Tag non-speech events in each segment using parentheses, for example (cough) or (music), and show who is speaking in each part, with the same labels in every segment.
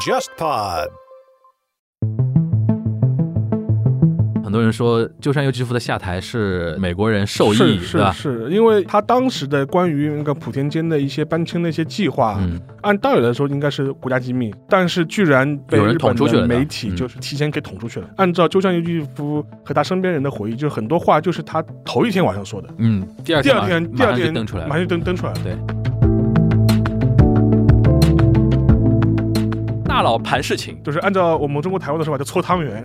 Speaker 1: JustPod。
Speaker 2: 很多人说鸠山由纪夫的下台是美国人受益，
Speaker 3: 是
Speaker 2: 对
Speaker 3: 是
Speaker 2: 吧？
Speaker 3: 是，因为他当时的关于那个莆田间的一些搬迁的一些计划，
Speaker 2: 嗯，
Speaker 3: 按道理来说应该是国家机密，但是居然被
Speaker 2: 有人
Speaker 3: 日本
Speaker 2: 捅出去了
Speaker 3: 的
Speaker 2: 的
Speaker 3: 媒体
Speaker 2: 嗯
Speaker 3: 就是提前给捅出去了。按照鸠山由纪夫和他身边人的回忆，就是很多话就是他头一天晚上说的，
Speaker 2: 嗯，第二
Speaker 3: 第
Speaker 2: 天
Speaker 3: 二
Speaker 2: 马
Speaker 3: 天
Speaker 2: 上
Speaker 3: 第
Speaker 2: 马
Speaker 3: 二
Speaker 2: 上
Speaker 3: 天
Speaker 2: 就登出来
Speaker 3: 马
Speaker 2: 了。
Speaker 3: 上就登登出来了。
Speaker 2: 大佬盘事情，
Speaker 3: 就是按照我们中国台湾的说法，叫搓汤圆。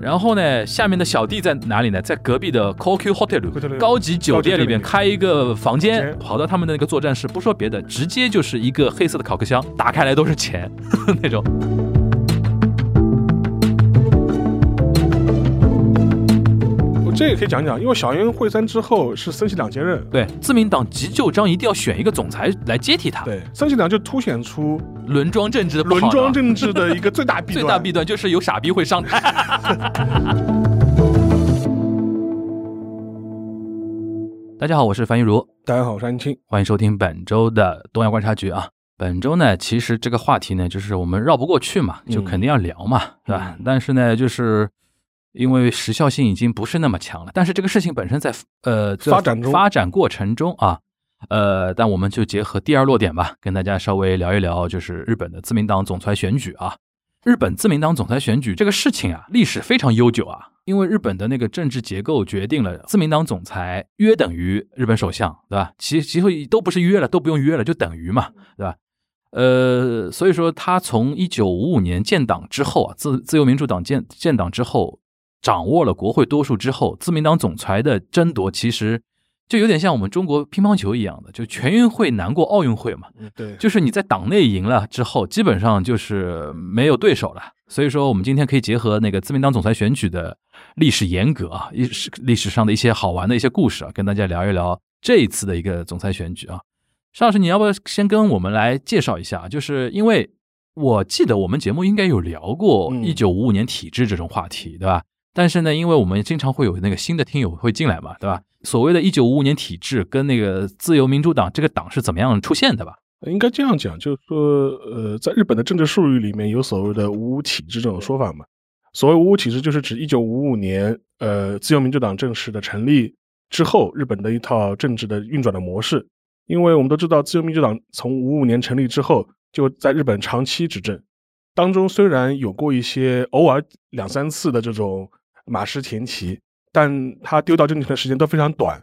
Speaker 2: 然后呢，下面的小弟在哪里呢？在隔壁的 CoQ Hotel 高级酒店里边开一个房间
Speaker 3: 房，间
Speaker 2: 跑到他们的那个作战室，不说别的，直接就是一个黑色的烤克箱，打开来都是钱 (laughs) 那种。
Speaker 3: 我这也可以讲讲，因为小英会三之后是森喜朗接任，
Speaker 2: 对，自民党急救章一定要选一个总裁来接替他。
Speaker 3: 对，森喜朗就凸显出
Speaker 2: 轮装政治的不好
Speaker 3: 轮
Speaker 2: 呢
Speaker 3: 装政治的一个最大
Speaker 2: (laughs)
Speaker 3: 弊
Speaker 2: 最
Speaker 3: 端。
Speaker 2: 大弊端就是有傻逼会上台。 (laughs) 大家好，我是樊玉茹，
Speaker 3: 大家好，我是安青。
Speaker 2: 欢迎收听本周的东亚观察局啊。本周呢，其实这个话题呢，就是我们绕不过去嘛，就肯定要聊嘛，对吧？但是呢，就是因为时效性已经不是那么强了，但是这个事情本身在呃在
Speaker 3: 发展中
Speaker 2: 发展过程中啊，呃，但我们就结合第二落点吧，跟大家稍微聊一聊，就是日本的自民党总裁选举啊。日本自民党总裁选举这个事情啊，历史非常悠久啊，因为日本的那个政治结构决定了自民党总裁约等于日本首相，对吧？其其实都不是约了，都不用约了，就等于嘛，对吧？呃，所以说他从一九五五年建党之后啊，自自由民主党建建党之后，掌握了国会多数之后，自民党总裁的争夺其实就有点像我们中国乒乓球一样的，就全运会难过奥运会嘛。
Speaker 3: 对，
Speaker 2: 就是你在党内赢了之后，基本上就是没有对手了。所以说，我们今天可以结合那个自民党总裁选举的历史沿革啊，历史历史上的一些好玩的一些故事啊，跟大家聊一聊这一次的一个总裁选举啊。邵老师，你要不要先跟我们来介绍一下？啊就是因为我记得我们节目应该有聊过
Speaker 3: 嗯
Speaker 2: 一九五五年体制这种话题，对吧？但是呢，因为我们经常会有那个新的听友会进来嘛，对吧？所谓的一九五五年体制跟那个自由民主党这个党是怎么样出现的吧？
Speaker 3: 应该这样讲，就是说，呃，在日本的政治术语里面有所谓的“五五体制”这种说法嘛。所谓“五五体制”，就是指一九五五年，呃，自由民主党正式的成立之后，日本的一套政治的运转的模式。因为我们都知道，自由民主党从五五年成立之后，就在日本长期执政，当中虽然有过一些偶尔两三次的这种马失前蹄，但他丢掉政权的时间都非常短，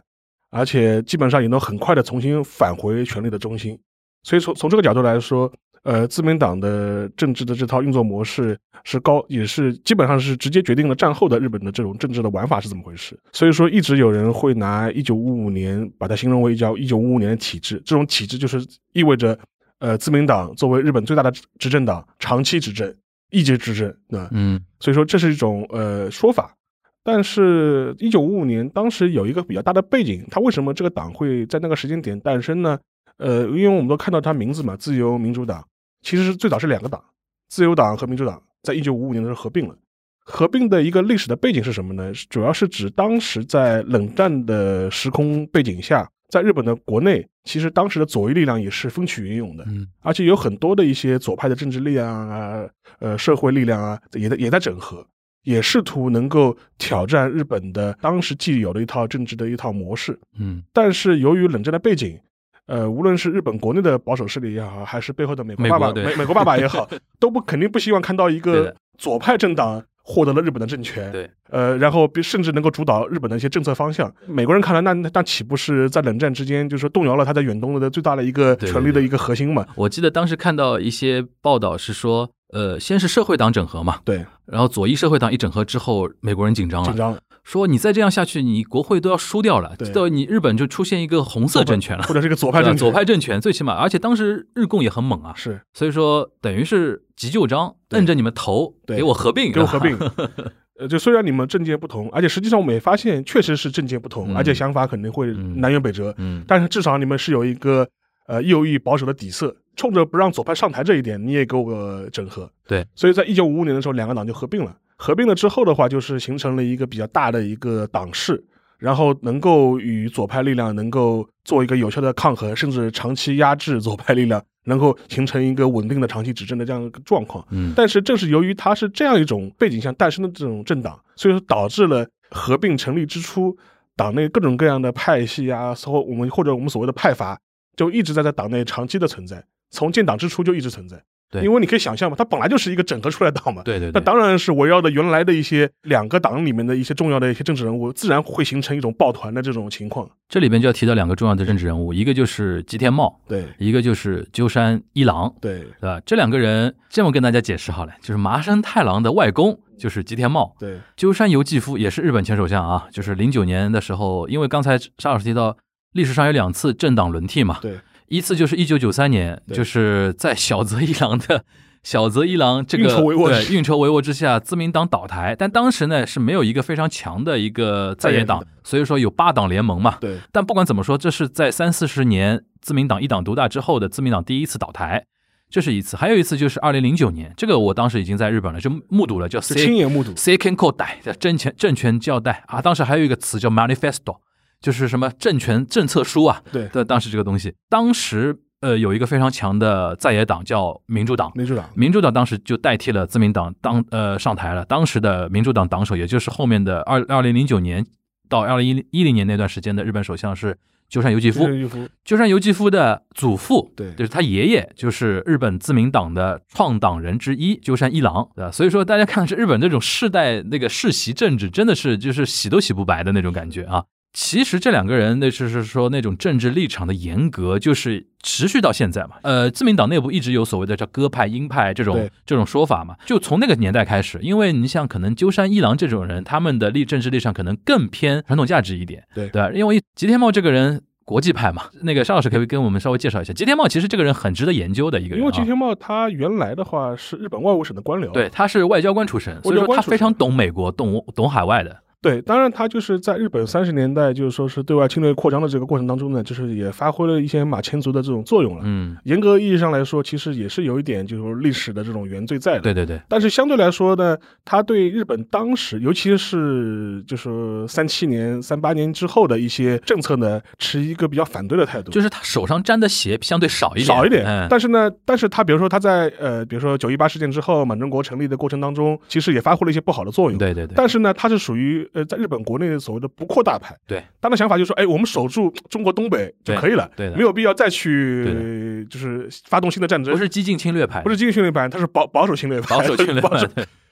Speaker 3: 而且基本上也能很快的重新返回权力的中心。所以从从这个角度来说，呃，自民党的政治的这套运作模式是高，也是基本上是直接决定了战后的日本的这种政治的玩法是怎么回事。所以说，一直有人会拿一九五五年把它形容为叫一九五五年的体制，这种体制就是意味着，呃，自民党作为日本最大的执政党，长期执政，一直执政，那、
Speaker 2: 嗯，
Speaker 3: 所以说这是一种呃说法。但是，一九五五年当时有一个比较大的背景，它为什么这个党会在那个时间点诞生呢？呃，因为我们都看到它名字嘛，自由民主党其实是最早是两个党，自由党和民主党在一九五五年的时候合并了。合并的一个历史的背景是什么呢？是主要是指当时在冷战的时空背景下，在日本的国内，其实当时的左翼力量也是风起云涌的。
Speaker 2: 嗯
Speaker 3: 而且有很多的一些左派的政治力量啊，呃，社会力量啊，也在也在整合，也试图能够挑战日本的当时既有的一套政治的一套模式。
Speaker 2: 嗯，
Speaker 3: 但是由于冷战的背景，呃，无论是日本国内的保守势力也好，还是背后的美国
Speaker 2: 美
Speaker 3: 爸
Speaker 2: 国
Speaker 3: 爸
Speaker 2: 对
Speaker 3: 美美国爸爸
Speaker 2: (laughs)
Speaker 3: 也好，都不肯定不希望看到一
Speaker 2: 对
Speaker 3: 个
Speaker 2: 的
Speaker 3: 左派政党获得了日本的政权。
Speaker 2: 对，
Speaker 3: 呃，然后比甚至能够主导日本的一些政策方向。美国人看来那，那那岂不是在冷战之间，就是说动摇了他在远东的最大的一个
Speaker 2: 对对
Speaker 3: 权力的
Speaker 2: 对
Speaker 3: 一个核心嘛？
Speaker 2: 我记得当时看到一些报道是说，呃，先是社会党整合嘛，
Speaker 3: 对，
Speaker 2: 然后左翼社会党一整合之后，美国人紧张了，
Speaker 3: 紧张了。
Speaker 2: 说你再这样下去，你国会都要输掉了
Speaker 3: 对，
Speaker 2: 到你日本就出现一个红色政权了，
Speaker 3: 或者是一个左派政
Speaker 2: 对吧
Speaker 3: 权，
Speaker 2: 左派政权，最起码，而且当时日共也很猛啊，
Speaker 3: 是
Speaker 2: 所以说等于是急救章
Speaker 3: 对
Speaker 2: 摁着你们头，
Speaker 3: 对
Speaker 2: 给我合并，。
Speaker 3: 给我合并
Speaker 2: (laughs)
Speaker 3: 呃，就虽然你们政见不同，而且实际上我们也发现，确实是政见不同，
Speaker 2: 嗯
Speaker 3: 而且想法肯定会
Speaker 2: 嗯
Speaker 3: 南辕北辙。
Speaker 2: 嗯，
Speaker 3: 但是至少你们是有一个呃右翼保守的底色，冲着不让左派上台这一点，你也给我整合。
Speaker 2: 对，
Speaker 3: 所以在一九五五年的时候，两个党就合并了。合并了之后的话，就是形成了一个比较大的一个党势。然后能够与左派力量能够做一个有效的抗衡，甚至长期压制左派力量，能够形成一个稳定的长期执政的这样一个状况。
Speaker 2: 嗯，
Speaker 3: 但是正是由于它是这样一种背景下诞生的这种政党，所以说导致了合并成立之初，党内各种各样的派系啊，或我们或者我们所谓的派阀，就一直在在党内长期的存在，从建党之初就一直存在。
Speaker 2: 对
Speaker 3: 因为你可以想象嘛，它本来就是一个整合出来的党嘛，
Speaker 2: 对对
Speaker 3: 那
Speaker 2: 对，
Speaker 3: 当然是围绕着原来的一些两个党里面的一些重要的一些政治人物，自然会形成一种抱团的这种情况。
Speaker 2: 这里边就要提到两个重要的政治人物，一个就是吉田茂，
Speaker 3: 对
Speaker 2: 一个就是鸠山一郎，
Speaker 3: 对
Speaker 2: 对吧？这两个人这么跟大家解释好了，就是麻生太郎的外公就是吉田茂，
Speaker 3: 对
Speaker 2: 鸠山由纪夫也是日本前首相啊，就是零九年的时候，因为刚才沙老师提到历史上有两次政党轮替嘛，
Speaker 3: 对，
Speaker 2: 一次就是一九九三年，
Speaker 3: 对
Speaker 2: 就是在小泽一郎的小泽一郎这个
Speaker 3: 运筹帷幄
Speaker 2: 对运筹帷幄之下，自民党倒台，但当时呢是没有一个非常强的一个在野党
Speaker 3: 在野，
Speaker 2: 所以说有八党联盟嘛。
Speaker 3: 对
Speaker 2: 但不管怎么说，这是在三四十年自民党一党独大之后的自民党第一次倒台，这是一次。还有一次就是二零零九年，这个我当时已经在日本了，就目睹了，叫
Speaker 3: 就亲
Speaker 2: C
Speaker 3: 眼目睹。
Speaker 2: second 扣带叫政权政权交代啊，当时还有一个词叫 manifesto，就是什么政权政策书啊。
Speaker 3: 对，
Speaker 2: 对，当时这个东西，当时呃有一个非常强的在野党叫民主党，
Speaker 3: 民主党
Speaker 2: 民主党当时就代替了自民党当呃上台了。当时的民主党党首，也就是后面的二二零零九年到二零一零年那段时间的日本首相是鸠山由纪夫
Speaker 3: 就是。一幅
Speaker 2: 鸠山由纪夫的祖父，
Speaker 3: 对
Speaker 2: 就是他爷爷，就是日本自民党的创党人之一鸠山一郎，对吧？所以说，大家看这日本这种世代那个世袭政治，真的是就是洗都洗不白的那种感觉啊。其实这两个人，那就是说那种政治立场的严格，就是持续到现在嘛。呃，自民党内部一直有所谓的叫鸽派、鹰派这种
Speaker 3: 对
Speaker 2: 这种说法嘛。就从那个年代开始，因为你想，可能鸠山一郎这种人，他们的立政治立场可能更偏传统价值一点，
Speaker 3: 对
Speaker 2: 对吧，因为吉田茂这个人。国际派嘛，那个沙老师可不可以跟我们稍微介绍一下吉田茂？其实这个人很值得研究的一个人、
Speaker 3: 因
Speaker 2: 啊，
Speaker 3: 为吉田茂他原来的话是日本外务省的官僚，
Speaker 2: 对他是外交官出身，所以
Speaker 3: 外
Speaker 2: 说
Speaker 3: 交官
Speaker 2: 他
Speaker 3: 出身
Speaker 2: 非常懂美国、懂懂海外的。
Speaker 3: 对，当然他就是在日本三十年代，就是说是对外侵略扩张的这个过程当中呢，就是也发挥了一些马前卒的这种作用了。
Speaker 2: 嗯，
Speaker 3: 严格意义上来说，其实也是有一点就是历史的这种原罪在的。
Speaker 2: 对对对，
Speaker 3: 但是相对来说呢，他对日本当时，尤其是就是三七年、三八年之后的一些政策呢，持一个比较反对的态度，
Speaker 2: 就是他手上沾的血相对少一点，
Speaker 3: 少一点。
Speaker 2: 嗯，
Speaker 3: 但是呢，但是他比如说他在呃，比如说九一八事件之后，满洲国成立的过程当中，其实也发挥了一些不好的作用。
Speaker 2: 对对对，
Speaker 3: 但是呢，他是属于呃，在日本国内的所谓的不扩大派。
Speaker 2: 对，
Speaker 3: 他的想法就是说，哎，我们守住中国东北就
Speaker 2: 对
Speaker 3: 可以了，
Speaker 2: 对的
Speaker 3: 没有必要再
Speaker 2: 对
Speaker 3: 去就是发动新的战争。
Speaker 2: 不是激进侵略派，
Speaker 3: 不是经济训练派，他是保保守侵略派，
Speaker 2: 保守侵略
Speaker 3: (laughs) 保
Speaker 2: 派
Speaker 3: 守，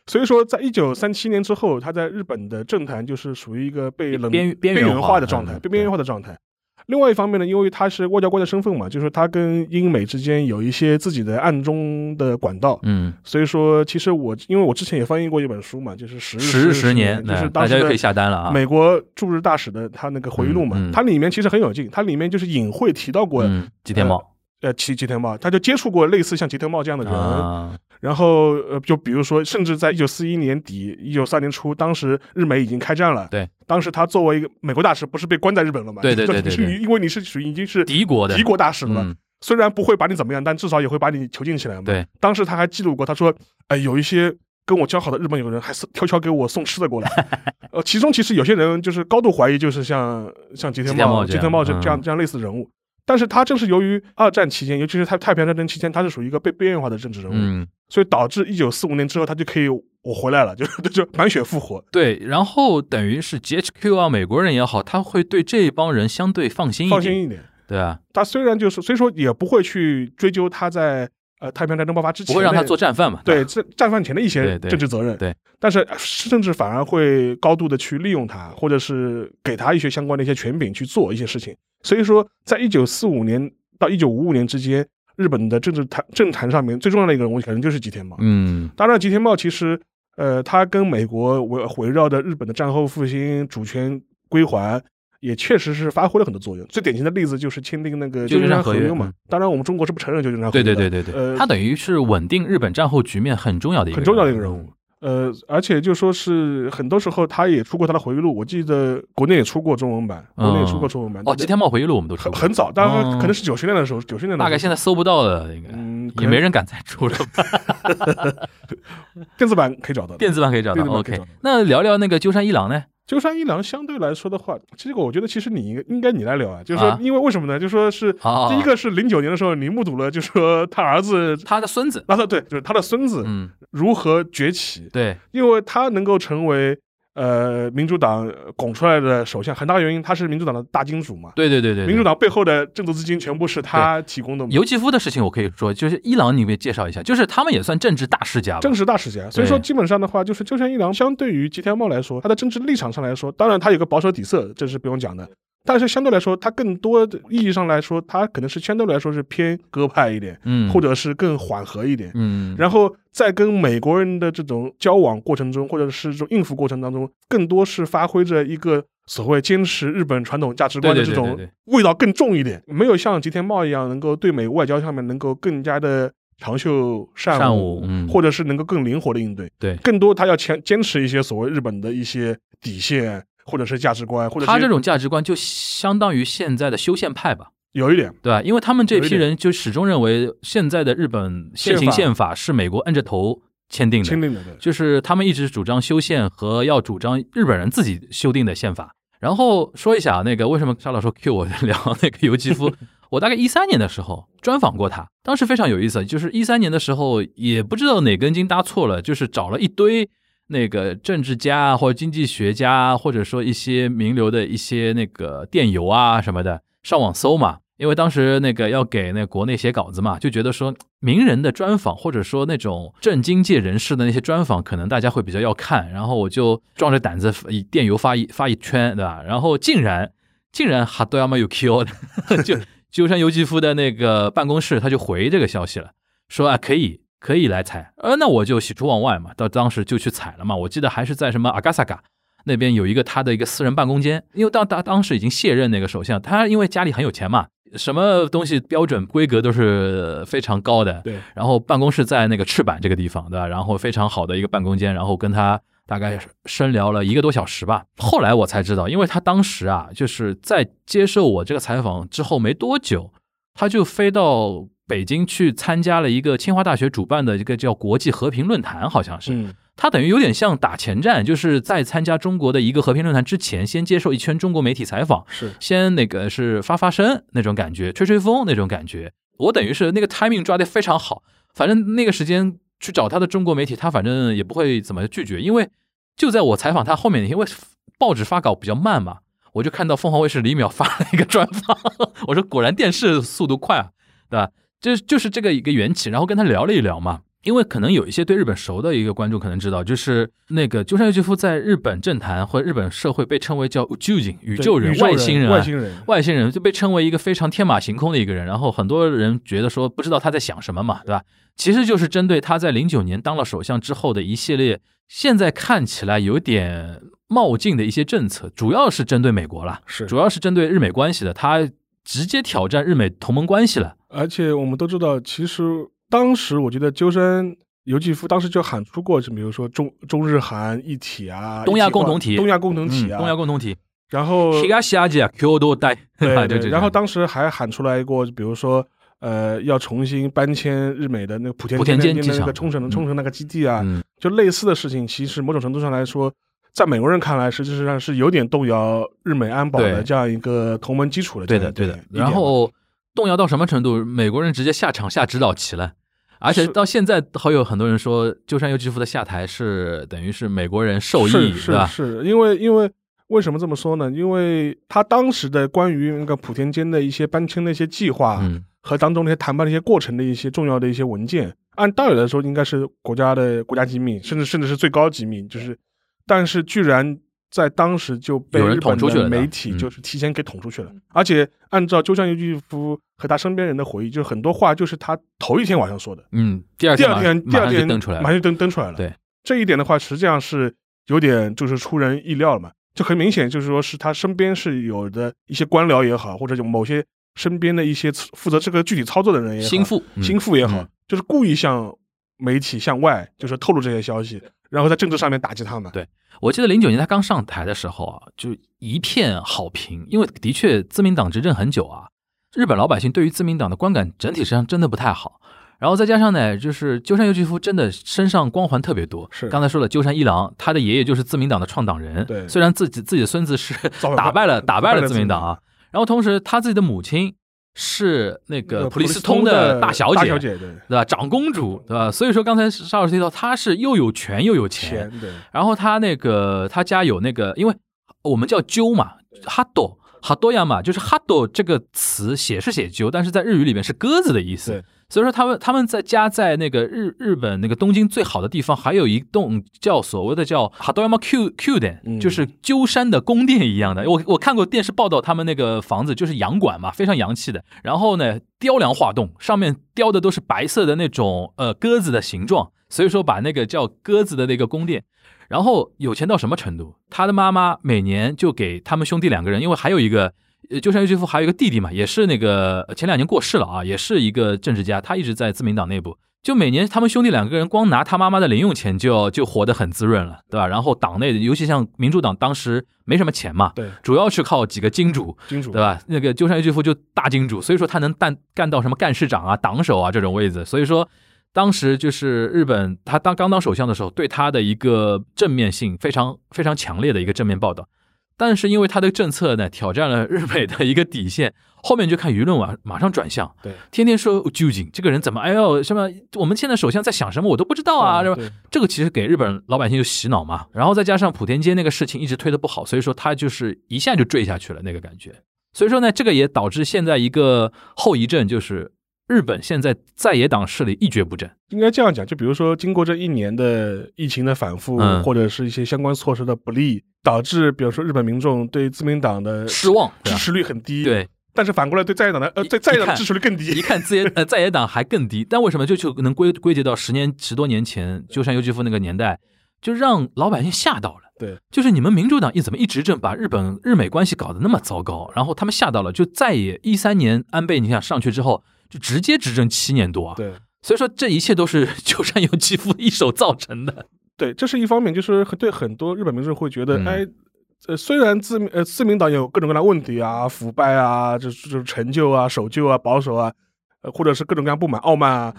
Speaker 3: 所以说，在一九三七年之后，他在日本的政坛就是属于一个被冷
Speaker 2: 边边
Speaker 3: 边
Speaker 2: 缘化
Speaker 3: 缘化的状态，
Speaker 2: 嗯
Speaker 3: 被边缘化的状态。另外一方面呢，因为他是外交官的身份嘛，就是他跟英美之间有一些自己的暗中的管道，
Speaker 2: 嗯，
Speaker 3: 所以说，其实我因为我之前也翻译过一本书嘛，就是十日
Speaker 2: 十日
Speaker 3: 十
Speaker 2: 十年，
Speaker 3: 就是
Speaker 2: 嗯
Speaker 3: 当
Speaker 2: 大
Speaker 3: 时
Speaker 2: 家就可以
Speaker 3: 的
Speaker 2: 下单了啊。
Speaker 3: 美国驻日大使的他那个回忆录嘛，
Speaker 2: 嗯嗯
Speaker 3: 它里面其实很有劲，它里面就是隐晦提到过、
Speaker 2: 嗯，吉田茂
Speaker 3: 呃吉吉田茂，他就接触过类似像吉田茂这样的人，
Speaker 2: 啊，
Speaker 3: 然后呃，就比如说，甚至在一九四一年底、一九三年初，当时日美已经开战了。
Speaker 2: 对，
Speaker 3: 当时他作为一个美国大使，不是被关在日本了吗？
Speaker 2: 对对对对
Speaker 3: 就是
Speaker 2: 对
Speaker 3: 你因为你是属于已经是
Speaker 2: 敌国的
Speaker 3: 敌国大使了嘛，
Speaker 2: 嗯，
Speaker 3: 虽然不会把你怎么样，但至少也会把你囚禁起来嘛。
Speaker 2: 对，
Speaker 3: 当时他还记录过，他说，呃，有一些。跟我交好的日本友人还是悄悄给我送吃的过来，
Speaker 2: (laughs)
Speaker 3: 呃，其中其实有些人就是高度怀疑，就是像像吉田
Speaker 2: 吉田茂
Speaker 3: 茂、
Speaker 2: 这
Speaker 3: 吉田茂这
Speaker 2: 样
Speaker 3: 这样
Speaker 2: 嗯
Speaker 3: 这样类似的人物，但是他正是由于二战期间，尤其是太太平洋战争期间，他是属于一个被边缘化的政治人物，
Speaker 2: 嗯，
Speaker 3: 所以导致一九四五年之后，他就可以我回来了，就是 (laughs) 就满血复活。
Speaker 2: 对，然后等于是 GHQ 啊，美国人也好，他会对这帮人相对放心一点，
Speaker 3: 放心一点，
Speaker 2: 对啊，
Speaker 3: 他虽然就是虽说也不会去追究他在呃太平洋战争爆发之前
Speaker 2: 不会让他
Speaker 3: 的
Speaker 2: 做战犯嘛，
Speaker 3: 对战战犯前的一
Speaker 2: 对
Speaker 3: 些
Speaker 2: 对
Speaker 3: 政治责任，
Speaker 2: 对
Speaker 3: 但是甚至反而会高度的去利用他，或者是给他一些相关的一些权柄去做一些事情。所以说，在一九四五年到一九五五年之间，日本的政治坛政坛上面最重要的一个人物可能就是吉田茂。
Speaker 2: 嗯，
Speaker 3: 当然，吉田茂其实，呃，他跟美国围围绕着日本的战后复兴、主权归还，也确实是发挥了很多作用。最典型的例子就是签订那个
Speaker 2: 旧金
Speaker 3: 旧金
Speaker 2: 山
Speaker 3: 山合
Speaker 2: 合约
Speaker 3: 约嘛。
Speaker 2: 嗯
Speaker 3: 当然，我们中国是不承认旧金山合
Speaker 2: 对
Speaker 3: 约
Speaker 2: 对
Speaker 3: 的。
Speaker 2: 对对对，
Speaker 3: 呃
Speaker 2: 他等于是稳定日本战后局面很重要的一个
Speaker 3: 很重要的一个人
Speaker 2: 人
Speaker 3: 物。呃，而且就说是很多时候他也出过他的回忆录，我记得国内也出过中文版，国内也出过中文版。
Speaker 2: 哦，吉田茂回忆录我们都出
Speaker 3: 很
Speaker 2: 过，
Speaker 3: 很早，当
Speaker 2: 哦
Speaker 3: 然可能是九十年代的时候，九十年代
Speaker 2: 大
Speaker 3: 的
Speaker 2: 概
Speaker 3: 时
Speaker 2: 现在搜不到了，应该
Speaker 3: 候嗯，可
Speaker 2: 也
Speaker 3: 能
Speaker 2: 没人敢再出
Speaker 3: (laughs)
Speaker 2: 了吧。
Speaker 3: 电子版可以找到的。
Speaker 2: 电子版可以找到
Speaker 3: 电子版可
Speaker 2: ，OK
Speaker 3: 以找到。
Speaker 2: 那聊聊那个鸠山一郎呢？
Speaker 3: 鸠山一郎相对来说的话，这个我觉得其实你应应该你来聊啊，就是说
Speaker 2: 啊，
Speaker 3: 因为为什么呢？就说是
Speaker 2: 啊
Speaker 3: 第一个是零九年的时候，你目睹了，就说他儿子，
Speaker 2: 他的孙子，
Speaker 3: 那他对，就是他的孙子
Speaker 2: 嗯，
Speaker 3: 如何崛起，
Speaker 2: 对，
Speaker 3: 因为他能够成为呃民主党拱出来的首相，很大原因他是民主党的大金主嘛，
Speaker 2: 对对对对，
Speaker 3: 民主
Speaker 2: 党
Speaker 3: 党背后的政治资金全部是他提供的嘛，
Speaker 2: 游记夫的事情，我可以说，就是伊朗，你可以介绍一下，就是他们也算政治大世家吧，
Speaker 3: 政治大世家，所以说基本上的话，就是鸠山一郎相对于吉田茂来说，他的政治立场上来说，当然他有个保守底色，这是不用讲的。但是相对来说，他更多的意义上来说，他可能是相对来说是偏鸽派一点，
Speaker 2: 嗯，
Speaker 3: 或者是更缓和一点。
Speaker 2: 嗯，
Speaker 3: 然后在跟美国人的这种交往过程中，或者是这种应付过程当中，更多是发挥着一个所谓坚持日本传统价值观的
Speaker 2: 对
Speaker 3: 这
Speaker 2: 对
Speaker 3: 种
Speaker 2: 对对
Speaker 3: 味道更重一点，没有像吉田茂一样能够对美外交上面能够更加的长袖善
Speaker 2: 善舞嗯
Speaker 3: 或者是能够更灵活的应对。
Speaker 2: 对
Speaker 3: 更多他要坚坚持一些所谓日本的一些底线。或者是价值观，或者
Speaker 2: 他
Speaker 3: 是
Speaker 2: 这种价值观就相当于现在的修宪派吧，
Speaker 3: 有一点，
Speaker 2: 对吧？因为他们这
Speaker 3: 有一
Speaker 2: 批
Speaker 3: 点
Speaker 2: 人就始终认为现在的日本现行
Speaker 3: 宪
Speaker 2: 宪法是美国摁着头签订的，
Speaker 3: 亲定的，对，
Speaker 2: 就是他们一直主张修宪和要主张日本人自己修订的宪法。然后说一下啊那个为什么沙老师 Q 我聊那个游击夫，我大概一三年的时候专访过他，当时非常有意思，就是一三年的时候也不知道哪根筋搭错了，就是找了一堆那个政治家啊或者经济学家啊，或者说一些名流的一些那个电邮啊什么的，上网搜嘛。因为当时那个要给那国内写稿子嘛，就觉得说名人的专访，或者说那种政经界人士的那些专访，可能大家会比较要看。然后我就壮着胆子以电邮发一发一圈，对吧？然后竟然竟然哈多亚马有 Q 的，就鸠山由纪夫的那个办公室，他就回这个消息了。说啊，可以可以来采，呃，那我就喜出望外嘛，到当时就去采了嘛。我记得还是在什么阿嘎萨嘎那边有一个他的一个私人办公间，因为当当当时已经卸任那个首相，他因为家里很有钱嘛，什么东西标准规格都是非常高的，
Speaker 3: 对，
Speaker 2: 然后办公室在那个赤坂这个地方，对吧？然后非常好的一个办公间，然后跟他大概深聊了一个多小时吧。后来我才知道，因为他当时啊，就是在接受我这个采访之后没多久，他就飞到北京去参加了一个清华大学主办的一个叫国际和平论坛，好像是。
Speaker 3: 嗯，
Speaker 2: 他等于有点像打前站，就是在参加中国的一个和平论坛之前，先接受一圈中国媒体采访，
Speaker 3: 是
Speaker 2: 先那个是发发声那种感觉，吹吹风那种感觉。我等于是那个 timing 抓得非常好，反正那个时间去找他的中国媒体，他反正也不会怎么拒绝，因为就在我采访他后面，因为报纸发稿比较慢嘛，我就看到凤凰卫视李淼发了一个专访， (laughs) 我说果然电视速度快啊，对吧？这就是这个一个缘起，然后跟他聊了一聊嘛。因为可能有一些对日本熟的一个观众可能知道，就是那个鸠山由纪夫在日本政坛或者日本社会被称为叫宇宙人、宇
Speaker 3: 宇
Speaker 2: 宙人、外星人、啊、
Speaker 3: 外星人，
Speaker 2: 外星人就被称为一个非常天马行空的一个人，然后很多人觉得说不知道他在想什么嘛，对吧？其实就是针对他在零九年当了首相之后的一系列，现在看起来有点冒进的一些政策，主要是针对美国啦，
Speaker 3: 是
Speaker 2: 主要是针对日美关系的，他直接挑战日美同盟关系了。
Speaker 3: 而且我们都知道，其实当时我觉得鸠山由纪夫当时就喊出过，就比如说中中日韩一体啊，
Speaker 2: 东亚
Speaker 3: 一化
Speaker 2: 共同体
Speaker 3: 东亚共同体
Speaker 2: 嗯
Speaker 3: 啊，
Speaker 2: 东亚共同啊体，
Speaker 3: 然后
Speaker 2: 西亚西亚界 Q 多带， (laughs)
Speaker 3: 对
Speaker 2: 就
Speaker 3: 对
Speaker 2: 这
Speaker 3: 对，
Speaker 2: 样
Speaker 3: 然后当时还喊出来过，比如说。呃，要重新搬迁日美的那个莆田
Speaker 2: 莆田
Speaker 3: 那边
Speaker 2: 间机
Speaker 3: 的那个
Speaker 2: 场
Speaker 3: 冲绳的
Speaker 2: 嗯
Speaker 3: 冲绳那个基地啊，
Speaker 2: 嗯，
Speaker 3: 就类似的事情，其实某种程度上来说，在美国人看来，实际上是有点动摇日美安保的
Speaker 2: 对
Speaker 3: 这样一个同盟基础的这
Speaker 2: 对
Speaker 3: 样
Speaker 2: 的
Speaker 3: 一
Speaker 2: 对
Speaker 3: 点。
Speaker 2: 的。
Speaker 3: 一点
Speaker 2: 然后动摇到什么程度？美国人直接下场下指导棋了。而且
Speaker 3: 是
Speaker 2: 到现在还有很多人说，鸠山由纪夫的下台是等于是美国人受益，
Speaker 3: 是
Speaker 2: 对
Speaker 3: 是
Speaker 2: 吧？
Speaker 3: 是，因为因为为什么这么说呢？因为他当时的关于那个莆田间的一些搬迁的一些计划、
Speaker 2: 嗯，
Speaker 3: 和当中那些谈判的一些过程的一些重要的一些文件，按道理来说应该是国家的国家机密，甚至甚至是最高机密，就是，但是居然。在当时就被
Speaker 2: 有人
Speaker 3: 日
Speaker 2: 捅
Speaker 3: 本
Speaker 2: 出去
Speaker 3: 的
Speaker 2: 了
Speaker 3: 媒
Speaker 2: 的
Speaker 3: 体
Speaker 2: 嗯
Speaker 3: 就是提前给捅出去了，而且按照鸠山由纪夫和他身边人的回忆，就是很多话就是他头一天晚上说的，
Speaker 2: 嗯，第二
Speaker 3: 第
Speaker 2: 天
Speaker 3: 二
Speaker 2: 马
Speaker 3: 天，第
Speaker 2: 马
Speaker 3: 二
Speaker 2: 上就
Speaker 3: 天
Speaker 2: 登出来
Speaker 3: 马
Speaker 2: 了，
Speaker 3: 上就登登出来了。
Speaker 2: 对，
Speaker 3: 这一点的话，实际上是有点就是出人意料了嘛，就很明显，就是说是他身边是有的一些官僚也好，或者有某些身边的一些负责这个具体操作的人也好，
Speaker 2: 心腹，嗯
Speaker 3: 心腹也好
Speaker 2: 嗯，
Speaker 3: 就是故意向媒体向外就是透露这些消息，然后在政治上面打击他们。
Speaker 2: 对我记得零九年他刚上台的时候啊，就一片好评，因为的确自民党执政很久啊，日本老百姓对于自民党的观感整体上真的不太好。然后再加上呢，就是鸠山由纪夫真的身上光环特别多。
Speaker 3: 是
Speaker 2: 刚才说了，鸠山一郎他的爷爷就是自民党的创党人。
Speaker 3: 对
Speaker 2: 虽然自己自己的孙子 (laughs) 是
Speaker 3: 造反
Speaker 2: 打败了打败了自民党
Speaker 3: 打败
Speaker 2: 啊，然后同时他自己的母亲是那
Speaker 3: 那
Speaker 2: 个
Speaker 3: 个
Speaker 2: 普利
Speaker 3: 呃普
Speaker 2: 司
Speaker 3: 通
Speaker 2: 通
Speaker 3: 的
Speaker 2: 的大小
Speaker 3: 大
Speaker 2: 姐，
Speaker 3: 小姐对
Speaker 2: 对吧？长公主，对吧？所以说刚才邵老师提到，她是又有权又有钱，
Speaker 3: 钱对
Speaker 2: 然后她那个她家有那个，因为我们叫鸠嘛，哈多哈多亚嘛，就是哈多这个词写是写鸠，但是在日语里面是鸽子的意思
Speaker 3: 对。
Speaker 2: 所以说他们他们在家在那个日日本那个东京最好的地方，还有一栋叫所谓的叫哈多亚 Q Q 殿，
Speaker 3: 嗯
Speaker 2: 就是鸠山的宫殿一样的。我我看过电视报道，他们那个房子就是洋馆嘛，非常洋气的。然后呢，雕梁画栋，上面雕的都是白色的那种呃鸽子的形状，所以说把那个叫鸽子的那个宫殿。然后有钱到什么程度？他的妈妈每年就给他们兄弟两个人，因为还有一个，呃，鸠山由纪夫还有一个弟弟嘛，也是那个呃前两年过世了啊，也是一个政治家，他一直在自民党内部。就每年他们兄弟两个人光拿他妈妈的零用钱就就活得很滋润了，对吧？然后党内的，尤其像民主党当时没什么钱嘛，
Speaker 3: 对
Speaker 2: 主要是靠几个金主，
Speaker 3: 金主
Speaker 2: 对吧？那个鸠山由纪夫就大金主，所以说他能干干到什么干事长啊、党首啊这种位置。所以说，当时就是日本他当刚当首相的时候，对他的一个正面性非常非常强烈的一个正面报道。但是因为他的政策呢，挑战了日本的一个底线，后面就看舆论马马上转向，
Speaker 3: 对，
Speaker 2: 天天说究竟这个人怎么，哎呦什么，我们现在首相在想什么，我都不知道啊，
Speaker 3: 嗯
Speaker 2: 是吧？
Speaker 3: 对
Speaker 2: 这个其实给日本老百姓就洗脑嘛，然后再加上莆田街那个事情一直推的不好，所以说他就是一下就坠下去了那个感觉。所以说呢，这个也导致现在一个后遗症，就是日本现在在野党势力一蹶不振。
Speaker 3: 应该这样讲，就比如说，经过这一年的疫情的反复，
Speaker 2: 嗯
Speaker 3: 或者是一些相关措施的不利，导致比如说日本民众对自民党的
Speaker 2: 失望对
Speaker 3: 支
Speaker 2: 吧
Speaker 3: 持率很低，，
Speaker 2: 对，啊
Speaker 3: 但是反过来对在野党的呃
Speaker 2: 一
Speaker 3: 对在野党的
Speaker 2: 一看
Speaker 3: 支持率更低
Speaker 2: 一，看自野呃在野党还更低，但为什么就就能归归结到十年十多年前鸠山由纪夫那个年代，就让老百姓吓到了。
Speaker 3: 对，
Speaker 2: 就是你们民主党一怎么一执政，把日本日美关系搞得那么糟糕，然后他们吓到了，就再也一三年安倍你想上去之后，就直接执政七年多啊。
Speaker 3: 对
Speaker 2: 所以说这一切都是 (laughs) 鸠山由纪夫一手造成的。
Speaker 3: 对，这是一方面，就是很对很多日本民众会觉得，
Speaker 2: 嗯
Speaker 3: 哎，呃，虽然自民呃自民党有各种各样的问题啊，腐败啊，就是就是陈旧啊、守旧啊、保守啊，呃，或者是各种各样不满、傲慢啊，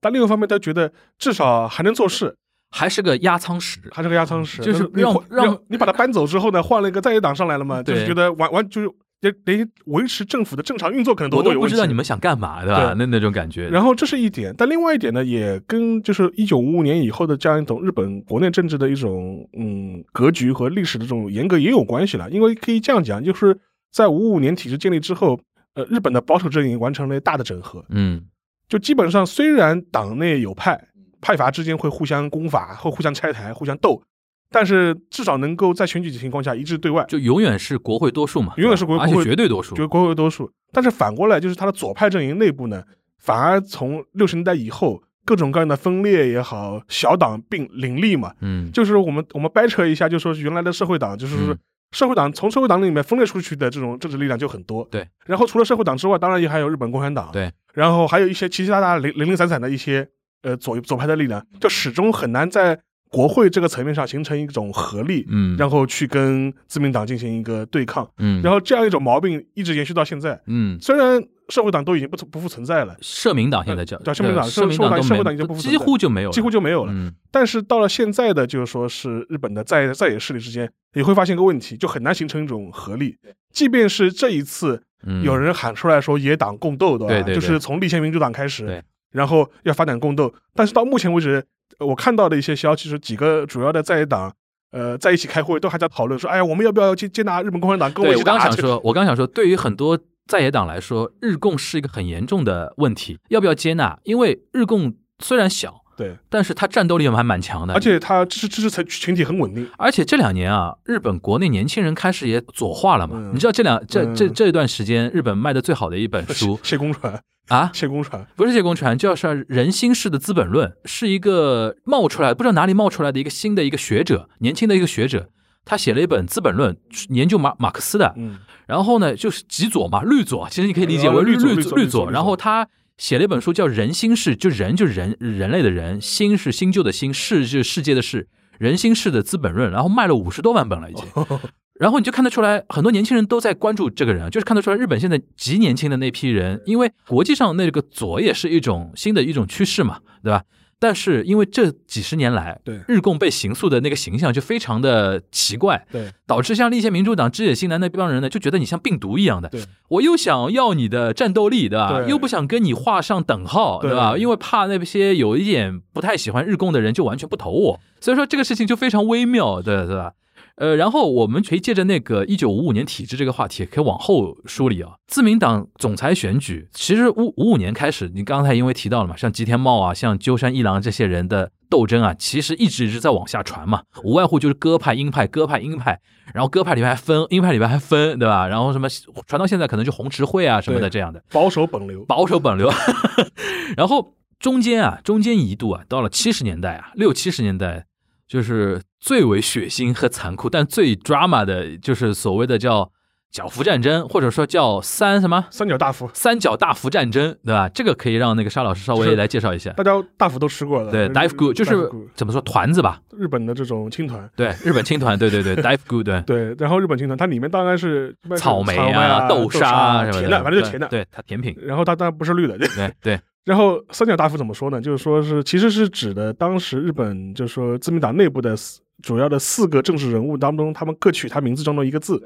Speaker 3: 但另一方面他觉得至少还能做事，
Speaker 2: 还是个压舱石，
Speaker 3: 还是个压舱石，
Speaker 2: 嗯就
Speaker 3: 但
Speaker 2: 是
Speaker 3: 你
Speaker 2: 让
Speaker 3: 换
Speaker 2: 让
Speaker 3: 你把它搬走之后呢，换了一个在野党上来了嘛，就是
Speaker 2: 对
Speaker 3: 觉得完完就是连连维持政府的正常运作可能都
Speaker 2: 我
Speaker 3: 会
Speaker 2: 都
Speaker 3: 有
Speaker 2: 不
Speaker 3: 问
Speaker 2: 知道
Speaker 3: 题
Speaker 2: 你。们想干嘛，对吧？
Speaker 3: 对
Speaker 2: 那那种感觉。
Speaker 3: 然后这是一点，但另外一点呢，也跟就是一九五五年以后的这样一种日本国内政治的一种嗯格局和历史的这种严格也有关系了。因为可以这样讲，就是在五五年体制建立之后，呃，日本的保守阵营完成了大的整合，
Speaker 2: 嗯，
Speaker 3: 就基本上虽然党内有派派阀之间会互相攻伐，会互相拆台、互相斗，但是至少能够在选举的情况下一致对外，
Speaker 2: 就永远是国会多数嘛，
Speaker 3: 永远是国
Speaker 2: 而
Speaker 3: 国
Speaker 2: 且
Speaker 3: 会
Speaker 2: 绝对多数，
Speaker 3: 就国会多数。但是反过来，就是他的左派阵营内部呢，反而从六十年代以后，各种各样的分裂也好，小党并林立嘛，
Speaker 2: 嗯，
Speaker 3: 就是我们我们掰扯一下，就说是原来的社会党，就是说
Speaker 2: 嗯
Speaker 3: 社会党从社会党里面分裂出去的这种政治力量就很多。
Speaker 2: 对，
Speaker 3: 然后除了社会党之外，当然也还有日本共产党。
Speaker 2: 对，
Speaker 3: 然后还有一些奇奇杂杂、零零零散散的一些呃左左派的力
Speaker 2: 嗯
Speaker 3: 量，就始终很难在国会这个层面上形成一种合力，
Speaker 2: 嗯，
Speaker 3: 然后去跟自民党进行一个对抗。
Speaker 2: 嗯，
Speaker 3: 然
Speaker 2: 后
Speaker 3: 后这样一种毛病一直延续到现在。
Speaker 2: 嗯，
Speaker 3: 虽然社会党都已经不存不复存在了，
Speaker 2: 社民党现在叫
Speaker 3: 呃
Speaker 2: 呃
Speaker 3: 对社民党
Speaker 2: 社民党都没有
Speaker 3: 社会党已经不复存
Speaker 2: 几乎就没有了，
Speaker 3: 几乎就没有了。
Speaker 2: 嗯
Speaker 3: 但是到了现在的，就是说是日本的在在野势力之间，你会发现一个问题，就很难形成一种合力。即便是这一次
Speaker 2: 嗯，
Speaker 3: 有人喊出来说野党共斗，对吧？
Speaker 2: 对对对
Speaker 3: 就是从立宪民主党开始
Speaker 2: 对，
Speaker 3: 然后要发展共斗，但是到目前为止，呃我看到的一些消息是几个主要的在野党。呃，在一起开会都还在讨论说，哎呀，我们要不要接接纳日本共产党跟我
Speaker 2: 对
Speaker 3: 一起
Speaker 2: 我
Speaker 3: 打？
Speaker 2: 刚想
Speaker 3: 这
Speaker 2: 说，我刚想说，对于很多在野党来说，日共是一个很严重的问题，要不要接纳？因为日共虽然小，
Speaker 3: 对，
Speaker 2: 但是它战斗力还蛮强的，
Speaker 3: 而且他支持支持层群体很稳定，
Speaker 2: 而且这两年啊，日本国内年轻人开始也左化了嘛。
Speaker 3: 嗯
Speaker 2: 你知道这两这这
Speaker 3: 嗯
Speaker 2: 这段时间日本卖的最好的一
Speaker 3: (laughs)
Speaker 2: 本书
Speaker 3: 谢公船，
Speaker 2: 啊，
Speaker 3: 谢公船，
Speaker 2: 不是《谢公传》，叫是《人心式的资本论》，是一个冒出来不知道哪里冒出来的一个新的一个学者，年轻的一个学者，他写了一本《资本论》，研究马马克思的。
Speaker 3: 嗯，
Speaker 2: 然后呢，就是极左嘛，绿左，其实你可以理解
Speaker 3: 呃
Speaker 2: 为
Speaker 3: 绿
Speaker 2: 绿
Speaker 3: 左绿
Speaker 2: 绿
Speaker 3: 左
Speaker 2: 绿
Speaker 3: 绿左
Speaker 2: 左。然后他写了一本书叫《人心式》，就人就人人类的人，新是
Speaker 3: (laughs)
Speaker 2: 新旧的新，世是世界的世，人心式的资本论，然后卖了五十多万本了已经。然后你就看得出来，很多年轻人都在关注这个人，就是看得出来日本现在极年轻的那批人，因为国际上那个左也是一种新的一种趋势嘛，对吧？但是因为这几十年来，
Speaker 3: 对
Speaker 2: 日共被刑诉的那个形象就非常的奇怪，
Speaker 3: 对
Speaker 2: 导致像立宪民主党、知野新男那帮人呢，就觉得你像病毒一样的
Speaker 3: 对，
Speaker 2: 我又想要你的战斗力，对吧？
Speaker 3: 对
Speaker 2: 又不想跟你画上等号，对
Speaker 3: 对
Speaker 2: 吧？因为怕那些有一点不太喜欢日共的人就完全不投我，所以说这个事情就非常微妙，对对吧？呃，然后我们可以借着那个一九五五年体制这个话题，可以往后梳理啊。自民党总裁选举，其实五五五年开始，你刚才因为提到了嘛，像吉田茂啊，像鸠山一郎这些人的斗争啊，其实一直一直在往下传嘛，无外乎就是鸽派、鹰派、鸽派、鹰派，然后鸽派里面还分，鹰派里面还分，对吧？然后什么传到现在可能就红池会啊什么的
Speaker 3: 对
Speaker 2: 这样的。
Speaker 3: 保守本流，
Speaker 2: 保守本流。 (laughs) 然后中间啊，中间一度啊，到了七十年代啊，六七十年代，就是最为血腥和残酷，但最 drama 的，就是所谓的叫角福战争，或者说叫三什么
Speaker 3: 三角大福，
Speaker 2: 三角大福战争，对吧？这个可以让那个沙老师稍
Speaker 3: 就
Speaker 2: 微
Speaker 3: 是
Speaker 2: 来介绍一下。
Speaker 3: 大家大福都吃过了，
Speaker 2: 对
Speaker 3: 大
Speaker 2: ，dive good 就是怎么说团子吧？
Speaker 3: 日本的这种青团。
Speaker 2: 对，日本青团，对对对，dive good，对。
Speaker 3: 对，然后日本青团，它里面当然是
Speaker 2: 草莓
Speaker 3: 啊、
Speaker 2: 豆
Speaker 3: 沙
Speaker 2: 啊什么
Speaker 3: 甜
Speaker 2: 的，
Speaker 3: 的，反正就甜的。
Speaker 2: 对，对它甜品，
Speaker 3: 然后它当然不是绿的， (laughs)
Speaker 2: 对对
Speaker 3: 然后三角大夫怎么说呢？就是说是其实是指的当时日本就是说自民党内部的四主要的四个政治人物当中，他们各取他名字中的一个字。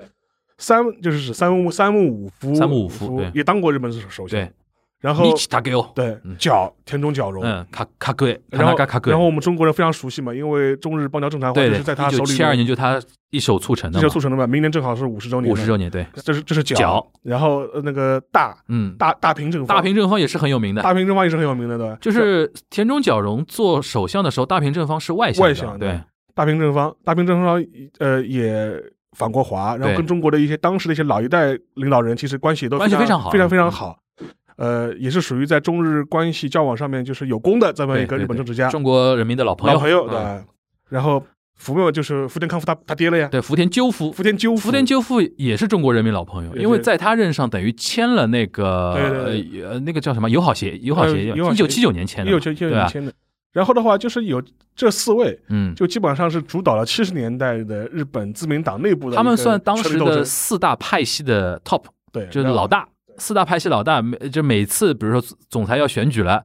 Speaker 3: 三就是指三木三木五夫，
Speaker 2: 三木武夫对
Speaker 3: 也当过日本首首相
Speaker 2: 对。，
Speaker 3: 然后
Speaker 2: 米奇塔给我，
Speaker 3: 对
Speaker 2: 嗯
Speaker 3: 角田中角荣，
Speaker 2: 嗯，卡卡贵，
Speaker 3: 然后
Speaker 2: 卡卡贵
Speaker 3: 然后，我们中国人非常熟悉嘛，因为中日邦交正常化
Speaker 2: 对
Speaker 3: 就
Speaker 2: 对，
Speaker 3: 是在他
Speaker 2: 一
Speaker 3: 手
Speaker 2: 九
Speaker 3: 里
Speaker 2: 七二年就他一手促成的
Speaker 3: 这
Speaker 2: 嘛，
Speaker 3: 就促成的嘛。明年正好是五十周年，
Speaker 2: 五十周，年，对，
Speaker 3: 这是这是角
Speaker 2: 角，
Speaker 3: 然后呃那个大
Speaker 2: 嗯，
Speaker 3: 大大平正方
Speaker 2: 大平正方也是很有名的，
Speaker 3: 大平正方也是很有名的，对吧？
Speaker 2: 就是田中角荣做首相的时候，大平正方是外相的，
Speaker 3: 外相
Speaker 2: 对
Speaker 3: 对大平正方，大平正方呃也访过华，然
Speaker 2: 对
Speaker 3: 后跟中国的一些当时的一些老一代领导人其实关系都
Speaker 2: 关系
Speaker 3: 非
Speaker 2: 非常好嗯
Speaker 3: 非常非常好。呃，也是属于在中日关系交往上面就是有功的这么一个
Speaker 2: 对对
Speaker 3: 日本政治家，
Speaker 2: 中国人民的老朋友，
Speaker 3: 老朋友对
Speaker 2: 嗯
Speaker 3: 吧。然后福茂就是福田康夫他他爹了呀，
Speaker 2: 对，福田赳夫。
Speaker 3: 福田赳夫，
Speaker 2: 福田赳夫也是中国人民老朋友，
Speaker 3: 对
Speaker 2: 因为在他任上等于签了那个
Speaker 3: 对
Speaker 2: 呃呃那个叫什么友好协友好协议
Speaker 3: 呃友，
Speaker 2: 一
Speaker 3: 好协
Speaker 2: 九
Speaker 3: 议
Speaker 2: 七九年签的
Speaker 3: 一
Speaker 2: 嘛，
Speaker 3: 九七九
Speaker 2: 对啊吧
Speaker 3: 年？签的。然后的话就是有这四位，
Speaker 2: 嗯，
Speaker 3: 就基本上是主导了七十年代的日本自民党内部的一个
Speaker 2: 他们算当
Speaker 3: 权力
Speaker 2: 时
Speaker 3: 斗
Speaker 2: 的
Speaker 3: 争
Speaker 2: 四大派系的 top，
Speaker 3: 对，
Speaker 2: 就是
Speaker 3: 然后
Speaker 2: 老大，四大派系老大，每就每次比如说总裁要选举了，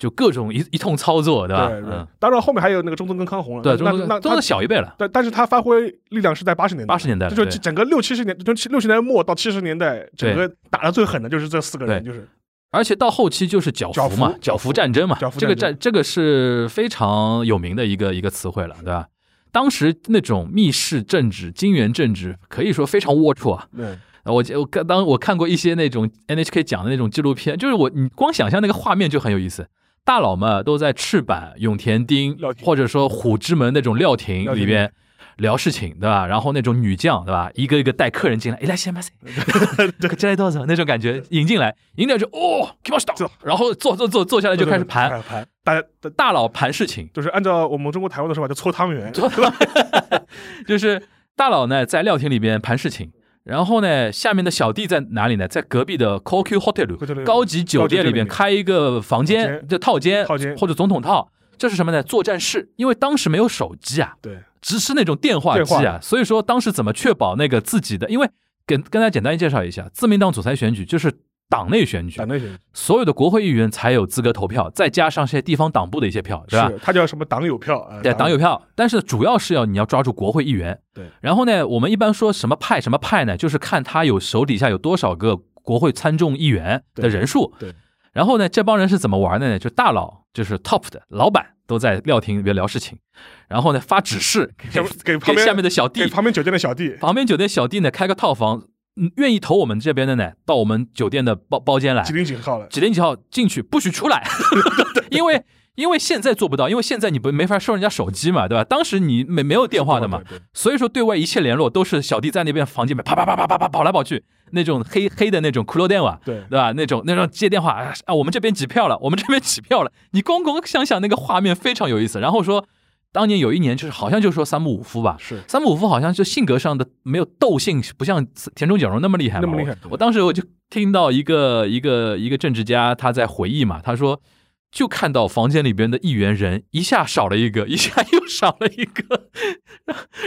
Speaker 2: 就各种一一通操作，对吧？
Speaker 3: 对对
Speaker 2: 嗯，，
Speaker 3: 当然后面还有那个中村跟康弘了，
Speaker 2: 对，
Speaker 3: 那
Speaker 2: 中
Speaker 3: 那
Speaker 2: 国
Speaker 3: 那
Speaker 2: 中
Speaker 3: 他
Speaker 2: 国小一辈了，
Speaker 3: 但但是他发挥力量是在八十年代，
Speaker 2: 80年代
Speaker 3: 这就
Speaker 2: 对
Speaker 3: 整个六七十年，就六十年代末到七十年代，整个打的最狠的就是这四个人，
Speaker 2: 对
Speaker 3: 就是
Speaker 2: 而且到后期就是角
Speaker 3: 角
Speaker 2: 服嘛
Speaker 3: 服，
Speaker 2: 角服战争嘛
Speaker 3: 角，服
Speaker 2: 这个
Speaker 3: 战
Speaker 2: 战这个是非常有名的一个一个词汇了，对吧？当时那种密室政治、金元政治，可以说非常龌龊啊！
Speaker 3: 嗯，
Speaker 2: 我记我看当我看过一些那种 NHK 讲的那种纪录片，就是我你光想象那个画面就很有意思。大佬们都在赤坂、永田町
Speaker 3: 料，亭
Speaker 2: 或者说虎之门那种料亭
Speaker 3: 料亭
Speaker 2: 里边聊事情，对吧？然后那种女将，对吧？一个一个带客人进来，哎，来先吧， (laughs) 先这个进来多少那种感觉，引进来，引进来就哦 k i m o s
Speaker 3: 坐
Speaker 2: 然后坐坐坐坐下来就开始盘，
Speaker 3: 盘，大家大
Speaker 2: 大佬盘事情，
Speaker 3: 就是按照我们中国台湾的说法，就搓汤圆，
Speaker 2: 就是大佬呢在料亭里边盘事情，然后呢下面的小弟在哪里呢？在隔壁的 CoQ Hotel
Speaker 3: Hotel
Speaker 2: 高级酒店里边开一个房
Speaker 3: 高级酒
Speaker 2: 间，
Speaker 3: 店
Speaker 2: 就套间，
Speaker 3: 套间
Speaker 2: 或者总统套。这是什么呢？作战室，因为当时没有手机啊，
Speaker 3: 对
Speaker 2: 只是那种电话机
Speaker 3: 电
Speaker 2: 啊，所以说当时怎么确保那个自己的？因为跟跟大家简单介绍一下，自民党总裁选举就是党内选举
Speaker 3: 党，内选
Speaker 2: 所有的国会议员才有资格投票，再加上些地方党部的一些票，对吧？
Speaker 3: 是，他叫什么党友票啊，
Speaker 2: 对，党有票，但是主要是要你要抓住国会议员。
Speaker 3: 对
Speaker 2: 然后呢，我们一般说什么派什么派呢，就是看他有手底下有多少个国会参众议员的
Speaker 3: 对
Speaker 2: 人数。
Speaker 3: 对
Speaker 2: 然后呢，这帮人是怎么玩的呢？就大佬，就是 top 的老板都在料亭里面聊事情，然后呢发指示
Speaker 3: 给给
Speaker 2: 给
Speaker 3: 旁边
Speaker 2: 下面的小弟
Speaker 3: 给，旁边酒店的小弟，
Speaker 2: 旁边酒店小弟呢开个套房，嗯愿意投我们这边的呢，到我们酒店的包包间来
Speaker 3: 几。零几号了，
Speaker 2: 几点几号进去不许出
Speaker 3: (laughs)
Speaker 2: 来，因为因为现在做不到，因为现在你不没法收人家手机嘛，对吧？当时你没没有电话的嘛，
Speaker 3: 对，对
Speaker 2: 所以说对外一切联络都是小弟在那边房间里面啪啪啪啪啪啪跑来跑去，那种黑黑的那种骷髅电话。
Speaker 3: 对
Speaker 2: 对吧？那种那种接电话啊啊，我们这边几票了，我们这边几票了。你光光想想那个画面非常有意思。然后说，当年有一年就是好像就说三木武夫吧，
Speaker 3: 是
Speaker 2: 三木武夫好像就性格上的没有斗性，不像田中角荣那么厉害嘛。
Speaker 3: 那么厉害
Speaker 2: 我我当时我就听到一个一个一个政治家他在回忆嘛，他说就看到房间里边的议员人一下少了一个，一 (laughs) 下又少了一个， (laughs)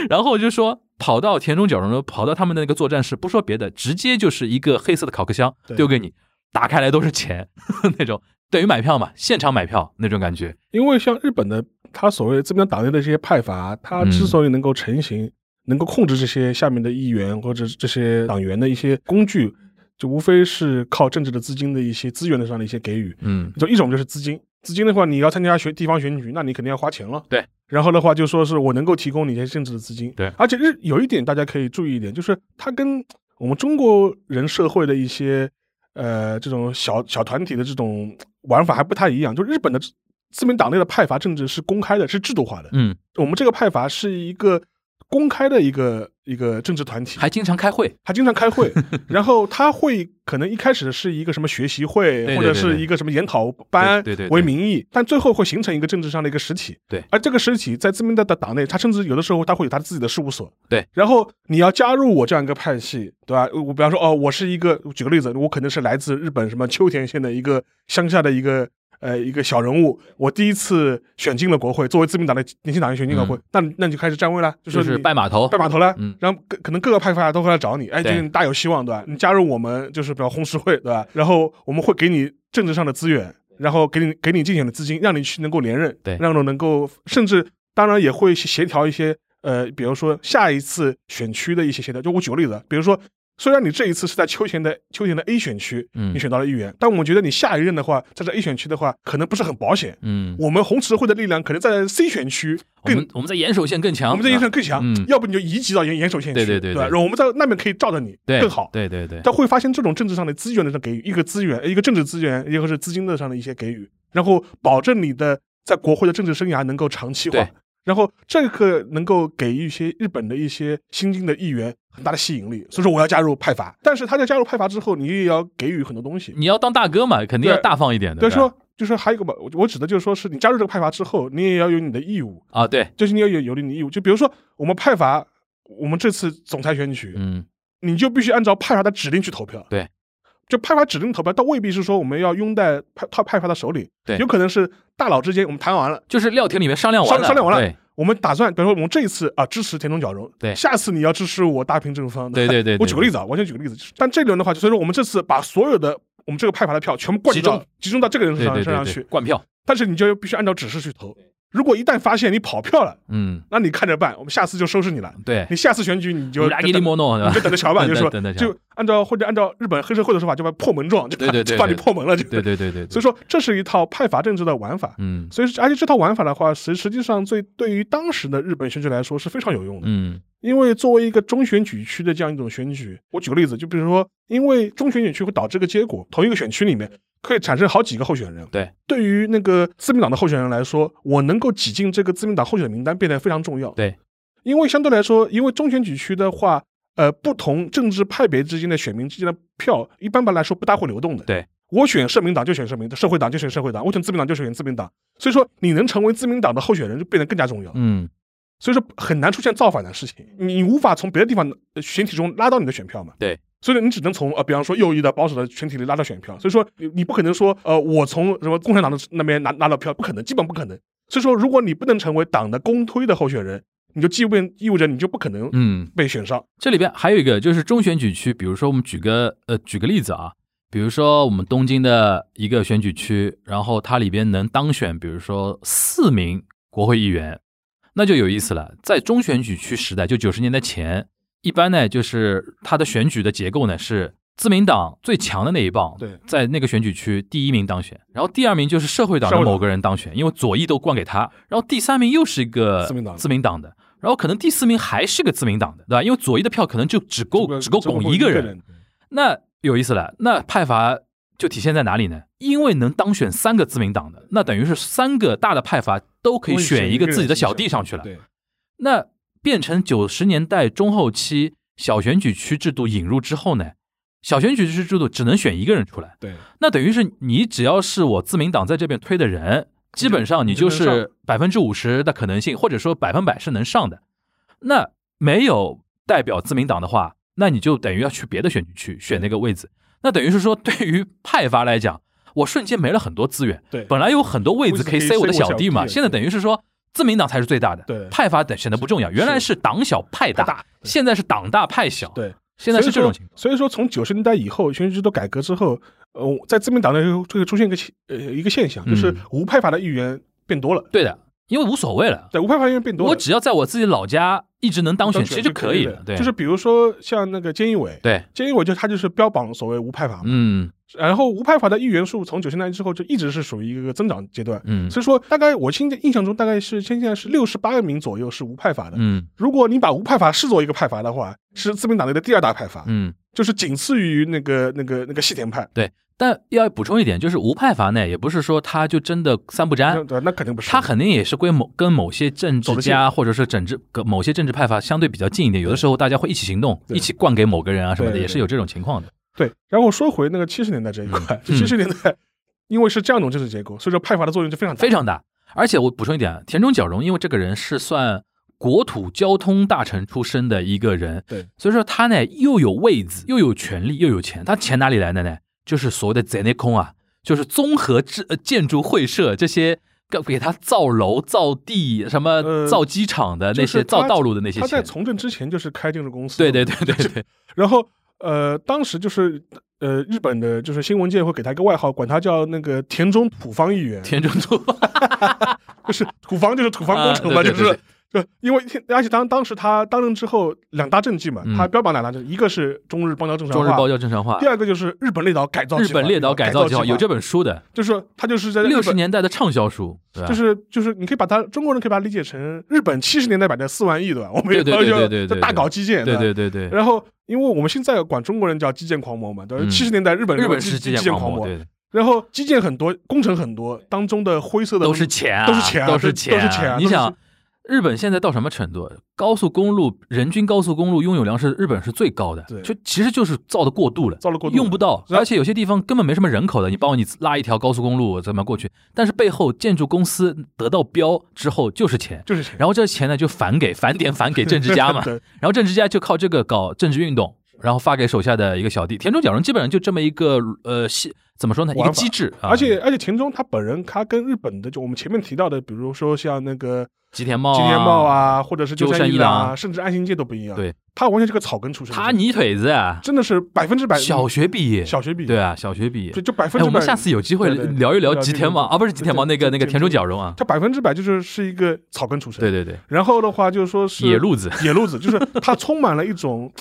Speaker 2: 然后就说跑到田中角荣的，跑到他们的那个作战室，不说别的，直接就是一个黑色的烤壳箱
Speaker 3: 对
Speaker 2: 丢给你，打开来都是钱 (laughs) 那种，等于买票嘛，现场买票那种感觉。
Speaker 3: 因为像日本的，它所谓自民党党内的这些派阀，它
Speaker 2: 嗯
Speaker 3: 之所以能够成型，能够控制这些下面的议员或者这些党员的一些工具，就无非是靠政治的资金的一些资源的上的一些给予。
Speaker 2: 嗯，
Speaker 3: 就一种就是资金，资金的话，你要参加选地方选举，那你肯定要花钱了。
Speaker 2: 对。
Speaker 3: 然后的话，就说是我能够提供你一些政治的资金。
Speaker 2: 对
Speaker 3: 而且日有一点大家可以注意一点，就是它跟我们中国人社会的一些呃这种小小团体的这种玩法还不太一样。就日本的自自民党内的派阀政治是公开的，是制度化的。
Speaker 2: 嗯，
Speaker 3: 我们这个派阀是一个公开的一个一个政治团体，
Speaker 2: 还经常开会，
Speaker 3: 他经常
Speaker 2: (laughs)
Speaker 3: 开会，然后他会可能一开始是一个什么学习会，
Speaker 2: 对
Speaker 3: 或者是一个什么研讨班
Speaker 2: 对对对对
Speaker 3: 为名义，但最后会形成一个政治上的一个实体。
Speaker 2: 对
Speaker 3: 而这个实体在自民党的党内，他甚至有的时候他会有他自己的事务所。
Speaker 2: 对，
Speaker 3: 然后你要加入我这样一个派系，对吧？我比方说，哦，我是一个，举个例子，我可能是来自日本什么秋田县的一个乡下的一个。呃，一个小人物，我第一次选进了国会，作为自民党的年轻党员选进了国会，那那你就开始站位了，就
Speaker 2: 嗯就是是
Speaker 3: 你
Speaker 2: 拜码头
Speaker 3: 哦拜。码头了，
Speaker 2: 嗯
Speaker 3: 然后各可能各个派阀都会来找你，哎，
Speaker 2: 对
Speaker 3: 这个你大有希望，对吧？你加入我们就是比如红十会，对吧？然后我们会给你政治上的资源，然后给你给你竞选的资金，让你去能够连任，
Speaker 2: 对
Speaker 3: 让你能够甚至当然也会协协调一些呃，比如说下一次选区的一些协调。就我举个例子，比如说。虽然你这一次是在秋田的秋田的 A 选区，
Speaker 2: 嗯
Speaker 3: 你选到了议员，但我们觉得你下一任的话，在这 A 选区的话，可能不是很保险。
Speaker 2: 嗯，
Speaker 3: 我们红十字会的力量可能在 C 选区
Speaker 2: 我
Speaker 3: 更
Speaker 2: 们我们在岩手县更强，
Speaker 3: 我们在延伸更强，
Speaker 2: 嗯
Speaker 3: 要不你就移籍到延延手县去，
Speaker 2: 对对对
Speaker 3: 吧
Speaker 2: 对
Speaker 3: 然后我们在那边可以罩着你，
Speaker 2: 对
Speaker 3: 更好。
Speaker 2: 对对对，
Speaker 3: 但会发现这种政治上的资源的给予，一个资源，一个政治资源，一个是资金的上的一些给予，然后保证你的在国会的政治生涯能够长期化
Speaker 2: 对。
Speaker 3: 然后这个能够给予一些日本的一些新进的议员很大的吸引力，所以说我要加入派阀。但是他在加入派阀之后，你也要给予很多东西，
Speaker 2: 你要当大哥嘛，肯定要
Speaker 3: 对
Speaker 2: 大方一点的。
Speaker 3: 对，
Speaker 2: 吧
Speaker 3: 说就是还有一个吧，我我指的就是说是你加入这个派阀之后，你也要有你的义务，
Speaker 2: 啊，对，
Speaker 3: 就是你要有有利你义务。就比如说我们派阀，我们这次总裁选举，
Speaker 2: 嗯，
Speaker 3: 你就必须按照派阀的指令去投票。
Speaker 2: 对，
Speaker 3: 就派阀指令投票，倒未必是说我们要拥戴派派派阀的首领，
Speaker 2: 对
Speaker 3: 有可能是大佬之间我们谈完了。
Speaker 2: 就是料亭里面商量完了，
Speaker 3: 商商量完了
Speaker 2: 对
Speaker 3: 我们打算，比如说我们这一次啊支持田中角荣，
Speaker 2: 对
Speaker 3: 下次你要支持我大平正方，
Speaker 2: 对对对对
Speaker 3: (laughs) 我举个例子啊，完全举个例子，但这一轮的话，所以说我们这次把所有的我们这个派阀的票全部灌
Speaker 2: 集
Speaker 3: 集
Speaker 2: 中
Speaker 3: 到集中到这个人身
Speaker 2: 对
Speaker 3: 上
Speaker 2: 对
Speaker 3: 身上
Speaker 2: 对对，
Speaker 3: 去，嗯
Speaker 2: 灌票，
Speaker 3: 但是你就必须按照指示去投。如果一旦发现你跑票了，
Speaker 2: 嗯，
Speaker 3: 那你看着办，我们下次就收拾你了。
Speaker 2: 对，
Speaker 3: (laughs) 你下次选举你就
Speaker 2: 拉尼利莫诺，
Speaker 3: 你就等着
Speaker 2: (laughs)
Speaker 3: 瞧吧，就是说
Speaker 2: 等着，瞧
Speaker 3: 就按照或者按照日本黑社会的说法，就把破门撞，就把
Speaker 2: 对对对
Speaker 3: 就把你
Speaker 2: 对
Speaker 3: 破门了，就
Speaker 2: 对对对对，
Speaker 3: 所以
Speaker 2: 说，
Speaker 3: 说，这是一套派阀政治的玩法。
Speaker 2: 嗯
Speaker 3: 所以是，而且这套玩法的话，实实际上最对于当时的日本选举来说是非常有用的，
Speaker 2: 嗯
Speaker 3: 因为作为一个中选举区的这样一种选举，我举个例子，就比如说，因为中选举区会导致一个结果，同一个选区里面可以产生好几个候选人。
Speaker 2: 对，
Speaker 3: 对于那个自民党的候选人来说，我能够挤进这个自民党候选名单变得非常重要。
Speaker 2: 对，
Speaker 3: 因为相对来说，因为中选举区的话，呃，不同政治派别之间的选民之间的票，一般般来说不大会流动的。
Speaker 2: 对。
Speaker 3: 我选社民党就选社民，社会党就选社会党；我选自民党就选自民党。所以说，你能成为自民党的候选人就变得更加重要。
Speaker 2: 嗯，
Speaker 3: 所以说很难出现造反的事情，你你无法从别的地方呃选体中拉到你的选票嘛。
Speaker 2: 对。
Speaker 3: 所以你只能从呃，比方说右翼的保守的群体里拉到选票，所以说你你不可能说呃，我从什么共产党的那边拿拿到票，不可能，基本不可能。所以说，如果你不能成为党的公推的候选人，你就即便意味着你就不可能
Speaker 2: 嗯，
Speaker 3: 被选上。
Speaker 2: 这里边还有一个就是中选举区，比如说我们举个呃举个例子啊，比如说我们东京的一个选举区，然后它里边能当选，比如说四名国会议员，那就有意思了。在中选举区时代，就九十年代前，一般呢就是它的选举的结构呢是。自民党最强的那一棒，
Speaker 3: 嗯对
Speaker 2: 在那个选举区第一名当选，然后第二名就是社会党的
Speaker 3: 社会党
Speaker 2: 某个人当选，因为左翼都灌给他，然后第三名又是一个
Speaker 3: 自民党的
Speaker 2: 自民党的，然后可能第四名还是个自民党的，对吧？因为左翼的票可能就只够只够拱一个人，，那有意思了。那派阀就体现在哪里呢？因为能当选三个自民党的，那等于是三个大的派阀都可以选一个自己的小弟上去了。
Speaker 3: 对，
Speaker 2: 那变成九十年代中后期小选举区制度引入之后呢，小选举区制度只能选一个人出来。
Speaker 3: 对，
Speaker 2: 那等于是你只要是我自民党在这边推的人，基本上你就
Speaker 3: 你就能
Speaker 2: 是百分之五十的可能性，或者说百分百是能上的。那没有代表自民党的话，那你就等于要去别的选举区选那个位置。那等于是说，对于派阀来讲，我瞬间没了很多资源。
Speaker 3: 对
Speaker 2: 本来有很多位子可以塞我的小弟嘛，
Speaker 3: 位置可以塞我小弟
Speaker 2: 现在等于是说自民党才是最大的，
Speaker 3: 对
Speaker 2: 派阀等显得不重要。原来是党小派
Speaker 3: 派大对
Speaker 2: 现在是党大派小，，
Speaker 3: 对，
Speaker 2: 现在是这种情况。
Speaker 3: 所以说，所以说从九十年代以后，选举制度改革之后，呃，在自民党内就会出现一个情呃一个现象，就是
Speaker 2: 嗯
Speaker 3: 无派阀的议员变多了。
Speaker 2: 对的，因为无所谓了，
Speaker 3: 对，无派阀议员变多了。
Speaker 2: 我只要在我自己老家一直能当选，其实就可以了
Speaker 3: 的。。
Speaker 2: 对，
Speaker 3: 就是比如说像那个菅义伟，
Speaker 2: 对，
Speaker 3: 菅义伟就他就是标榜所谓无派阀嘛，
Speaker 2: 嗯
Speaker 3: 然后无派阀的议员数从九十年代之后就一直是属于一个增长阶段。
Speaker 2: 嗯
Speaker 3: 所以说，大概我现在印象中，大概是现在是六十八名左右是无派阀的。
Speaker 2: 嗯
Speaker 3: 如果你把无派阀视作一个派阀的话，是自民党内的第二大派阀，
Speaker 2: 嗯。
Speaker 3: 就是仅次于那个那个那个细田派。
Speaker 2: 但要补充一点，就是无派阀呢，也不是说他就真的三不
Speaker 3: 那
Speaker 2: 沾，
Speaker 3: 对，那肯定不是。
Speaker 2: 啊他肯定也是归某跟某些政治
Speaker 3: 走得
Speaker 2: 家或者是整治跟某些政治派阀相对比较近一点，有的时候大家会一起行动，
Speaker 3: 对
Speaker 2: 一起灌给某个人啊什么的，
Speaker 3: 对对
Speaker 2: 也是有这种情况的。
Speaker 3: 对。然后说回那个七十年代这一块，
Speaker 2: 嗯
Speaker 3: 就七十年代，因为是这样一种政治结构，所以说派阀的作用就非常大。
Speaker 2: 非常大。而且我补充一点，田中角荣因为这个人是算国土交通大臣出身的一个人，
Speaker 3: 对，
Speaker 2: 所以说他呢又有位子，又有权利，又有钱。他钱哪里来的呢？就是所谓的贼内空啊，就是综合制、呃、建筑会社这些。给给他造楼、造地、什么
Speaker 3: 呃
Speaker 2: 造机场的那
Speaker 3: 就是
Speaker 2: 些、
Speaker 3: 他
Speaker 2: 造道路的那些
Speaker 3: 他在
Speaker 2: 钱，
Speaker 3: 从政之前就是开建筑公司，
Speaker 2: 对对。对对对，
Speaker 3: 然后呃，当时就是呃，日本的就是新闻界会给他一个外号，管他叫那个田中土方议员，
Speaker 2: 田中都
Speaker 3: 就是土方就是土方工程嘛，
Speaker 2: 啊对对
Speaker 3: 就是。就因为而且当当时他担任之后，两大政绩嘛，
Speaker 2: 嗯
Speaker 3: 他标榜两大政绩，一个是中日邦交正常
Speaker 2: 中日
Speaker 3: 化，
Speaker 2: 邦交正常化
Speaker 3: 第，二个就是日本列岛改造计
Speaker 2: 日
Speaker 3: 划。
Speaker 2: 本列岛改造
Speaker 3: 造
Speaker 2: 计划有这，本书的，
Speaker 3: 就是说他就是在日
Speaker 2: 六十
Speaker 3: 本，
Speaker 2: 年代的畅销书，对吧
Speaker 3: 就是就是你可以把它中国人可以把它理解成日本七十年代版的四万亿，对吧？我们
Speaker 2: 对对对对
Speaker 3: 就
Speaker 2: 对对
Speaker 3: 就
Speaker 2: 对
Speaker 3: 大搞基建，
Speaker 2: 对
Speaker 3: 吧
Speaker 2: 对对对，
Speaker 3: 然后，因为我们现在管中国人叫基建狂魔嘛，就是
Speaker 2: 嗯
Speaker 3: 七十年代日本
Speaker 2: 日本
Speaker 3: 基
Speaker 2: 是基
Speaker 3: 基
Speaker 2: 建
Speaker 3: 狂
Speaker 2: 狂魔，对，的。
Speaker 3: 然后基建很多，工程很多，当中的灰色的
Speaker 2: 都是钱啊，
Speaker 3: 都是钱啊
Speaker 2: 都
Speaker 3: 都
Speaker 2: 是
Speaker 3: 是
Speaker 2: 钱啊，
Speaker 3: 都是钱啊
Speaker 2: 你
Speaker 3: 都是
Speaker 2: 想，日本现在到什么程度？高速公路人均高速公路拥有量是日本是最高的，
Speaker 3: 对
Speaker 2: 就其实就是造的过度了。
Speaker 3: 造了过度，
Speaker 2: 用不到，
Speaker 3: 然后
Speaker 2: 而且有些地方根本没什么人口的，你包括你拉一条高速公路怎么过去，但是背后建筑公司得到标之后就是钱，
Speaker 3: 就是钱。
Speaker 2: 然后这钱呢就返给返点返给政治家嘛，
Speaker 3: (laughs) 对
Speaker 2: 然后政治家就靠这个搞政治运动，然后发给手下的一个小弟田中角荣，基本上就这么一个呃系怎么说呢，一
Speaker 3: 玩
Speaker 2: 个
Speaker 3: 法
Speaker 2: 机制，啊
Speaker 3: 而且而且田中他本人，他跟日本的就我们前面提到的，比如说像那个
Speaker 2: 吉田茂
Speaker 3: 吉田茂，啊，或者是
Speaker 2: 鸠
Speaker 3: 鸠
Speaker 2: 山
Speaker 3: 山
Speaker 2: 哦一
Speaker 3: 一
Speaker 2: 郎
Speaker 3: 郎，甚至安信介都不一样。
Speaker 2: 对，
Speaker 3: 他完全是个草根出身的，
Speaker 2: 他泥腿子啊，
Speaker 3: 真的是百分之百嗯
Speaker 2: 小学毕业，
Speaker 3: 小学毕业，
Speaker 2: 对啊，小学毕业
Speaker 3: 就。就百
Speaker 2: 哎，
Speaker 3: 分之
Speaker 2: 我
Speaker 3: 百。
Speaker 2: 们下次有机会
Speaker 3: 对对
Speaker 2: 聊一聊
Speaker 3: 聊
Speaker 2: 吉
Speaker 3: 这
Speaker 2: 田
Speaker 3: 个
Speaker 2: 茂啊，不是吉田茂，那个
Speaker 3: 这
Speaker 2: 那个
Speaker 3: 这
Speaker 2: 田中角荣啊，
Speaker 3: 他百分之百就是是一个草根出身。
Speaker 2: 对对对，
Speaker 3: 然后的话就是说是
Speaker 2: 野路子，
Speaker 3: 野路子，就是它充满了一种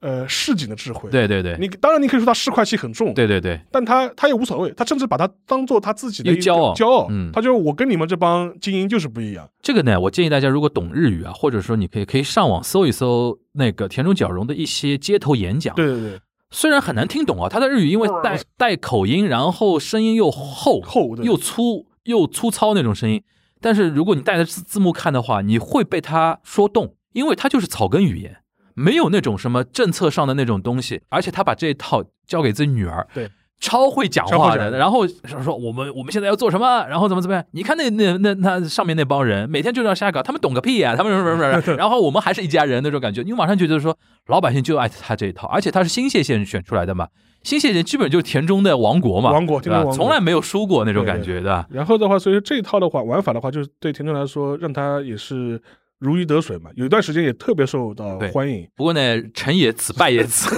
Speaker 3: 呃市井的智慧。，
Speaker 2: 对对对
Speaker 3: 你当然你可以说它市侩气很重，，
Speaker 2: 对对对，
Speaker 3: 但他他也无所谓，他甚至把它当做他自己的
Speaker 2: 一
Speaker 3: 一
Speaker 2: 个
Speaker 3: 个
Speaker 2: 骄傲
Speaker 3: 骄傲，
Speaker 2: 嗯
Speaker 3: 他就是我跟你们这帮精英就是不一样。
Speaker 2: 这个呢，我建议大家如果懂日语啊，或者说你可以可以上网搜一搜那个田中角荣的一些街头演讲，
Speaker 3: 对对对，
Speaker 2: 虽然很难听懂啊，他的日语因为带带口音，然后声音又厚
Speaker 3: 厚对
Speaker 2: 又粗又粗糙那种声音，但是如果你带着字字幕看的话，你会被他说动，因为他就是草根语言，没有那种什么政策上的那种东西，而且他把这一套交给自己女儿，
Speaker 3: 对，
Speaker 2: 超会讲
Speaker 3: 超
Speaker 2: 话
Speaker 3: 会
Speaker 2: 的。
Speaker 3: 讲
Speaker 2: 然后说我们我们现在要做什么，然后怎么怎么样？你看那那那那上面那帮人每天就这样瞎搞，他们懂个屁呀、他们什么什么什么
Speaker 3: (laughs)
Speaker 2: 然后我们还是一家人那种感觉，你马上觉得说老百姓就爱他这一套，而且他是新泻县选出来的嘛，新泻县基本就是田中的王国嘛，
Speaker 3: 王国
Speaker 2: 对
Speaker 3: 田
Speaker 2: 吧？
Speaker 3: 中王国
Speaker 2: 从来没有输过那种
Speaker 3: 对对
Speaker 2: 感觉，对吧？
Speaker 3: 然后的话，所以说这一套的话玩法的话，就是对田中来说，让他也是如鱼得水嘛。有一段时间也特别受到
Speaker 2: 对
Speaker 3: 欢迎，
Speaker 2: 不过呢，成也此，败也
Speaker 3: (laughs)
Speaker 2: 此，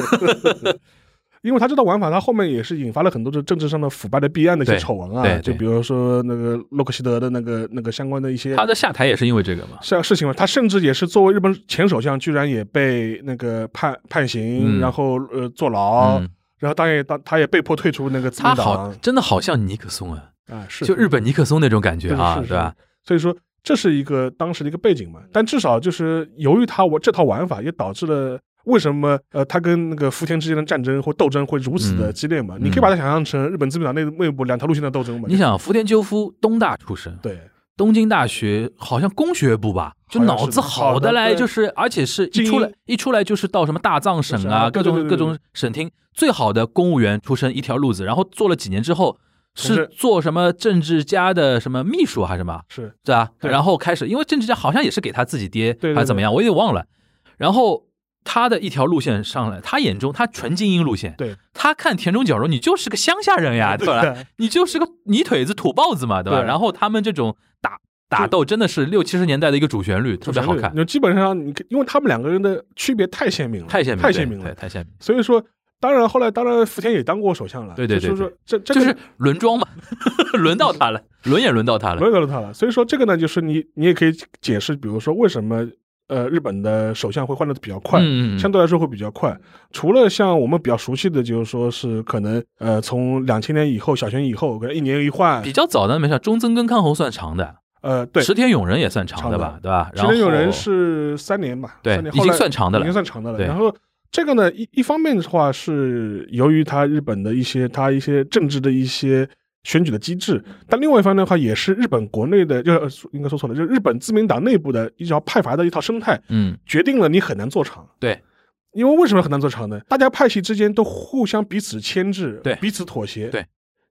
Speaker 3: 因为他这套玩法，他后面也是引发了很多这政治上的腐败的弊案的一些
Speaker 2: 对
Speaker 3: 丑闻
Speaker 2: 对
Speaker 3: 啊，
Speaker 2: 对
Speaker 3: 就比如说那个洛克希德的那个那个相关的一些
Speaker 2: 他的下台也是因为这个嘛。
Speaker 3: 像事情嘛，他甚至也是作为日本前首相，居然也被那个判判刑，
Speaker 2: 嗯
Speaker 3: 然后呃坐牢，
Speaker 2: 嗯，
Speaker 3: 然后当然也当他也被迫退出那个自
Speaker 2: 他
Speaker 3: 民
Speaker 2: 好
Speaker 3: 党
Speaker 2: 真的好像尼克松啊，
Speaker 3: 啊，是
Speaker 2: 就日本尼克松那种感觉啊，
Speaker 3: 是是
Speaker 2: 对吧？
Speaker 3: 所以说这是一个当时的一个背景嘛，但至少就是由于他我这套玩法，也导致了为什么呃他跟那个福田之间的战争或斗争会如此的
Speaker 2: 嗯
Speaker 3: 激烈嘛？
Speaker 2: 嗯
Speaker 3: 你可以把它想象成日本自民党内内部两条路线的斗争嘛？
Speaker 2: 你想福田赳夫东大出身，
Speaker 3: 对
Speaker 2: 东京大学好像工学部吧，就
Speaker 3: 好像
Speaker 2: 脑
Speaker 3: 是
Speaker 2: 子好的嘞，
Speaker 3: 好的对
Speaker 2: 就是而且是一
Speaker 3: 精英
Speaker 2: 出来一出来就是到什么大藏省啊，各
Speaker 3: 就是啊
Speaker 2: 种
Speaker 3: 对对对
Speaker 2: 各
Speaker 3: 对
Speaker 2: 种省厅最好的公务员出身一条路子，然后做了几年之后
Speaker 3: 从
Speaker 2: 是
Speaker 3: 事
Speaker 2: 做什么政治家的什么秘书还是什么，
Speaker 3: 是
Speaker 2: 对吧？
Speaker 3: 对
Speaker 2: 然后开始因为政治家好像也是给他自己爹
Speaker 3: 对对
Speaker 2: 还是怎么样，我有点忘了，然后。他的一条路线上来，他眼中他纯精英路线，
Speaker 3: 对，
Speaker 2: 他看田中角荣，你就是个乡下人呀，对吧？
Speaker 3: (laughs) 对
Speaker 2: 你就是个泥腿子土包子嘛，对吧？
Speaker 3: 对
Speaker 2: 然后他们这种打打斗真的是六七十年代的一个主旋律，特别好看，
Speaker 3: 就基本上你因为他们两个人的区别太鲜明了，
Speaker 2: 太鲜明，
Speaker 3: 太鲜明
Speaker 2: 对
Speaker 3: 了。
Speaker 2: 太鲜明，
Speaker 3: 所以说，当然后来当然福田也当过首相了，
Speaker 2: 对对对
Speaker 3: 就是说这这
Speaker 2: 就
Speaker 3: 个
Speaker 2: 是轮装嘛， (laughs) 轮到他了，轮也轮到他了，
Speaker 3: 轮到了他了。所以说这个呢，就是你你也可以解释，比如说为什么呃日本的首相会换的比较快，
Speaker 2: 嗯，嗯
Speaker 3: 相对来说会比较快。除了像我们比较熟悉的，就是说是可能呃从两千年以后小泉以后，可能一年一换
Speaker 2: 比，较早的没事，中曾跟康侯算长的，
Speaker 3: 呃对，
Speaker 2: 石田勇人也算长的
Speaker 3: 长
Speaker 2: 吧
Speaker 3: 的，
Speaker 2: 对吧？
Speaker 3: 其
Speaker 2: 然后
Speaker 3: 实有人是三年吧，
Speaker 2: 对
Speaker 3: 三年
Speaker 2: 已
Speaker 3: 后
Speaker 2: 经
Speaker 3: 来
Speaker 2: 算长的
Speaker 3: 已经
Speaker 2: 了，
Speaker 3: 算长的了。
Speaker 2: 对
Speaker 3: 然后这个呢，一一方面的话是由于它日本的一些它一些政治的一些选举的机制，
Speaker 2: 嗯
Speaker 3: 但另外一方面的话也是日本国内的，就是呃应该说错了，就是日本自民党内部的一条派阀的一套生态，
Speaker 2: 嗯，
Speaker 3: 决定了你很难做长。
Speaker 2: 对。
Speaker 3: 因为为什么很难做长呢？大家派系之间都互相彼此牵制，
Speaker 2: 对
Speaker 3: 彼此妥协，
Speaker 2: 对，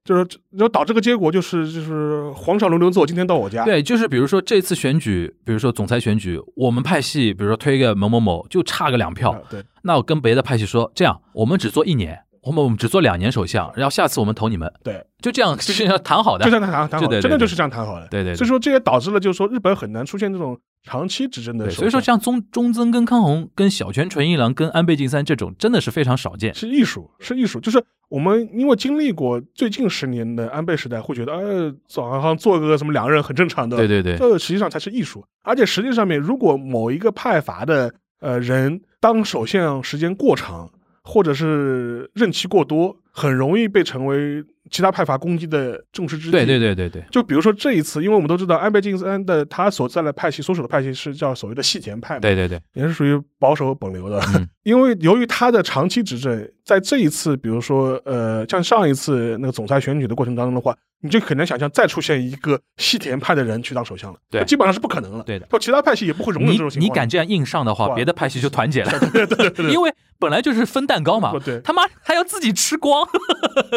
Speaker 3: 就是这然后导致个结果就是就是皇上轮流坐，今天到我家，
Speaker 2: 对，就是比如说这次选举，比如说总裁选举，我们派系比如说推个某某某，就差个两票，
Speaker 3: 啊，对，
Speaker 2: 那我跟别的派系说，这样我们只做一年，我们我们只做两年首相，然后下次我们投你们，
Speaker 3: 对，
Speaker 2: 就这样，就是要谈好的
Speaker 3: 就这。样谈谈好
Speaker 2: 对对
Speaker 3: 的，
Speaker 2: 对
Speaker 3: 真的就是这样谈好的。
Speaker 2: 对对对
Speaker 3: 所以说这也导致了，就是说日本很难出现这种长期执政的
Speaker 2: 对，
Speaker 3: 首相。
Speaker 2: 所以说像中中曾跟康弘、跟小泉纯一郎、跟安倍晋三这种，真的是非常少见。
Speaker 3: 是艺术，是艺术，就是我们因为经历过最近十年的安倍时代，会觉得呃，好像做个什么两任很正常的，
Speaker 2: 对对对，
Speaker 3: 这实际上才是艺术。而且实际上面，如果某一个派阀的呃人当首相时间过长，或者是任期过多，很容易被成为其他派阀攻击的众矢之的。
Speaker 2: 对对对对对，
Speaker 3: 就比如说这一次，因为我们都知道安倍晋三的他所在的派系所属的派系是叫所谓的细田派嘛，
Speaker 2: 对对对，
Speaker 3: 也是属于保守本流的。
Speaker 2: 嗯
Speaker 3: (laughs) 因为由于他的长期执政，在这一次，比如说呃，像上一次那个总裁选举的过程当中的话，你就很难想象再出现一个细田派的人去当首相了，
Speaker 2: 对
Speaker 3: 基本上是不可能了。
Speaker 2: 对的
Speaker 3: 就其他派系也不会容忍这种情
Speaker 2: 你你
Speaker 3: 况。
Speaker 2: 敢这样硬上的话，
Speaker 3: 哇
Speaker 2: 别的派系就团结了，
Speaker 3: (laughs) 对对对
Speaker 2: 因为本来就是分蛋糕嘛
Speaker 3: 不，对，
Speaker 2: 他妈还要自己吃光， (laughs)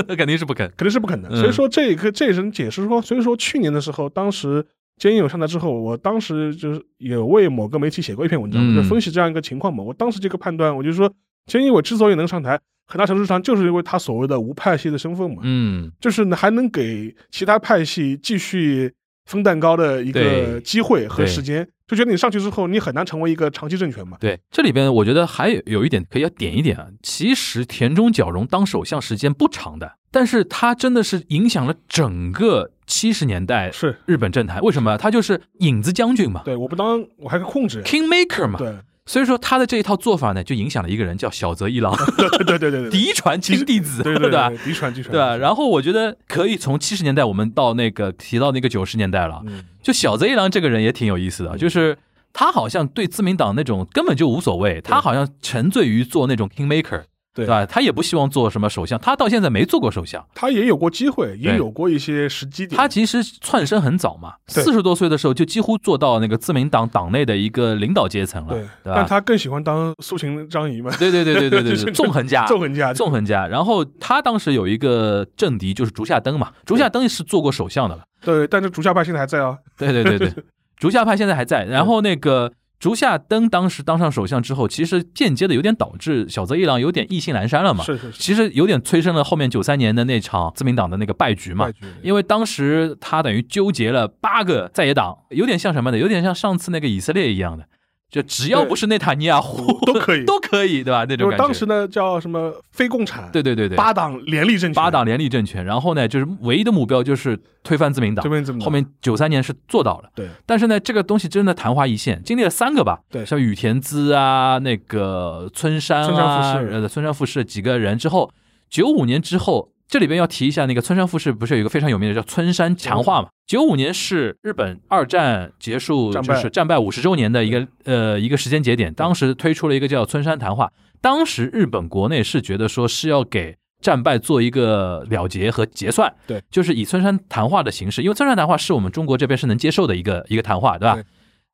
Speaker 2: 那肯定是不肯。
Speaker 3: 肯定是不可能。
Speaker 2: 嗯
Speaker 3: 所以说这一个这也是解释说，所以说去年的时候，当时菅义友上台之后，我当时就是也为某个媒体写过一篇文章，
Speaker 2: 嗯
Speaker 3: 就分析这样一个情况嘛。我当时这个判断，我就说菅义伟之所以能上台，很大程度上就是因为他所谓的无派系的身份嘛，
Speaker 2: 嗯，
Speaker 3: 就是还能给其他派系继续。分蛋糕的一个
Speaker 2: 对
Speaker 3: 机会和
Speaker 2: 对
Speaker 3: 时间，就觉得你上去之后，你很难成为一个长期政权嘛。
Speaker 2: 对，这里边我觉得还有有一点可以要点一点啊。其实田中角荣当首相时间不长的，但是他真的是影响了整个七十年代
Speaker 3: 是
Speaker 2: 日本政坛。为什么？他就是影子将军嘛
Speaker 3: 对，我不当我还可以控制。
Speaker 2: ，King Maker 嘛。
Speaker 3: 对， (laughs)
Speaker 2: 所以说他的这一套做法呢，就影响了一个人叫小泽一郎，
Speaker 3: 对对对对对
Speaker 2: (laughs)
Speaker 3: 对，
Speaker 2: 嫡传亲弟子，
Speaker 3: 对对
Speaker 2: 吧？
Speaker 3: 对，嫡传嫡
Speaker 2: (laughs)
Speaker 3: 传，
Speaker 2: 对吧？然后我觉得可以从七十年代我们到那个提到那个九十年代了，啊
Speaker 3: 嗯
Speaker 2: 就小泽一郎这个人也挺有意思的，就是他好像对自民党那种根本就无所谓，他好像沉醉于做那种 king maker，
Speaker 3: 对
Speaker 2: 吧？他也不希望做什么首相，他到现在没做过首相。
Speaker 3: 他也有过机会，也
Speaker 2: 对
Speaker 3: 有过一些时机点。
Speaker 2: 他其实窜升很早嘛，
Speaker 3: 对
Speaker 2: 四十多岁的时候就几乎做到那个自民党党内的一个领导阶层了，
Speaker 3: 对
Speaker 2: 对，
Speaker 3: 但
Speaker 2: 吧？
Speaker 3: 他更喜欢当苏秦、张仪嘛，
Speaker 2: 对对对对对对
Speaker 3: (laughs) 就是
Speaker 2: 对，纵横家，
Speaker 3: 纵横家。
Speaker 2: 纵横家。然后他当时有一个政敌就是竹下登嘛，竹下登是做过首相的了，
Speaker 3: 对，但是竹下派现在还在啊。 (laughs)
Speaker 2: 对对对对，竹下派现在还
Speaker 3: 嗯
Speaker 2: 在。然后那个竹下登当时当上首相之后，其实间接的有点导致小泽一郎有点意兴阑珊了嘛。
Speaker 3: 是是是，
Speaker 2: 其实有点催生了后面九三年的那场自民党的那个败局嘛
Speaker 3: 败，局
Speaker 2: 因为当时他等于纠结了八个在野党，有点像什么呢？有点像上次那个以色列一样的，就只要
Speaker 3: 对
Speaker 2: 不是内塔尼亚胡
Speaker 3: 都可以
Speaker 2: (laughs) 都可以，对吧？那
Speaker 3: 因
Speaker 2: 种
Speaker 3: 为
Speaker 2: 感觉。
Speaker 3: 当时呢叫什么非共产，
Speaker 2: 对对对对，
Speaker 3: 八党联立政权，
Speaker 2: 八党联立政权，然后呢，就是唯一的目标就是推翻自民党
Speaker 3: 这。边怎么弄
Speaker 2: 后面九三年是做到了，
Speaker 3: 对
Speaker 2: 但是呢，这个东西真的昙花一现，经历了三个吧，
Speaker 3: 对
Speaker 2: 像羽田滋啊，那个村山
Speaker 3: 村
Speaker 2: 啊，
Speaker 3: 山富士
Speaker 2: 呃，村山富士几个人之后，九五年之后，这里边要提一下，那个村山富士不是有一个非常有名的叫村山强化嘛？九五年是日本二战结束，
Speaker 3: 战
Speaker 2: 就
Speaker 3: 败
Speaker 2: 是战败五十周年的一个呃一个时间节点，当时推出了一个叫村山谈话，当时日本国内是觉得说是要给战败做一个了结和结算，
Speaker 3: 对，
Speaker 2: 就是以村山谈话的形式，因为村山谈话是我们中国这边是能接受的一个一个谈话，对吧
Speaker 3: 对？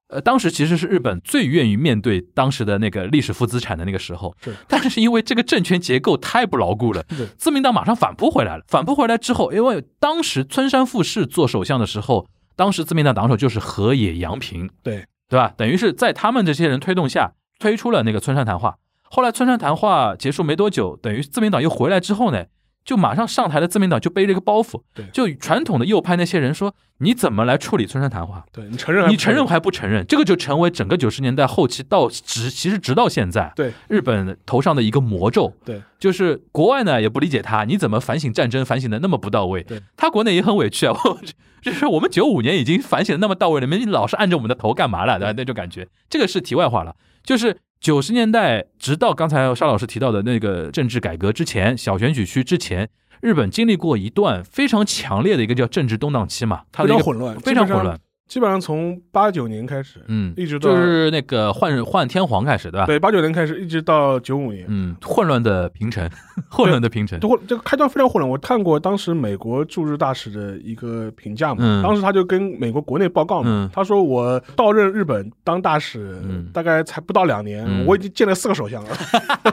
Speaker 2: 呃，当时其实是日本最愿意面对当时的那个历史负资产的那个时候，
Speaker 3: 是
Speaker 2: (laughs) 但是因为这个政权结构太不牢固了
Speaker 3: 对，
Speaker 2: 自民党马上反扑回来了。反扑回来之后，因为当时村山富士做首相的时候，当时自民党党首就是河野洋平，
Speaker 3: 对
Speaker 2: 对吧？等于是在他们这些人推动下，推出了那个村山谈话。后来村上谈话结束没多久，等于自民党又回来之后呢，就马上上台的自民党就背着一个包袱
Speaker 3: 对，
Speaker 2: 就传统的右派那些人说，你怎么来处理村上谈话？
Speaker 3: 对你承认还不
Speaker 2: 你承认还不承认？这个就成为整个九十年代后期到直，其实直到现在，
Speaker 3: 对
Speaker 2: 日本头上的一个魔咒。
Speaker 3: 对
Speaker 2: 就是国外呢也不理解他，你怎么反省战争反省的那么不到位
Speaker 3: 对？
Speaker 2: 他国内也很委屈啊， (laughs) 我就是我们九五年已经反省的那么到位了，你们老是按着我们的头干嘛了？对吧？那种感觉，这个是题外话了。就是九十年代，直到刚才沙老师提到的那个政治改革之前，小选举区之前，日本经历过一段非常强烈的一个叫政治动荡期嘛，它
Speaker 3: 非
Speaker 2: 的一
Speaker 3: 常
Speaker 2: 个
Speaker 3: 混乱，
Speaker 2: 非常
Speaker 3: 基本上
Speaker 2: 混乱，，
Speaker 3: 基本上从八九年开始，
Speaker 2: 嗯，
Speaker 3: 一直到
Speaker 2: 就是那个换换天皇开始，对吧？
Speaker 3: 对八九年开始一直到九五年，
Speaker 2: 嗯，混乱的平成， (laughs) 混乱的平成
Speaker 3: 这，混这个开端非常混乱。我看过当时美国驻日大使的一个评价嘛，
Speaker 2: 嗯
Speaker 3: 当时他就跟美国国内报告嘛，
Speaker 2: 嗯
Speaker 3: 他说我到任日本当大使、
Speaker 2: 嗯
Speaker 3: 大概才不到两年，
Speaker 2: 嗯
Speaker 3: 我已经见了四个首
Speaker 2: (laughs)
Speaker 3: 相了，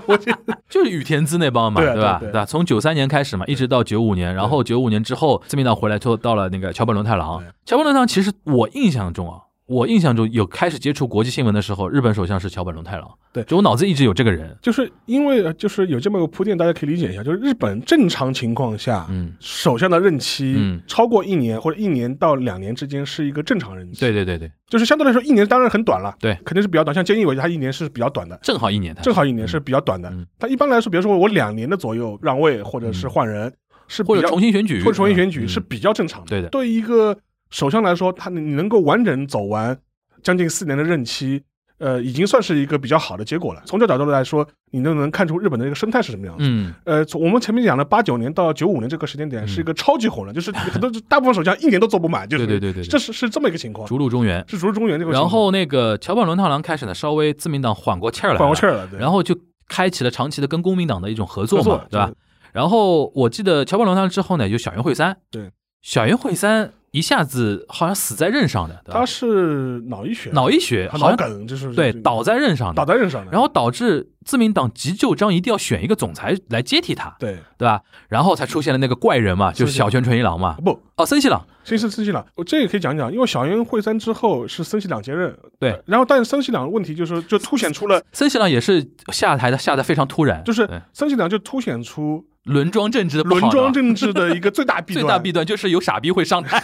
Speaker 3: 我已经
Speaker 2: 就是羽田资那帮嘛，
Speaker 3: 对啊
Speaker 2: 吧？
Speaker 3: 对对
Speaker 2: 吧？从九三年开始嘛，一直到九五年，然后九五年之后，自民党回来之后，到了那个桥本龙太郎
Speaker 3: 对。
Speaker 2: 桥本龙太郎其实我印象中啊，我印象中有开始接触国际新闻的时候，日本首相是桥本龙太郎。
Speaker 3: 对
Speaker 2: 就我脑子一直有这个人。
Speaker 3: 就是因为呃就是有这么个铺垫，大家可以理解一下，就是日本正常情况下，
Speaker 2: 嗯，
Speaker 3: 首相的任期
Speaker 2: 嗯
Speaker 3: 超过一年或者一年到两年之间是一个正常任期，
Speaker 2: 对，对对对，
Speaker 3: 就是相对来说一年当然很短了，
Speaker 2: 对
Speaker 3: 肯定是比较短，像菅义伟他一年是比较短的。
Speaker 2: 正好一年他，
Speaker 3: 正好一年是比较短的
Speaker 2: 嗯。
Speaker 3: 但一般来说，比如说我两年的左右让位或者是换人，是比
Speaker 2: 或者
Speaker 3: 较
Speaker 2: 重新选举，
Speaker 3: 或者重新选举
Speaker 2: 嗯
Speaker 3: 是比较正常的。
Speaker 2: 对的
Speaker 3: 对于一个首相来说，他你能够完整走完将近四年的任期。呃，已经算是一个比较好的结果了。从这角度来说，你都能看出日本的这个生态是什么样子。
Speaker 2: 嗯，
Speaker 3: 呃，从我们前面讲的八九年到九五年这个时间点，
Speaker 2: 嗯
Speaker 3: 是一个超级混乱，就是很多大部分首相一年都做不满，就是
Speaker 2: 对对对对对
Speaker 3: 这是是这么一个情况，
Speaker 2: 逐鹿中原。
Speaker 3: 是竹中原这个情况。
Speaker 2: 然后那个桥本龙太郎开始呢，稍微自民党缓过气儿来了，
Speaker 3: 管过气儿了，对，
Speaker 2: 然
Speaker 3: 后
Speaker 2: 后就开启了长期的跟公民党的一种合作
Speaker 3: 合
Speaker 2: 嘛，
Speaker 3: 作
Speaker 2: 对吧？？然后我记得乔本龙他之后呢，有小圆惠三，
Speaker 3: 对，
Speaker 2: 小圆惠三一下子好像死在任上的，对吧
Speaker 3: 他是脑溢血，
Speaker 2: 脑溢血，
Speaker 3: 他
Speaker 2: 好像
Speaker 3: 脑梗就是
Speaker 2: 对
Speaker 3: 这个
Speaker 2: 倒在任上
Speaker 3: 倒
Speaker 2: 的，
Speaker 3: 在任上的，
Speaker 2: 然后导致自民党急救章一定要选一个总裁来接替他，
Speaker 3: 对
Speaker 2: 对吧？然后才出现了那个怪人嘛，就是
Speaker 3: 是
Speaker 2: 小泉纯一郎嘛，
Speaker 3: 不，
Speaker 2: 哦，森西朗，
Speaker 3: 先是森西朗，我这也可以讲讲，因为小渊惠三之后是森西朗接任，
Speaker 2: 对
Speaker 3: 呃然后但是森西朗的问题就是就凸显出了，
Speaker 2: 森西朗也是下台的，下的非常突然，
Speaker 3: 就是
Speaker 2: 对
Speaker 3: 森西朗就凸显出
Speaker 2: 轮庄政治的不好
Speaker 3: 轮
Speaker 2: 呢
Speaker 3: 庄政治的一个
Speaker 2: (laughs)
Speaker 3: 最大弊
Speaker 2: 最
Speaker 3: 端，
Speaker 2: 大弊端就是有傻逼会上台，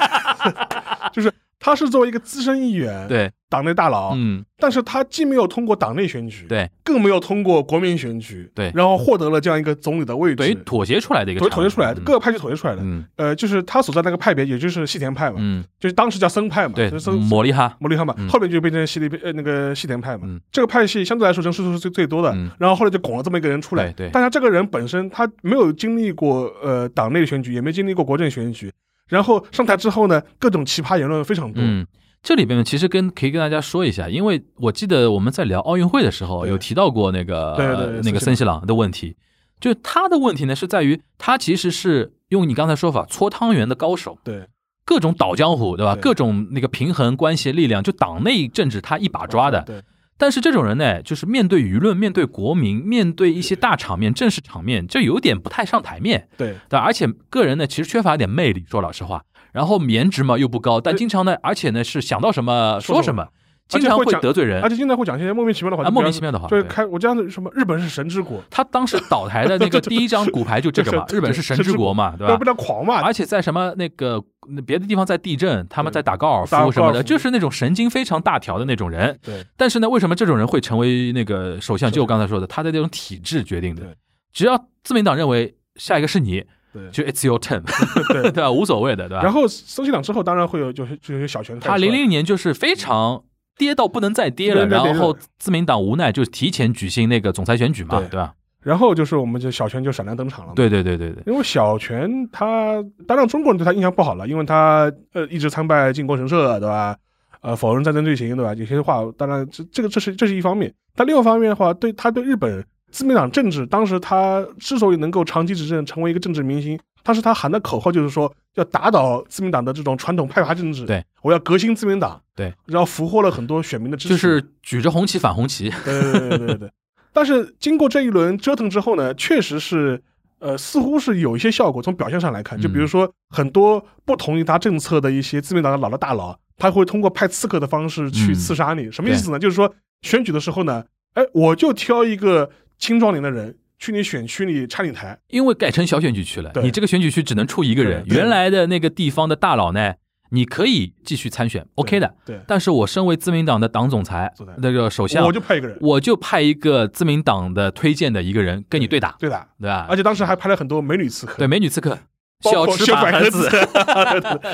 Speaker 3: 就是他是作为一个资深议员，
Speaker 2: 对，
Speaker 3: 党内大佬，
Speaker 2: 嗯，
Speaker 3: 但是他既没有通过党内选举，
Speaker 2: 对，
Speaker 3: 更没有通过国民选举，
Speaker 2: 对
Speaker 3: 然后获得了这样一个总理的位置，
Speaker 2: 等于妥协出来的一个
Speaker 3: 妥
Speaker 2: 产
Speaker 3: 妥协出来的，
Speaker 2: 物
Speaker 3: 各个派系妥协出来的，
Speaker 2: 嗯
Speaker 3: 呃，就是他所在那个派别，也就是细田派嘛，
Speaker 2: 嗯，
Speaker 3: 就是当时叫森派嘛，
Speaker 2: 对
Speaker 3: 就是，森
Speaker 2: 摩利哈，
Speaker 3: 摩利哈嘛，
Speaker 2: 嗯
Speaker 3: 后面就变成西里呃那个西田派嘛。
Speaker 2: 嗯
Speaker 3: 这个派系相对来说人数是最最多的，
Speaker 2: 嗯
Speaker 3: 然后后来就拱了这么一个人出来。
Speaker 2: 对对
Speaker 3: 但他这个人本身他没有经历过呃党内选举，也没经历过国政选举，然后上台之后呢，各种奇葩言论非常多。
Speaker 2: 嗯，这里边呢，其实跟可以跟大家说一下，因为我记得我们在聊奥运会的时候
Speaker 3: 对
Speaker 2: 有提到过那个
Speaker 3: 对对对
Speaker 2: 那个
Speaker 3: 森
Speaker 2: 森
Speaker 3: 西
Speaker 2: 西朗的问题，就他的问题呢是在于他其实是用你刚才说法搓汤圆的高手，
Speaker 3: 对，
Speaker 2: 各种倒江湖，对吧？
Speaker 3: 对
Speaker 2: 各种那个平衡关系力量，就党内政治他一把抓的。
Speaker 3: 对，
Speaker 2: 但是这种人呢，就是面对舆论、面对国民、面对一些大场面、正式场面，就有点不太上台面。
Speaker 3: 对，
Speaker 2: 对，而且个人呢，其实缺乏一点魅力，说老实话。然后颜值嘛又不高，但
Speaker 3: 对
Speaker 2: 经常呢，而且呢是想到什么
Speaker 3: 说
Speaker 2: 说
Speaker 3: 什
Speaker 2: 什
Speaker 3: 么
Speaker 2: 么，经常
Speaker 3: 而且会
Speaker 2: 会
Speaker 3: 讲
Speaker 2: 得罪人
Speaker 3: 而，且经常会讲一些莫名其妙的话，
Speaker 2: 啊莫名其妙的话。
Speaker 3: 就是
Speaker 2: 对
Speaker 3: 开我这样的什么日本是神之国，
Speaker 2: 他当时倒台的那个第一张骨牌就这
Speaker 3: (laughs)
Speaker 2: 个嘛，
Speaker 3: 这个
Speaker 2: 日本是神之国嘛，对吧
Speaker 3: 要
Speaker 2: 啊
Speaker 3: 不？然狂骂。
Speaker 2: 而且在什么那个别的地方在地震，他们
Speaker 3: 对
Speaker 2: 在打高尔
Speaker 3: 打高
Speaker 2: 夫
Speaker 3: 尔
Speaker 2: 什么的，
Speaker 3: 夫
Speaker 2: 就是那种神经非常大条的那种人。
Speaker 3: 对，
Speaker 2: 但是呢，为什么这种人会成为那个首相？
Speaker 3: 首相
Speaker 2: 就我刚才说的，他的这种体制决定
Speaker 3: 对
Speaker 2: 的。只要自民党认为下一个是你，
Speaker 3: 对
Speaker 2: 就 it's your turn，
Speaker 3: (laughs) 对
Speaker 2: (laughs) 对吧？无所谓的，对吧？
Speaker 3: 然后森西朗之后，当然会有就是就是小泉
Speaker 2: 他
Speaker 3: 出来
Speaker 2: 零零年就是非常跌到不能再跌了，
Speaker 3: 不能再跌
Speaker 2: 然
Speaker 3: 了
Speaker 2: 后自民党无奈就提前举行那个总裁选举嘛，
Speaker 3: 对
Speaker 2: 对吧？
Speaker 3: 然后就是我们就小泉就闪亮登场了嘛。
Speaker 2: 对对对对对，
Speaker 3: 因为小泉他，当然中国人对他印象不好了，因为他呃一直参拜靖国神社，对吧？呃，否认战争罪行，对吧？有些话，当然这这个这是这是一方面，但另一方面的话，对他对日本自民党政治，当时他之所以能够长期执政，成为一个政治明星，当时他喊的口号就是说要打倒自民党的这种传统派阀政治，
Speaker 2: 对，
Speaker 3: 我要革新自民党，
Speaker 2: 对，
Speaker 3: 然后俘获了很多选民的支持，
Speaker 2: 就是举着红旗反红旗，
Speaker 3: 对对对对对对 (laughs) 对。但是经过这一轮折腾之后呢，确实是，呃，似乎是有一些效果。从表现上来看，就
Speaker 2: 嗯
Speaker 3: 比如说很多不同意他政策的一些自民党的老的大佬，他会通过派刺客的方式去
Speaker 2: 嗯
Speaker 3: 刺杀你。什么意思呢？就是说选举的时候呢，哎，我就挑一个青壮年的人去你选区里插你台，
Speaker 2: 因为改成小选举区了，
Speaker 3: 对
Speaker 2: 你这个选举区只能出一个人，
Speaker 3: 对对
Speaker 2: 原来的那个地方的大佬呢，你可以继续参选，OK 的。
Speaker 3: 对，
Speaker 2: 但是我身为自民党的党总裁
Speaker 3: 总裁，
Speaker 2: 那个首相，
Speaker 3: 我就派一个人，
Speaker 2: 我就派一个自民党的推荐的一个人跟你对打，
Speaker 3: 对的，
Speaker 2: 对吧？
Speaker 3: 而且当时还拍了很多美女刺客，
Speaker 2: 对，美女刺客
Speaker 3: 包
Speaker 2: 小
Speaker 3: 括
Speaker 2: 吃
Speaker 3: 小
Speaker 2: 板
Speaker 3: 百合
Speaker 2: 子，
Speaker 3: (laughs)
Speaker 2: (laughs)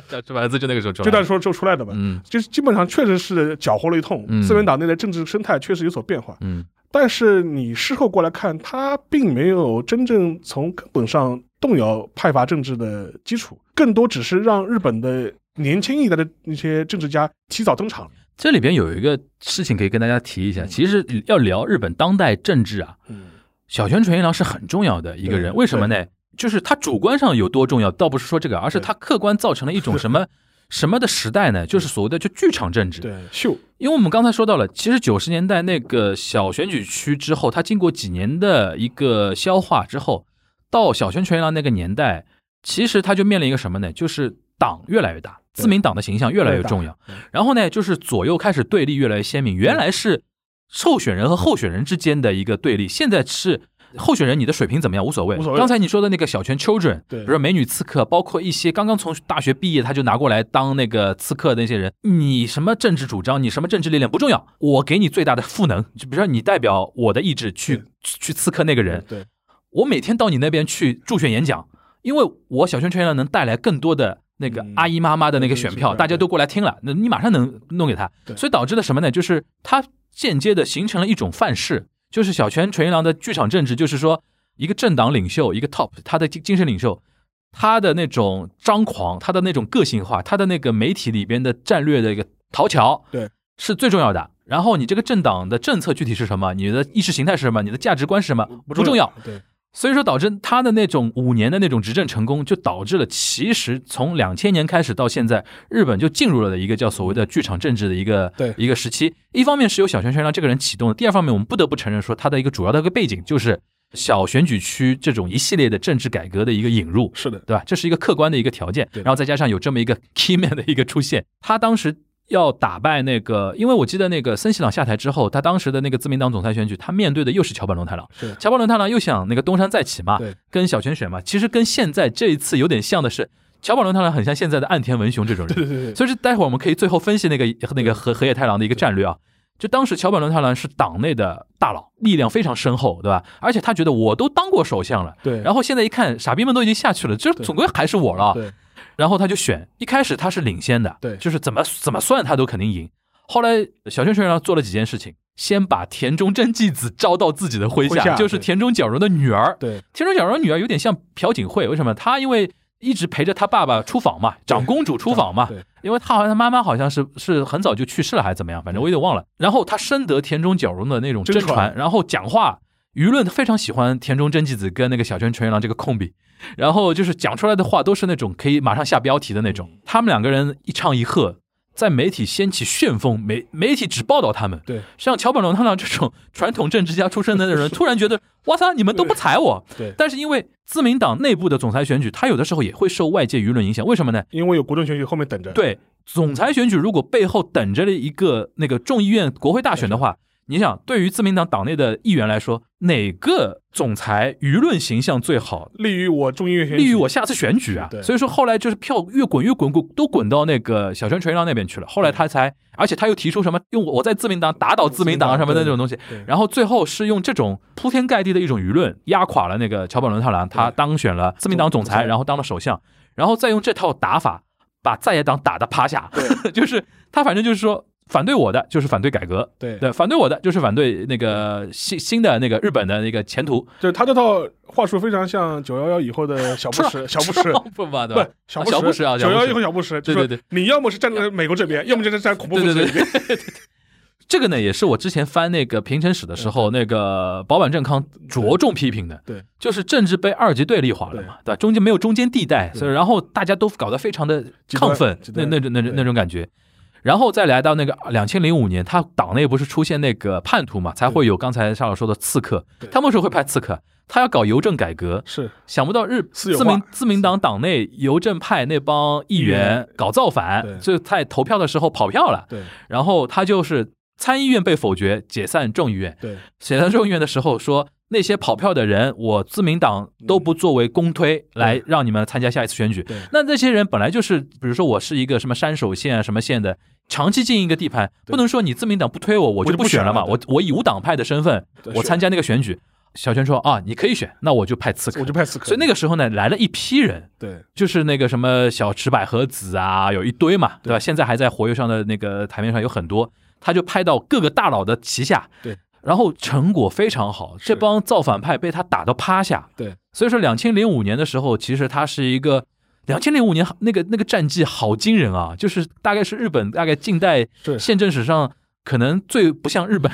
Speaker 2: 小吃板子就那个时候出
Speaker 3: 就
Speaker 2: 来
Speaker 3: 那
Speaker 2: 的，
Speaker 3: 时候就出来的嘛，
Speaker 2: 嗯
Speaker 3: 就是基本上确实是搅和了一通，
Speaker 2: 嗯
Speaker 3: 自民党内的政治生态确实有所变化，
Speaker 2: 嗯
Speaker 3: 但是你事后过来看，他并没有真正从根本上动摇派阀政治的基础，更多只是让日本的年轻一代的那些政治家提早登场。
Speaker 2: 这里边有一个事情可以跟大家提一下，其实要聊日本当代政治啊，
Speaker 3: 嗯，
Speaker 2: 小泉纯一郎是很重要的一个人，
Speaker 3: 对
Speaker 2: 为什么呢？就是他主观上有多重要，倒不是说这个，而是他客观造成了一种什
Speaker 3: (laughs)
Speaker 2: 么什么的时代呢？就是所谓的就剧场政治。
Speaker 3: 对，秀，
Speaker 2: 因为我们刚才说到了，其实九十年代那个小选举区之后，它经过几年的一个消化之后，到小泉纯一郎那个年代，其实他就面临一个什么呢？就是党越来越大，
Speaker 3: 对
Speaker 2: 自民党的形象越来越重要
Speaker 3: 越大嗯。
Speaker 2: 然后呢，就是左右开始对立越来越鲜明。原来是候选人和候选人之间的一个对立，现在是。候选人，你的水平怎么样无所谓。
Speaker 3: 无所谓
Speaker 2: 刚才你说的那个小泉 children，
Speaker 3: 对
Speaker 2: 比如说美女刺客，包括一些刚刚从大学毕业他就拿过来当那个刺客的那些人，你什么政治主张，你什么政治力量不重要，我给你最大的赋能，就比如说你代表我的意志去
Speaker 3: 对
Speaker 2: 去去刺客那个人，
Speaker 3: 对，
Speaker 2: 我每天到你那边去助选演讲，因为我小圈圈呢能带来更多的那个
Speaker 3: 嗯
Speaker 2: 阿姨妈妈的那个
Speaker 3: 对
Speaker 2: 选
Speaker 3: 是
Speaker 2: 票，
Speaker 3: 的
Speaker 2: 大家都过来听了，那你马上能弄给他，
Speaker 3: 对
Speaker 2: 所以导致了什么呢？就是它间接的形成了一种范式，就是小泉纯一郎的剧场政治，就是说一个政党领袖，一个 top，他的精精神领袖。他的那种张狂，他的那种个性化，他的那个媒体里边的战略的一个讨巧，
Speaker 3: 对，
Speaker 2: 是最重要的。然后你这个政党的政策具体是什么？你的意识形态是什么？你的价值观是什么？不重要，，
Speaker 3: 对，
Speaker 2: 所以说导致他的那种五年的那种执政成功，就导致了其实从两千年开始到现在，日本就进入了一个叫所谓的剧场政治的一个
Speaker 3: 对
Speaker 2: 一个时期。一方面是由小泉纯一郎这个人启动的，第二方面我们不得不承认说他的一个主要的一个背景就是小选举区这种一系列的政治改革的一个引入。
Speaker 3: 是的，
Speaker 2: 对吧？这是一个客观的一个条件，
Speaker 3: 对
Speaker 2: 然
Speaker 3: 的
Speaker 2: 后再加上有这么一个 (laughs) key man 的一个出现，他当时要打败那个，因为我记得那个森喜朗下台之后，他当时的那个自民党总裁选举，他面对的又是桥本龙太郎
Speaker 3: 是的，
Speaker 2: 桥本龙太郎又想那个东山再起嘛
Speaker 3: 对，
Speaker 2: 跟小泉选嘛，其实跟现在这一次有点像的是，桥本龙太郎很像现在的岸田文雄这种人，
Speaker 3: 对对对对，
Speaker 2: 所以这待会儿我们可以最后分析那个那个河河野太郎的一个战略啊。就当时桥本龙太郎是党内的大佬，力量非常深厚，对吧？而且他觉得我都当过首相了，
Speaker 3: 对，
Speaker 2: 然后现在一看，傻逼们都已经下去了，这
Speaker 3: 对
Speaker 2: 总归还是我了。
Speaker 3: 对
Speaker 2: 然后他就选，一开始他是领先的，
Speaker 3: 对
Speaker 2: 就是怎么怎么算他都肯定赢。后来小泉纯一郎做了几件事情，先把田中真纪子招到自己的麾
Speaker 3: 麾
Speaker 2: 下，
Speaker 3: 下
Speaker 2: 就是
Speaker 3: 对
Speaker 2: 田中角荣的女儿。
Speaker 3: 对
Speaker 2: 田中角荣女儿有点像朴槿惠，为什么？她因为一直陪着她爸爸出访嘛，长公主出访嘛，
Speaker 3: 对，
Speaker 2: 因为她好像她妈妈好像是是很早就去世了还是怎么样，反正我有点忘了。然后她深得田中角荣的那种真
Speaker 3: 嗯真传
Speaker 2: 传，然后讲话舆论非常喜欢田中真纪子跟那个小泉纯一郎这个控比，然后就是讲出来的话都是那种可以马上下标题的那
Speaker 3: 嗯
Speaker 2: 种。他们两个人一唱一和。在媒体掀起旋风，媒媒体只报道他们。
Speaker 3: 对，
Speaker 2: 像桥本龙太郎这种传统政治家出身的人，突然觉得，哇塞，你们都不踩我。
Speaker 3: 对
Speaker 2: 但是因为自民党内部的总裁选举，它有的时候也会受外界舆论影响。为什么呢？
Speaker 3: 因为有国政选举后面等着，，
Speaker 2: 对，总裁选举如果背后等着了一个那个众议院国会大选的话，你想，对于自民党党内的议员来说，哪个总裁舆论形象最好？
Speaker 3: 利于我众议院选举，
Speaker 2: 利于我下次选举啊
Speaker 3: 对，
Speaker 2: 所以说后来就是票越滚越滚滚，都滚到那个小泉纯一郎那边去了。后来他才，而且他又提出什么用我在自民党打倒自民党啊什么的那种东西，
Speaker 3: 对，
Speaker 2: 然后最后是用这种铺天盖地的一种舆论压垮了那个桥本龙太郎，他当选了自民党总
Speaker 3: 总
Speaker 2: 裁，
Speaker 3: 裁
Speaker 2: 然后当了首相，然后再用这套打法把在野党打得趴下， (laughs) 就是他反正就是说反对我的就是反对改革，
Speaker 3: 对
Speaker 2: 对，反对我的就是反对那个新新的那个日本的那个前途，
Speaker 3: 就是他这套话术非常像九幺幺以后的小布
Speaker 2: (laughs)
Speaker 3: 什，小布什。
Speaker 2: 不嘛，对
Speaker 3: 不
Speaker 2: 吧？，
Speaker 3: 小
Speaker 2: 小布什啊
Speaker 3: 九
Speaker 2: 小布
Speaker 3: 幺
Speaker 2: 什
Speaker 3: 一和小布什，
Speaker 2: 对
Speaker 3: 就说
Speaker 2: 对对，
Speaker 3: 你要么是站在美国这边，要么就是站在恐怖分子
Speaker 2: 对
Speaker 3: 这
Speaker 2: 对
Speaker 3: 边，
Speaker 2: (laughs) 这个呢，也是我之前翻那个平成史的时候，那个保坂正康着重批评的，
Speaker 3: 对，
Speaker 2: 就是政治被二级对立化了嘛，对吧？中间没有中间地带，
Speaker 3: 对
Speaker 2: 所以然后大家都搞得非常的
Speaker 3: 极端
Speaker 2: 亢奋
Speaker 3: 极，
Speaker 2: 那
Speaker 3: 端
Speaker 2: 那种那种
Speaker 3: 对
Speaker 2: 那种感觉。然后再来到那个两千零五年，他党内不是出现那个叛徒嘛，才会有刚才沙老说的刺客
Speaker 3: 对。
Speaker 2: 他们为什么会派刺客？他要搞邮政改革，
Speaker 3: 是
Speaker 2: 想不到日
Speaker 3: 私有
Speaker 2: 自
Speaker 3: 化
Speaker 2: 民自民党党内邮政派那帮议员
Speaker 3: 员
Speaker 2: 搞造反，
Speaker 3: 对
Speaker 2: 就在投票的时候跑票了。
Speaker 3: 对
Speaker 2: 然后他就是参议院被否决，解散众议院。
Speaker 3: 对 (laughs)
Speaker 2: 解散众议院的时候说，那些跑票的人，我自民党都不作为公推来让你们参加下一次选举
Speaker 3: 嗯对。
Speaker 2: 那这些人本来就是，比如说我是一个什么山手线啊什么线的，长期经营一个地盘，
Speaker 3: 对
Speaker 2: 不能说你自民党不推我，我
Speaker 3: 我就
Speaker 2: 不
Speaker 3: 不选
Speaker 2: 选了嘛。
Speaker 3: 了
Speaker 2: 我我以无党派的身份，
Speaker 3: 对
Speaker 2: 我
Speaker 3: 是
Speaker 2: 参加那个选举。小泉说啊，你可以选，那我就派刺客。
Speaker 3: 我就派刺客。
Speaker 2: 所以那
Speaker 3: 个
Speaker 2: 个时候呢，来了一批人，
Speaker 3: 对
Speaker 2: 就是那个什么小池百合子啊，有一堆嘛，对吧？
Speaker 3: 对
Speaker 2: 现在还在活跃上的那个台面上有很多，他就拍到各个大佬的旗下，
Speaker 3: 对，
Speaker 2: 然后成果非常好，
Speaker 3: 是
Speaker 2: 这帮造反派被他打到趴下，
Speaker 3: 对，
Speaker 2: 所以说两千零五年的时候，其实他是一个。两千零五年那个那个战绩好惊人啊，就是大概是日本大概近代
Speaker 3: 是
Speaker 2: 宪政史上可能最不像
Speaker 3: (laughs)
Speaker 2: 日本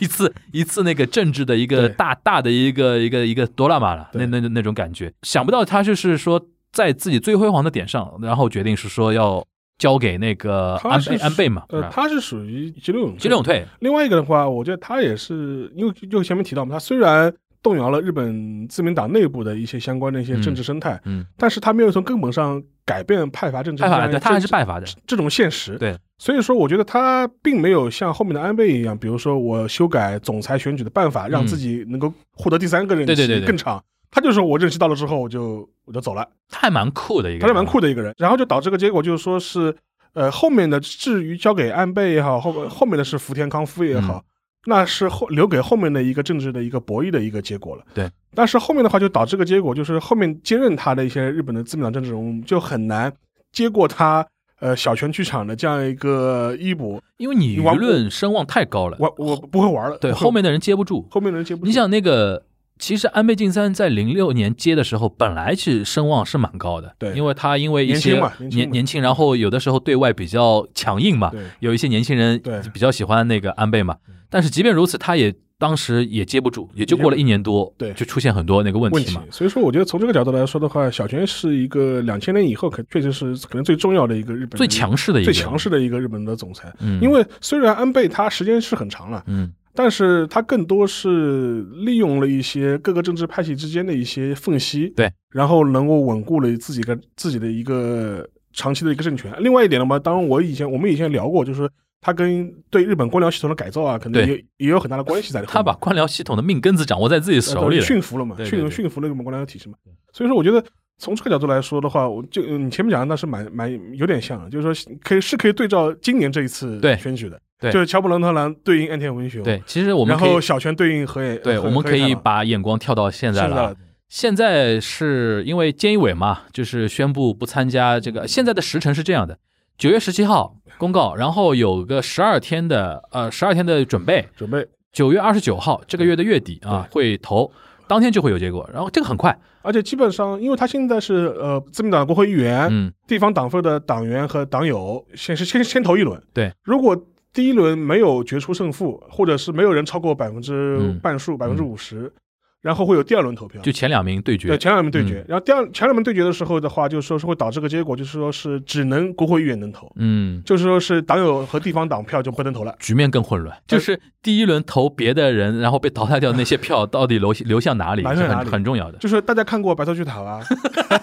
Speaker 2: 一次一次那个政治的一个
Speaker 3: 对
Speaker 2: 大大的一个一个一个多拉玛了，那
Speaker 3: 对
Speaker 2: 那那种感觉。想不到他就是说在自己最辉煌的点上，然后决定是说要交给那个
Speaker 3: 他
Speaker 2: 安
Speaker 3: 是
Speaker 2: 倍安倍嘛，
Speaker 3: 呃，他是属于急流勇
Speaker 2: 急流勇
Speaker 3: 退。
Speaker 2: 退，
Speaker 3: 另外一个的话，我觉得他也是，因为就前面提到嘛，他虽然动摇了日本自民党内部的一些相关的一些政治生态，
Speaker 2: 嗯，
Speaker 3: 但是他没有从根本上改变派阀政治
Speaker 2: 拜
Speaker 3: 这样
Speaker 2: 法对，
Speaker 3: 一个政治，
Speaker 2: 他还是拜法的，
Speaker 3: 这种现实。
Speaker 2: 对，
Speaker 3: 所以说我觉得他并没有像后面的安倍一样，比如说我修改总裁选举的办法，让自己能够获得第三个任期
Speaker 2: 嗯对对对对
Speaker 3: 更长。他就说我任期到了之后，我就我就走了，
Speaker 2: 他还蛮酷的一个人，
Speaker 3: 他是蛮酷的一个人。然后就导致个结果就是说是，呃，后面的至于交给安倍也好，后后面的是福田康夫也
Speaker 2: 嗯
Speaker 3: 好，那是后留给后面的一个政治的一个博弈的一个结果了。
Speaker 2: 对。
Speaker 3: 但是后面的话就导致个结果，就是后面接任他的一些日本的自民党政治人物就很难接过他呃小泉剧场的这样一个衣钵，
Speaker 2: 因为你舆论声望太高了，
Speaker 3: 我我不会玩了。
Speaker 2: 对
Speaker 3: 不会
Speaker 2: 后面的人接不住。
Speaker 3: 后面的人接不住。
Speaker 2: 你想那个，其实安倍晋三在零六年接的时候，本来其实声望是蛮高的，
Speaker 3: 对
Speaker 2: 因为他因为一些
Speaker 3: 年轻嘛年轻
Speaker 2: 年
Speaker 3: 嘛
Speaker 2: 年轻，然后有的时候对外比较强硬嘛，
Speaker 3: 对
Speaker 2: 有一些年轻人
Speaker 3: 对嗯
Speaker 2: 比较喜欢那个安倍嘛。但是即便如此，他也当时也接不住，也就过了一年多，
Speaker 3: 对
Speaker 2: 就出现很多那个问
Speaker 3: 问
Speaker 2: 题嘛。
Speaker 3: 所以说我觉得从这个角度来说的话，小泉是一个两千年以后可确实是可能最重要的一个日本的
Speaker 2: 最强势的一个，
Speaker 3: 最强势，的一个日本的总裁。
Speaker 2: 嗯，
Speaker 3: 因为虽然安倍他时间是很长了，
Speaker 2: 嗯
Speaker 3: 但是他更多是利用了一些各个政治派系之间的一些缝隙，
Speaker 2: 对，
Speaker 3: 然后能够稳固了自己跟自己的一个长期的一个政权。另外一点的话，当然我以前我们以前聊过，就是他跟对日本官僚系统的改造啊，可能
Speaker 2: 对
Speaker 3: 也也有很大的关系在里面。
Speaker 2: 他把官僚系统的命根子掌握在自己
Speaker 3: 呃
Speaker 2: 手里了，
Speaker 3: 驯服了嘛，
Speaker 2: 对对
Speaker 3: 驯
Speaker 2: 对
Speaker 3: 驯服了我们官僚体系嘛。所以说，我觉得从这个角度来说的话，我就嗯你前面讲的那是蛮蛮有点像的，就是说可以是可以对照今年这一次
Speaker 2: 对
Speaker 3: 选举的，
Speaker 2: 对
Speaker 3: 就是乔布伦特兰对应岸田文雄，，
Speaker 2: 对，其实我们
Speaker 3: 然
Speaker 2: 可以
Speaker 3: 后小泉对应河野，
Speaker 2: 对，
Speaker 3: 河
Speaker 2: 我们可以
Speaker 3: 河野太郎
Speaker 2: 把眼光跳到现在
Speaker 3: 是
Speaker 2: 了
Speaker 3: 的
Speaker 2: 啊。现在是因为菅义伟嘛，就是宣布不参加这个。现在的时程是这样的：九月十七号公告，然后有个十二天的呃十二天的准备，
Speaker 3: 准备，
Speaker 2: 九月二十九号这个月的月底啊会投，当天就会有结果。然后这个很快，
Speaker 3: 而且基本上，因为他现在是呃自民党国会议员，
Speaker 2: 嗯，
Speaker 3: 地方党会的党员和党友，先是先先投一轮，
Speaker 2: 对，
Speaker 3: 如果第一轮没有决出胜负，或者是没有人超过百分之
Speaker 2: 嗯
Speaker 3: 半数百分之五十，然后会有第二轮投票，
Speaker 2: 就前两名对嗯
Speaker 3: 对
Speaker 2: 决。
Speaker 3: 前两轮对决，然后第二前两轮对决的时候的话，就是说是会导致个结果，就是说是只能国会议员能投，
Speaker 2: 嗯，
Speaker 3: 就是说是党友和地方党票就不能投了。
Speaker 2: 局面更混乱，就是第一轮投别的人，然后被淘汰掉的那些票到底流流向哪里
Speaker 3: (laughs) 流
Speaker 2: 是
Speaker 3: 向哪
Speaker 2: 很
Speaker 3: 里
Speaker 2: 很重要的。
Speaker 3: 就是大家看过《白色巨塔》吧？ (laughs)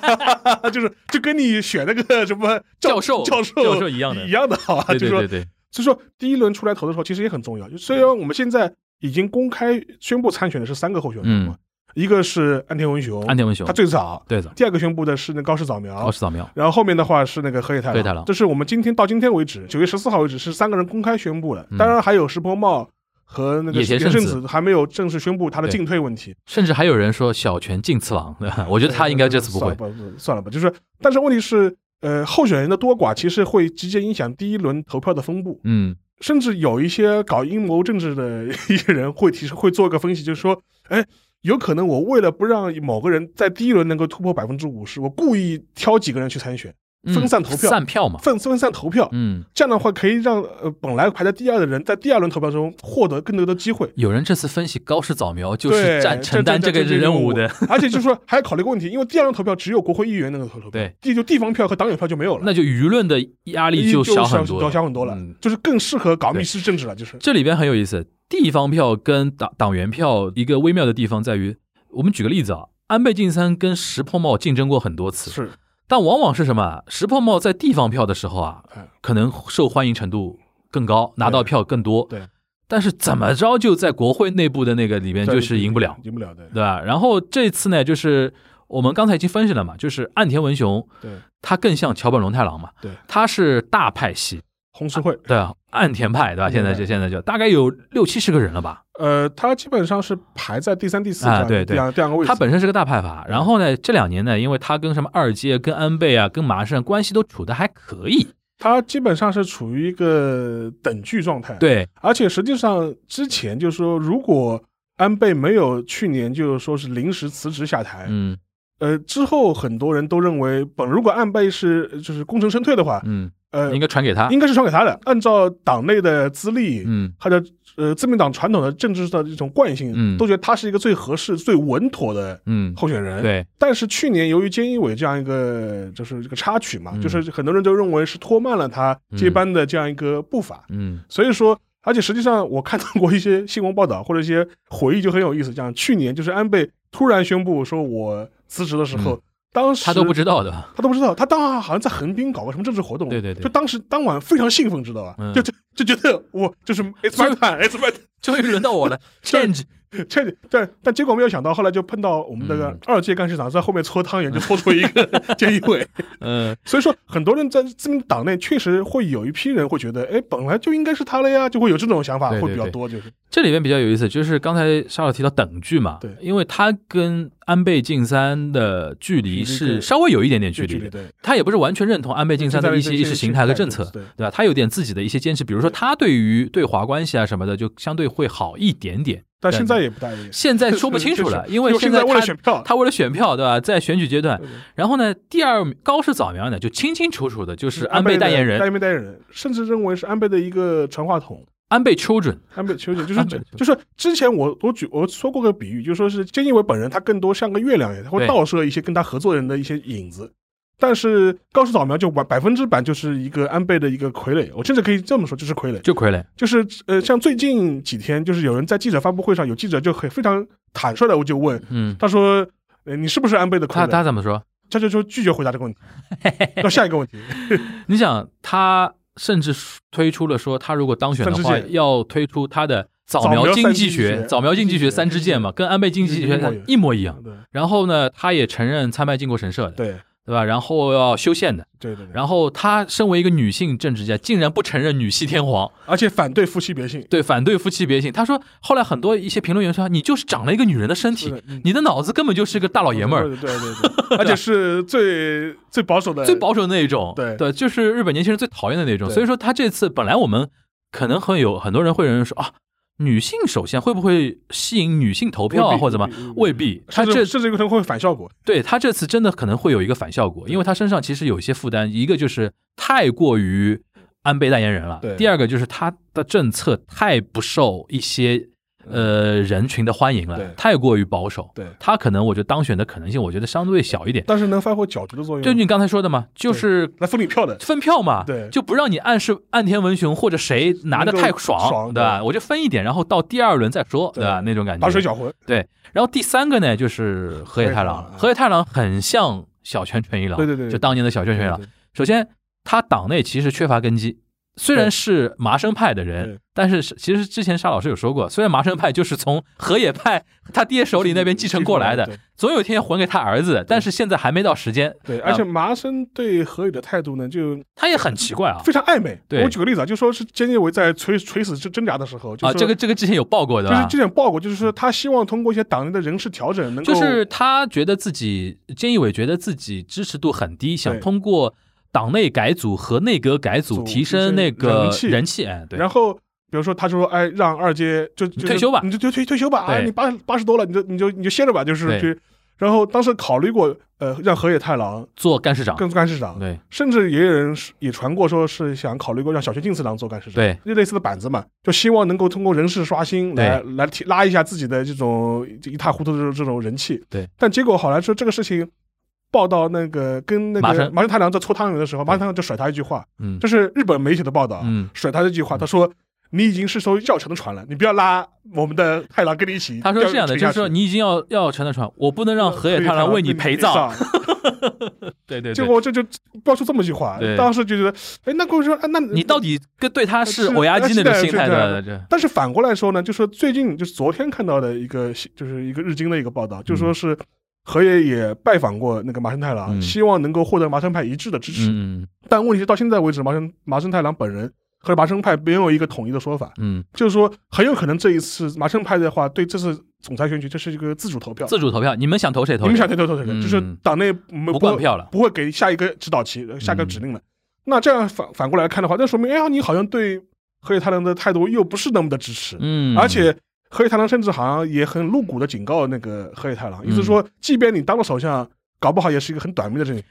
Speaker 3: 就是就跟你选那个什么
Speaker 2: 教授
Speaker 3: 教
Speaker 2: 教授一样的
Speaker 3: 一样的好吧？
Speaker 2: 对对对
Speaker 3: 就是说
Speaker 2: 对，
Speaker 3: 所以说第一轮出来投的时候，其实也很重要。就虽然我们现在已经公开宣布参选的是三个候选人嘛，一个是安田文雄，
Speaker 2: 嗯安田文雄
Speaker 3: 他最早，
Speaker 2: 对的，
Speaker 3: 第二个宣布的是那高市早苗，
Speaker 2: 高市扫描，
Speaker 3: 然后后面的话是那个河野太
Speaker 2: 河野太
Speaker 3: 郎，
Speaker 2: 郎
Speaker 3: 这是我们今天到今天为止，九月十四号为止是三个人公开宣布的，当然还有石破茂和那个
Speaker 2: 野田
Speaker 3: 野
Speaker 2: 圣
Speaker 3: 圣
Speaker 2: 子
Speaker 3: 子还没有正式宣布他的
Speaker 2: 对
Speaker 3: 进退问题。
Speaker 2: 甚至还有人说小泉进次郎， (laughs) 对吧我觉得他应该这次不会
Speaker 3: 算。了吧，算了吧，就是，但是问题是，呃，候选人的多寡其实会直接影响第一轮投票的分布，
Speaker 2: 嗯，
Speaker 3: 甚至有一些搞阴谋政治的一些人会提出会做一个分析，就是说，哎。有可能我为了不让某个人在第一轮能够突破百分之五十，我故意挑几个人去参选，
Speaker 2: 嗯
Speaker 3: 分散投票
Speaker 2: 散票嘛。
Speaker 3: 分分散投票，
Speaker 2: 嗯，
Speaker 3: 这样的话可以让呃本来排在第二的人在第二轮投票中获得更多的机会。
Speaker 2: 有人这次分析高市扫描就是
Speaker 3: 对
Speaker 2: 占承担这个任务的，，
Speaker 3: 这而且就是说还要考虑一个问题，因为第二轮投票只有国会议员能够投投票，
Speaker 2: 对，
Speaker 3: 地就地方票和党友票就没有了，
Speaker 2: 那就舆论的压力就小很多
Speaker 3: 就
Speaker 2: 了。
Speaker 3: 小很多了，
Speaker 2: 嗯
Speaker 3: 就是更适合搞密室政治了，就是
Speaker 2: 这里边很有意思，地方票跟党党员票一个微妙的地方在于，我们举个例子啊，安倍晋三跟石破茂竞争过很多次，
Speaker 3: 是
Speaker 2: 但往往是什么啊？石破茂在地方票的时候啊
Speaker 3: 嗯，
Speaker 2: 可能受欢迎程度更高，拿到票更多。
Speaker 3: 对，
Speaker 2: 但是怎么着就在国会内部的那个里边
Speaker 3: 在
Speaker 2: 就是赢不了，
Speaker 3: 赢不了的。
Speaker 2: 对吧？然后这次呢，就是我们刚才已经分析了嘛，就是岸田文雄
Speaker 3: 对，
Speaker 2: 他更像桥本龙太郎嘛，
Speaker 3: 对，
Speaker 2: 他是大派系，
Speaker 3: 红十会，
Speaker 2: 对啊，岸田派，对吧？
Speaker 3: 嗯
Speaker 2: 现在就现在就大概有六七十个人了吧。
Speaker 3: 呃，他基本上是排在第三、第四这
Speaker 2: 啊
Speaker 3: 样
Speaker 2: 对
Speaker 3: 第
Speaker 2: 对
Speaker 3: 二第二个位置。
Speaker 2: 他本身是个大派阀，然后呢，这两年呢，因为他跟什么二阶、跟安倍啊、跟麻生关系都处的还可以，
Speaker 3: 他基本上是处于一个等距状态。，
Speaker 2: 对，
Speaker 3: 而且实际上之前就是说，如果安倍没有去年就是说是临时辞职下台，
Speaker 2: 嗯
Speaker 3: 呃，之后很多人都认为，本如果安倍是就是功成身退的话，
Speaker 2: 嗯，
Speaker 3: 呃，
Speaker 2: 应该传给他，
Speaker 3: 应该是传给他的。按照党内的资历，
Speaker 2: 嗯
Speaker 3: 他的呃自民党传统的政治的这种惯性，
Speaker 2: 嗯
Speaker 3: 都觉得他是一个最合适、最稳妥的
Speaker 2: 嗯，
Speaker 3: 候选人。。
Speaker 2: 对，
Speaker 3: 但是去年由于菅义伟这样一个就是这个插曲嘛，
Speaker 2: 嗯
Speaker 3: 就是很多人都认为是拖慢了他接班的这样一个步伐，
Speaker 2: 嗯
Speaker 3: 所以说。而且实际上，我看到过一些新闻报道或者一些回忆，就很有意思。这样，去年就是安倍突然宣布说我辞职的时候，当
Speaker 2: 嗯
Speaker 3: 时
Speaker 2: 他都不知道
Speaker 3: (laughs)
Speaker 2: 的，
Speaker 3: 他都不知道，他当时好像在横滨搞过什么政治活动，
Speaker 2: 对对对
Speaker 3: 就当时当晚非常兴奋，知道吧？
Speaker 2: 嗯
Speaker 3: 就就就觉得我就是 it's my time，it's my time，
Speaker 2: 终于轮到我 (laughs) 了，change，
Speaker 3: 这但但结果没有想到，后来就碰到我们那个
Speaker 2: 嗯
Speaker 3: 二届干事长在后面搓汤圆，就搓出一
Speaker 2: (laughs)
Speaker 3: 个 (laughs) 菅义伟。
Speaker 2: 嗯，
Speaker 3: 所以说，很多人在自民党内确实会有一批人会觉得，哎，本来就应该是他了呀，就会有这种想法，
Speaker 2: 对对
Speaker 3: 会比较多，就是
Speaker 2: 这里面比较有意思，就是刚才沙老提到等距嘛，
Speaker 3: 对
Speaker 2: 因为他跟安倍晋三的距离
Speaker 3: 距离
Speaker 2: 是
Speaker 3: 对
Speaker 2: 稍微有一点点距
Speaker 3: 这距
Speaker 2: 离
Speaker 3: 离
Speaker 2: 的，
Speaker 3: 对。
Speaker 2: 他也不是完全认同安倍晋三的一些意识形态和政策，
Speaker 3: 对
Speaker 2: 对吧？他有点自己的一些坚持，比如说他对于对华关系啊什么的，就相对会好一点点。
Speaker 3: 但现在也不大一样，
Speaker 2: 现在说不清楚了，
Speaker 3: 就是
Speaker 2: 因为
Speaker 3: 现
Speaker 2: 在
Speaker 3: 为了
Speaker 2: 他
Speaker 3: 选票，
Speaker 2: 他为了选票，对吧？在选举阶段
Speaker 3: 对对，
Speaker 2: 然后呢，第二高市早苗呢，就清清楚楚的就是安倍
Speaker 3: 的
Speaker 2: 代言人，
Speaker 3: 安倍代言人，甚至认为是安倍的一个传话筒。
Speaker 2: 安倍 children，
Speaker 3: 安倍秋瑾就是
Speaker 2: 安倍秋
Speaker 3: 就是之前我我举我说过个比喻，就说是菅义伟本人他更多像个月亮一样，他会
Speaker 2: 对
Speaker 3: 倒射一些跟他合作人的一些影子。但是高市早苗就百百分之百就是一个安倍的一个傀儡，我甚至可以这么说，就是傀儡。
Speaker 2: 就傀儡，
Speaker 3: 就是呃，像最近几天，就是有人在记者发布会上，有记者就很非常坦率的我就问
Speaker 2: 嗯，
Speaker 3: 他说：“呃，你是不是安倍的傀
Speaker 2: 他
Speaker 3: 儡
Speaker 2: 他怎么说？？”
Speaker 3: 他就说拒绝回答这
Speaker 2: (laughs)
Speaker 3: 个问题。到下一个问题，
Speaker 2: 你想，他甚至推出了说，他如果当选的
Speaker 3: 三
Speaker 2: 话，
Speaker 3: 支箭
Speaker 2: 要推出他的早
Speaker 3: 早苗
Speaker 2: 苗经
Speaker 3: 三
Speaker 2: 济
Speaker 3: 经济
Speaker 2: 学、
Speaker 3: 学
Speaker 2: 早苗经济学
Speaker 3: 经济学
Speaker 2: 三支箭嘛，跟安倍经济
Speaker 3: 一模一
Speaker 2: 学
Speaker 3: 样
Speaker 2: 一模一样。
Speaker 3: 对
Speaker 2: 然后呢，他也承认参拜靖国神社的，
Speaker 3: 对
Speaker 2: 对吧？然后要修宪的。
Speaker 3: 对对对，
Speaker 2: 然后他身为一个女性政治家，竟然不承认女系天皇，
Speaker 3: 而且反对夫妻别姓，
Speaker 2: 对，反对夫妻别姓。他说，后来很多一些评论员说，你就是长了一个女人的身
Speaker 3: 是
Speaker 2: 体
Speaker 3: 的嗯，
Speaker 2: 你的脑子根本就是个大老爷们儿，
Speaker 3: 对对对
Speaker 2: (laughs)
Speaker 3: 对，而且是最最保守的，
Speaker 2: 最保守的那一种，
Speaker 3: 对
Speaker 2: 对，就是日本年轻人最讨厌的那种。
Speaker 3: 对
Speaker 2: 所以说，他这次本来我们可能会有很多人会认为说啊，女性首相会不会吸引女性投票啊，
Speaker 3: 未必
Speaker 2: 或者怎么
Speaker 3: 未必？
Speaker 2: 未必，他
Speaker 3: 甚
Speaker 2: 这
Speaker 3: 至甚至有可能会有反效果。
Speaker 2: 对他这次真的可能会有一个反效果，因为他身上其实有一些负担，一个就是太过于安倍代言人了
Speaker 3: 对，
Speaker 2: 第二个就是他的政策太不受一些呃人群的欢迎了
Speaker 3: 嗯对，
Speaker 2: 太过于保守。
Speaker 3: 对
Speaker 2: 他可能我觉得当选的可能性，我觉得相对小一点。
Speaker 3: 但是能发挥搅局的作用，
Speaker 2: 就你刚才说的嘛，就是
Speaker 3: 来分你票的，
Speaker 2: 分票嘛，
Speaker 3: 对
Speaker 2: 就不让你暗示岸田文雄或者谁拿的太
Speaker 3: 能够爽
Speaker 2: 对吧？
Speaker 3: 对
Speaker 2: 我就分一点，然后到第二轮再说，
Speaker 3: 对
Speaker 2: 对吧？那种感觉，
Speaker 3: 打水搅浑，
Speaker 2: 对，然后第三个呢，就是河野太郎
Speaker 3: 河野太郎。啊
Speaker 2: 河野太郎很像小泉纯一郎，
Speaker 3: 对对对对
Speaker 2: 就当年的小泉纯一郎
Speaker 3: 对对。
Speaker 2: 首先，他党内其实缺乏根基，虽然是麻生派的人
Speaker 3: 对，
Speaker 2: 但是是其实之前沙老师有说过，虽然麻生派就是从河野派他爹手里那边继承过来的
Speaker 3: 对，
Speaker 2: 总有一天要还给他儿子，但是现在还没到时间。
Speaker 3: 对，
Speaker 2: 啊
Speaker 3: 而且麻生对河野的态度呢，就
Speaker 2: 他也很奇怪啊
Speaker 3: 非常暧昧。
Speaker 2: 对
Speaker 3: 我举个例子啊，就说是菅义伟在垂垂死挣挣扎的时候，就
Speaker 2: 啊，
Speaker 3: 说
Speaker 2: 这个这啊个之前有报过的
Speaker 3: 就是
Speaker 2: 吧？
Speaker 3: 这点报告，就是说他希望通过一些党内的人事调整，能够
Speaker 2: 就是他觉得自己，菅义伟觉得自己支持度很低，想通过党内改组和内阁改组
Speaker 3: 组
Speaker 2: 提升那个
Speaker 3: 人气
Speaker 2: 人气。哎，对
Speaker 3: 然，后比如说，他说：“哎，让二阶就就
Speaker 2: 你退休吧
Speaker 3: 你就就退退休吧，
Speaker 2: 对
Speaker 3: 啊，你八八十多了，你就你就你就歇着吧，就是
Speaker 2: 对
Speaker 3: 去。”然后当时考虑过，呃，让河野太郎
Speaker 2: 做干事长。
Speaker 3: 跟干事长，
Speaker 2: 啊对
Speaker 3: 甚至也有人是也传过说是想考虑过让小泉进次郎做干事长，
Speaker 2: 对，
Speaker 3: 就类似的板子嘛，就希望能够通过人事刷新
Speaker 2: 对
Speaker 3: 来来提拉一下自己的这种一塌糊涂的这种这种人气。
Speaker 2: 对，
Speaker 3: 但结果好来说这个事情。报道那个跟那
Speaker 2: 麻
Speaker 3: 个
Speaker 2: 生
Speaker 3: 麻生太郎在搓汤圆的时候，麻生太郎就甩他一句话，
Speaker 2: 嗯
Speaker 3: 这是日本媒体的报道啊，
Speaker 2: 嗯
Speaker 3: 甩他这句话，他说：“你已经是艘要沉的船了，你不要拉我们的太郎跟你一起掉
Speaker 2: 他
Speaker 3: 沉
Speaker 2: 说
Speaker 3: 下去。
Speaker 2: 这样的，
Speaker 3: 呃
Speaker 2: 就是说你已经要要沉的船，我不能让河野太郎为你陪葬。。对对
Speaker 3: 结
Speaker 2: 对，
Speaker 3: 果这就爆出这么一句话
Speaker 2: 对，
Speaker 3: 当时就觉得，哎，那跟我说，哎，那
Speaker 2: 你到底跟对他是
Speaker 3: 呃是
Speaker 2: 欧亚基那种心态
Speaker 3: 是
Speaker 2: 的
Speaker 3: 的
Speaker 2: 这
Speaker 3: 但是反过来说呢，就说最近就是昨天看到的一个新，就是一个日经的一个报道，就说是河野也拜访过那个麻生太郎，
Speaker 2: 嗯
Speaker 3: 希望能够获得麻生派一致的支持。
Speaker 2: 嗯
Speaker 3: 但问题是到现在为止，麻生麻生太郎本人和麻生派没有一个统一的说法，
Speaker 2: 嗯，
Speaker 3: 就是说很有可能这一次麻生派的话，对这次总裁选举这是一个自主投票，
Speaker 2: 自主投票，你们想投谁投
Speaker 3: 你
Speaker 2: 谁
Speaker 3: 们想，投投投谁，
Speaker 2: 嗯
Speaker 3: 就是党内没
Speaker 2: 不管票了。嗯
Speaker 3: 不会给下一个指导期、呃下个指令了。那这样反反过来看的话，那说明哎呀，你好像对河野太郎的态度又不是那么的支持，
Speaker 2: 嗯，
Speaker 3: 而且河野太郎甚至好像也很露骨的警告那个河野太郎，意思
Speaker 2: 嗯
Speaker 3: 说，即便你当了首相，搞不好也是一个很短命的事情。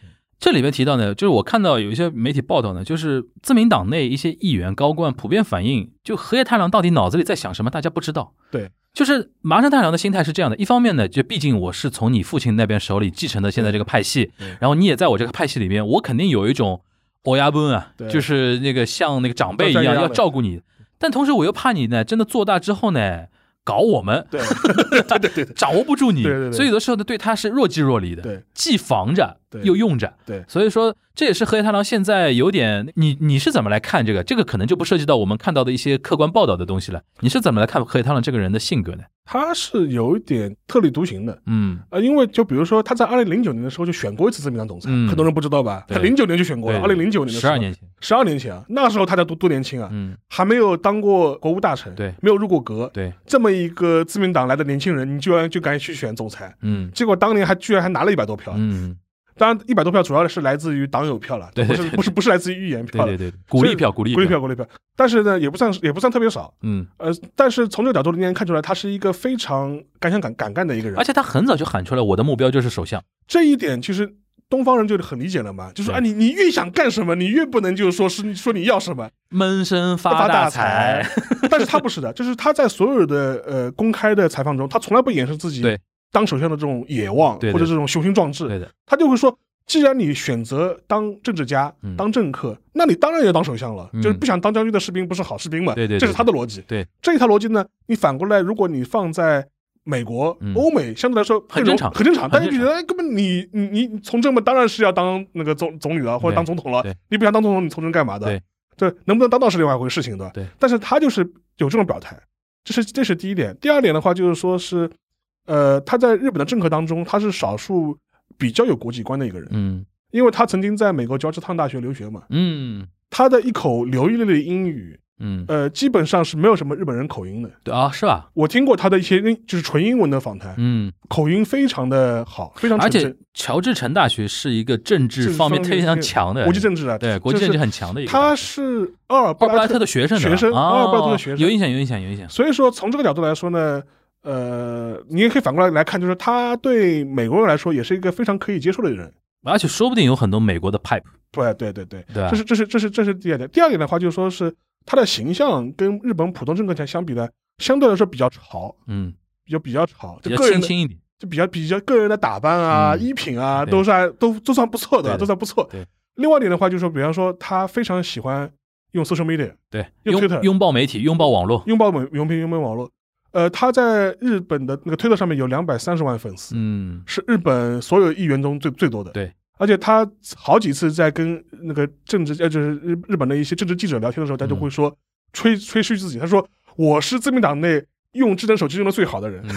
Speaker 2: 这里面提到呢，就是我看到有一些媒体报道呢，就是自民党内一些议员高官普遍反映，就河野太郎到底脑子里在想什么，大家不知道。
Speaker 3: 对，
Speaker 2: 就是麻生太郎的心态是这样的：一方面呢，就毕竟我是从你父亲那边手里继承的现在这个派系
Speaker 3: 对对，
Speaker 2: 然后你也在我这个派系里面，我肯定有一种欧亚奔啊
Speaker 3: 对，
Speaker 2: 就是那个像那个长辈一样
Speaker 3: 像这样
Speaker 2: 要
Speaker 3: 的
Speaker 2: 照顾你，但同时我又怕你呢，真的做大之后呢，搞我们。 (laughs)
Speaker 3: 对，对对对对
Speaker 2: 掌握不住你，
Speaker 3: 对对对
Speaker 2: 所以有的时候呢，对他是若即若离的，
Speaker 3: 对，
Speaker 2: 既防着
Speaker 3: 对
Speaker 2: 又用着，
Speaker 3: 对
Speaker 2: 所以说这也是河野太郎现在有点，你你是怎么来看这个？这个可能就不涉及到我们看到的一些客观报道的东西了，你是怎么来看河野太郎这个人的性格呢？
Speaker 3: 他是有一点特立独行的。
Speaker 2: 嗯，
Speaker 3: 呃，因为就比如说他在二零零九年的时候就选过一次自民党总裁，
Speaker 2: 嗯
Speaker 3: 很多人不知道吧？
Speaker 2: 对
Speaker 3: 他零九年就选过了，二零零九年的时
Speaker 2: 十
Speaker 3: 候
Speaker 2: 二年前，
Speaker 3: 十二年前啊，那时候他才多多年轻啊，
Speaker 2: 嗯，
Speaker 3: 还没有当过国务大臣，
Speaker 2: 对
Speaker 3: 没有入过阁，
Speaker 2: 对，
Speaker 3: 这么一个自民党来的年轻人，你居然就敢去选总裁，
Speaker 2: 嗯
Speaker 3: 结果当年还居然还拿了一百多票，
Speaker 2: 嗯，
Speaker 3: 当然一百多票主要是来自于党友票了，
Speaker 2: 对对
Speaker 3: 不
Speaker 2: 对
Speaker 3: 是不是不是来自于预言
Speaker 2: 对
Speaker 3: 票了，
Speaker 2: 对对，鼓励票，鼓励
Speaker 3: 鼓励票，，鼓励票，但是呢也不算也不算特别少，
Speaker 2: 嗯，
Speaker 3: 呃，但是从这个角度你也看出来，他是一个非常敢想敢敢干的一个人
Speaker 2: 而，且他很早就喊出来，我的目标就是首相，
Speaker 3: 这一点其实。东方人就很理解了嘛，就说
Speaker 2: 对
Speaker 3: 啊，你你越想干什么，你越不能就是说是说你要什么，
Speaker 2: 闷声发
Speaker 3: 大
Speaker 2: 财，。
Speaker 3: 但是他不是的，就是他在所有的呃公开的采访中，他从来不掩饰自己
Speaker 2: 对
Speaker 3: 当首相的这种野望
Speaker 2: 对对
Speaker 3: 或者这种雄心壮
Speaker 2: (laughs)
Speaker 3: 志，
Speaker 2: 对的，
Speaker 3: 他就会说。既然你选择当政治家
Speaker 2: 嗯、
Speaker 3: 当政客，那你当然要当首相了。
Speaker 2: 嗯
Speaker 3: 就是不想当将军的士兵不是好士兵嘛？
Speaker 2: 对对对
Speaker 3: 这是他的逻辑。
Speaker 2: 对
Speaker 3: 这一套逻辑呢，你反过来，如果你放在美国、
Speaker 2: 嗯
Speaker 3: 欧美，相对来说
Speaker 2: 很
Speaker 3: 更容
Speaker 2: 正常
Speaker 3: 很正常。
Speaker 2: 很
Speaker 3: 大
Speaker 2: 正
Speaker 3: 家
Speaker 2: 常
Speaker 3: 就觉得，哎，根本你你你你从政嘛，当然是要当那个总总理了，或者
Speaker 2: 对
Speaker 3: 当总统了
Speaker 2: 对。
Speaker 3: 你不想当总统，你从政干嘛的？
Speaker 2: 对
Speaker 3: 对，能不能当到是另外一回事情的。
Speaker 2: 对，
Speaker 3: 但是他就是有这种表态，这是这是第一点。第二点的话，就是说是，呃，他在日本的政客当中，他是少数比较有国际观的一个人，
Speaker 2: 嗯
Speaker 3: 因为他曾经在美国乔治烫大学留学嘛，
Speaker 2: 嗯
Speaker 3: 他的一口流利的英语，
Speaker 2: 嗯，
Speaker 3: 呃，基本上是没有什么日本人口音的。
Speaker 2: 对啊，是吧？
Speaker 3: 我听过他的一些英就是纯英文的访谈，
Speaker 2: 嗯，
Speaker 3: 口音非常的好，非常
Speaker 2: 而
Speaker 3: 纯正
Speaker 2: 且，乔治城大学是一个政治
Speaker 3: 政治
Speaker 2: 方面
Speaker 3: 方
Speaker 2: 非
Speaker 3: 面
Speaker 2: 常
Speaker 3: 是
Speaker 2: 强的，
Speaker 3: 国际政治啊，
Speaker 2: 对国际
Speaker 3: 就
Speaker 2: 政
Speaker 3: 是
Speaker 2: 治很强的一个大学。
Speaker 3: 他是奥尔布
Speaker 2: 奥布
Speaker 3: 莱
Speaker 2: 莱特的学生呢，
Speaker 3: 学生
Speaker 2: 哦
Speaker 3: 阿尔伯特的学生
Speaker 2: 有印象，有印象，有印象。
Speaker 3: 所以说，从这个角度来说呢，呃，你也可以反过来来看，就是他对美国人来说也是一个非常可以接受的人。
Speaker 2: 而且说不定有很多美国的 pipe，
Speaker 3: 对对对对，
Speaker 2: 对吧
Speaker 3: 这？是这是这是这是第二点。第二点的话，就是说是他的形象跟日本普通政客相相比呢，相对来说比较潮，
Speaker 2: 嗯，
Speaker 3: 比较比较潮，
Speaker 2: 比
Speaker 3: 就
Speaker 2: 较
Speaker 3: 个人
Speaker 2: 清
Speaker 3: 的
Speaker 2: 新一点。
Speaker 3: 就比较比较个人的打扮啊、
Speaker 2: 嗯
Speaker 3: 衣品啊，
Speaker 2: 对
Speaker 3: 都是还都都算不错
Speaker 2: 对
Speaker 3: 的，
Speaker 2: 的
Speaker 3: 都算不错。
Speaker 2: 对。
Speaker 3: 另外一点的话，就是说，比方说他非常喜欢用 social media，
Speaker 2: 对，拥
Speaker 3: 用 Twitter
Speaker 2: 拥抱媒体，拥抱网络。
Speaker 3: 拥抱美拥抱拥抱网络。呃，他在日本的那个推特上面有两百三十万粉丝，
Speaker 2: 嗯，
Speaker 3: 是日本所有议员中最最多的。
Speaker 2: 对，
Speaker 3: 而且他好几次在跟那个政治呃，就是日日本的一些政治记者聊天的时候，他就
Speaker 2: 嗯
Speaker 3: 会说、吹吹嘘自己，他说我是自民党内用智能手机用的最好的人，
Speaker 2: 嗯，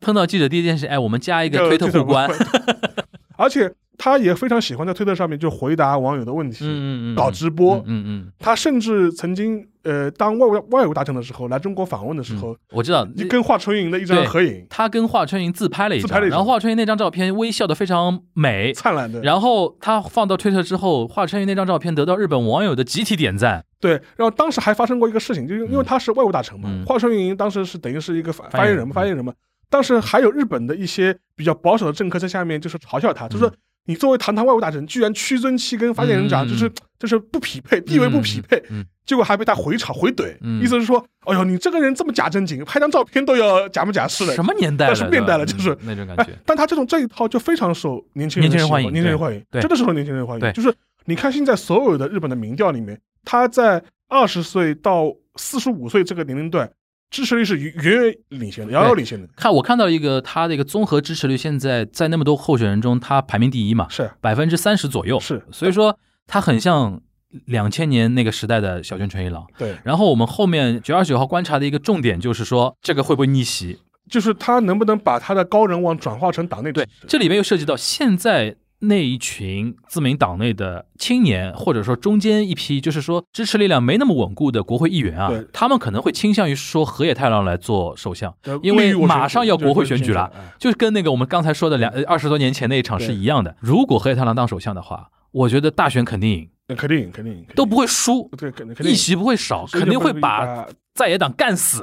Speaker 2: 碰到记者第一件事，哎，我们加一个推特互关。嗯。
Speaker 3: (laughs) 而且他也非常喜欢在推特上面就回答网友的问题，
Speaker 2: 嗯嗯嗯，
Speaker 3: 搞直播。
Speaker 2: 嗯嗯嗯，
Speaker 3: 他甚至曾经呃，当外务外务大臣的时候，来中国访问的时候，
Speaker 2: 我知道。
Speaker 3: 就跟华春莹的一张
Speaker 2: 嗯对
Speaker 3: 合影，
Speaker 2: 他跟华春莹自拍了一
Speaker 3: 自拍
Speaker 2: 张，
Speaker 3: 了一张
Speaker 2: 然后华春莹那张照片微笑的非常美。
Speaker 3: 灿烂的。
Speaker 2: 然后他放到推特之后，华春莹那张照片得到日本网友的集体点赞。
Speaker 3: 对，然后当时还发生过一个事情，就是因为他是外务大臣嘛，
Speaker 2: 嗯
Speaker 3: 华春莹当时是等于是一个发
Speaker 2: 发言
Speaker 3: 发言
Speaker 2: 人
Speaker 3: 人嘛，
Speaker 2: 嗯
Speaker 3: 发言人嘛。当时还有日本的一些比较保守的政客在下面就是嘲笑他，
Speaker 2: 嗯
Speaker 3: 就说你作为堂堂外务大臣，居然屈尊期跟发言人长，
Speaker 2: 嗯
Speaker 3: 就是就是不匹配，地位不匹配。
Speaker 2: 嗯嗯
Speaker 3: 结果还被他回吵回怼，
Speaker 2: 嗯
Speaker 3: 意思是说，哎呦，你这个人这么假正经，拍张照片都要假模假式的。
Speaker 2: 什么年代了？
Speaker 3: 但是面代了
Speaker 2: 对吧
Speaker 3: 就是
Speaker 2: 嗯那种感
Speaker 3: 哎
Speaker 2: 觉。，
Speaker 3: 但他这种这一套就非常受年轻
Speaker 2: 年
Speaker 3: 人
Speaker 2: 轻人
Speaker 3: 喜欢
Speaker 2: 欢迎
Speaker 3: 年轻人
Speaker 2: 对
Speaker 3: 欢迎，
Speaker 2: 对
Speaker 3: 真的是受年轻人欢
Speaker 2: 对
Speaker 3: 迎。就是你看现在所有的日本的民调里面，他在二十岁到四十五岁这个年龄段，支持率是远远领先的，遥遥领先的。
Speaker 2: 看我看到一个他的一个综合支持率，现在在那么多候选人中，他排名第一嘛，
Speaker 3: 是
Speaker 2: 百分之三十左右。
Speaker 3: 是
Speaker 2: 所以说他很像两千年那个时代的小泉纯一郎。
Speaker 3: 对，
Speaker 2: 然后我们后面九二九号观察的一个重点就是说，这个会不会逆袭？
Speaker 3: 就是他能不能把他的高人网转化成党内
Speaker 2: 对，这里面又涉及到现在那一群自民党内的青年，或者说中间一批，就是说支持力量没那么稳固的国会议员啊
Speaker 3: 对，
Speaker 2: 他们可能会倾向于说河野太郎来做首相，
Speaker 3: 这
Speaker 2: 因为马上要国会选举了，
Speaker 3: 哎
Speaker 2: 就是跟那个我们刚才说的
Speaker 3: 嗯
Speaker 2: 两二十多年前那一场是一样的。如果河野太郎当首相的话，我觉得大选肯定赢，
Speaker 3: 那哎肯定肯定肯定
Speaker 2: 都不会输，
Speaker 3: 对，嗯肯定肯定
Speaker 2: 议席不会少，
Speaker 3: 谁
Speaker 2: 肯定
Speaker 3: 就
Speaker 2: 会
Speaker 3: 不
Speaker 2: 把在野党干死，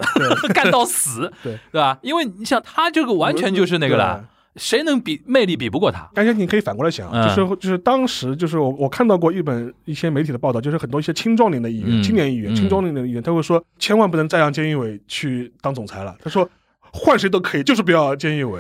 Speaker 2: (laughs)
Speaker 3: 对
Speaker 2: 干到死，
Speaker 3: (laughs) 对
Speaker 2: 对吧？因为你想，他这个完全就是那个了。。谁能比魅力比不过他？
Speaker 3: 而且你可以反过来想，
Speaker 2: 嗯
Speaker 3: 就是就是当时就是我我看到过一本一些媒体的报道，就是很多一些青壮年的议员、
Speaker 2: 嗯
Speaker 3: 青年议员、
Speaker 2: 嗯
Speaker 3: 青壮年的议员，他会说千万不能再让菅义伟去当总裁了。他说换谁都可以，就是不要菅
Speaker 2: (laughs)
Speaker 3: 义伟，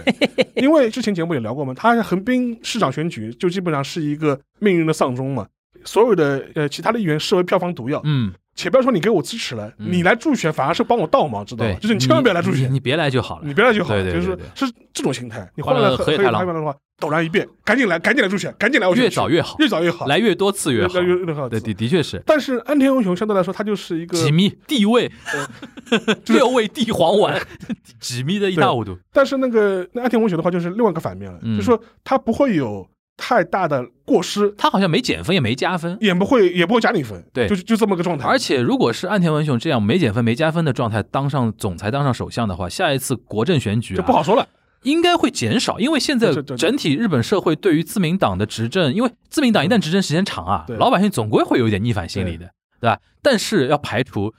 Speaker 3: 因为之前节目也聊过嘛，他横滨市长选举就基本上是一个命运的丧钟嘛，所有的呃其他的议员视为票房毒药。
Speaker 2: 嗯，
Speaker 3: 且不要说你给我支持了，
Speaker 2: 嗯
Speaker 3: 你来助选反而是帮我倒忙，知道
Speaker 2: 对
Speaker 3: 吗？，就是你千万不要来助
Speaker 2: 你
Speaker 3: 选
Speaker 2: 你，你别来就好了，
Speaker 3: 你别来就好，
Speaker 2: 对对对
Speaker 3: 就是是这种心态。你
Speaker 2: 换
Speaker 3: 换
Speaker 2: 了
Speaker 3: 了
Speaker 2: 河
Speaker 3: 黑
Speaker 2: 野
Speaker 3: 黑
Speaker 2: 太
Speaker 3: 太
Speaker 2: 郎
Speaker 3: 郎的话，陡然一变，赶紧来，赶紧来入选，赶紧来我选
Speaker 2: 越
Speaker 3: 区
Speaker 2: 早越好，
Speaker 3: 越早越好，
Speaker 2: 来越多次越好
Speaker 3: 来。越越好。
Speaker 2: 对的，的确是
Speaker 3: 但是安田文雄相对来说，他就是一个，
Speaker 2: 几米地位
Speaker 3: 呃，
Speaker 2: (laughs)
Speaker 3: 是
Speaker 2: 六位地黄丸， (laughs) 几米的一大五度。
Speaker 3: 但是那个那安田文雄的话，就是另外一个反面了，
Speaker 2: 嗯
Speaker 3: 就是说他不会有太大的过失，
Speaker 2: 他好像没减分也没加分，
Speaker 3: 也不会也不会加你分，
Speaker 2: 对
Speaker 3: 就是就这么个状态。
Speaker 2: 而且如果是岸田文雄这样没减分没加分的状态当上总裁当上首相的话，下一次国政选举
Speaker 3: 就
Speaker 2: 啊
Speaker 3: 不好说了，
Speaker 2: 应该会减少，因为现在
Speaker 3: 对对对
Speaker 2: 整体日本社会对于自民党的执政，因为自民党一旦执政时间长啊，
Speaker 3: 对
Speaker 2: 老百姓总归会有点逆反心理的，对吧？但是要排除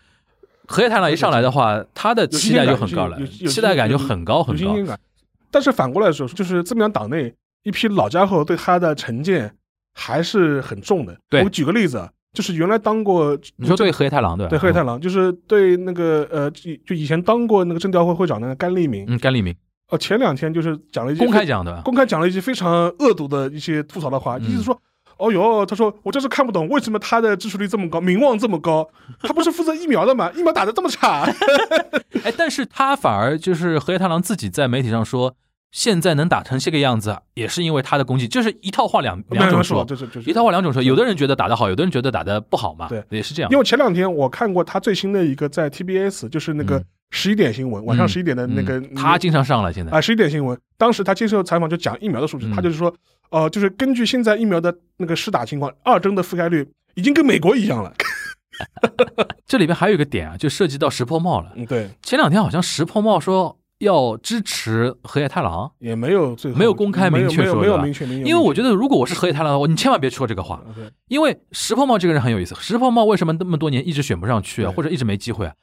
Speaker 2: 河野太郎一上来的话，他的期待就很高了，
Speaker 3: 有新鲜感有有有
Speaker 2: 期待感就很高
Speaker 3: 有
Speaker 2: 很
Speaker 3: 新
Speaker 2: 高。
Speaker 3: 鲜感。但是反过来说，就是自民党党内一批老家伙对他的成见还是很重的。
Speaker 2: 对
Speaker 3: 我举个例子啊，就是原来当过
Speaker 2: 你说对河野太郎对吧？
Speaker 3: 对，黑太狼就是对那个呃，就就以前当过那个政调会会长的甘利明，
Speaker 2: 嗯，甘利明
Speaker 3: 呃，前两天就是讲了一些
Speaker 2: 公开
Speaker 3: 非
Speaker 2: 讲的，
Speaker 3: 公开讲了一些非常恶毒的一些吐槽的话，
Speaker 2: 嗯
Speaker 3: 意思说，哦哟，他说我真是看不懂为什么他的支持率这么高，名望这
Speaker 2: (laughs)
Speaker 3: 么高，他不是负责疫苗的吗？疫苗打得这么差，
Speaker 2: 哎，但是他反而就是河野太郎自己在媒体上说，现在能打成这个样子，也是因为他的功绩，就是一套话两两种说，
Speaker 3: 就是就是
Speaker 2: 一套话两种说，有的人觉得打得好，有的人觉得打得不好嘛，
Speaker 3: 对，
Speaker 2: 也是这样
Speaker 3: 因。为前两天我看过他最新的一个在 TBS，就是那个
Speaker 2: 嗯
Speaker 3: 十一点新闻，晚上十一点的那个
Speaker 2: 嗯他经常上了，现在
Speaker 3: 啊，十一点新闻，当时他接受采访就讲疫苗的数据，
Speaker 2: 嗯
Speaker 3: 他就是说，呃，就是根据现在疫苗的那个施打情况，二针的覆盖率已经跟美国一样了。
Speaker 2: 这里边还有一个点啊，就涉及到石破茂了。
Speaker 3: 嗯，对，
Speaker 2: 前两天好像石破茂说要支持河野太郎，
Speaker 3: (laughs) 也没有最后
Speaker 2: 没有公开
Speaker 3: 没有
Speaker 2: 明确
Speaker 3: 没有
Speaker 2: 说
Speaker 3: 没
Speaker 2: 对
Speaker 3: 有
Speaker 2: 吧
Speaker 3: 明确明确，
Speaker 2: 因为我觉得如果我是河野太郎的话，你千万别说这个话，
Speaker 3: 啊对
Speaker 2: 因为石破茂这个人很有意思。石破茂为什么那么多年一直选不上去啊，
Speaker 3: 对
Speaker 2: 或者一直没机会啊？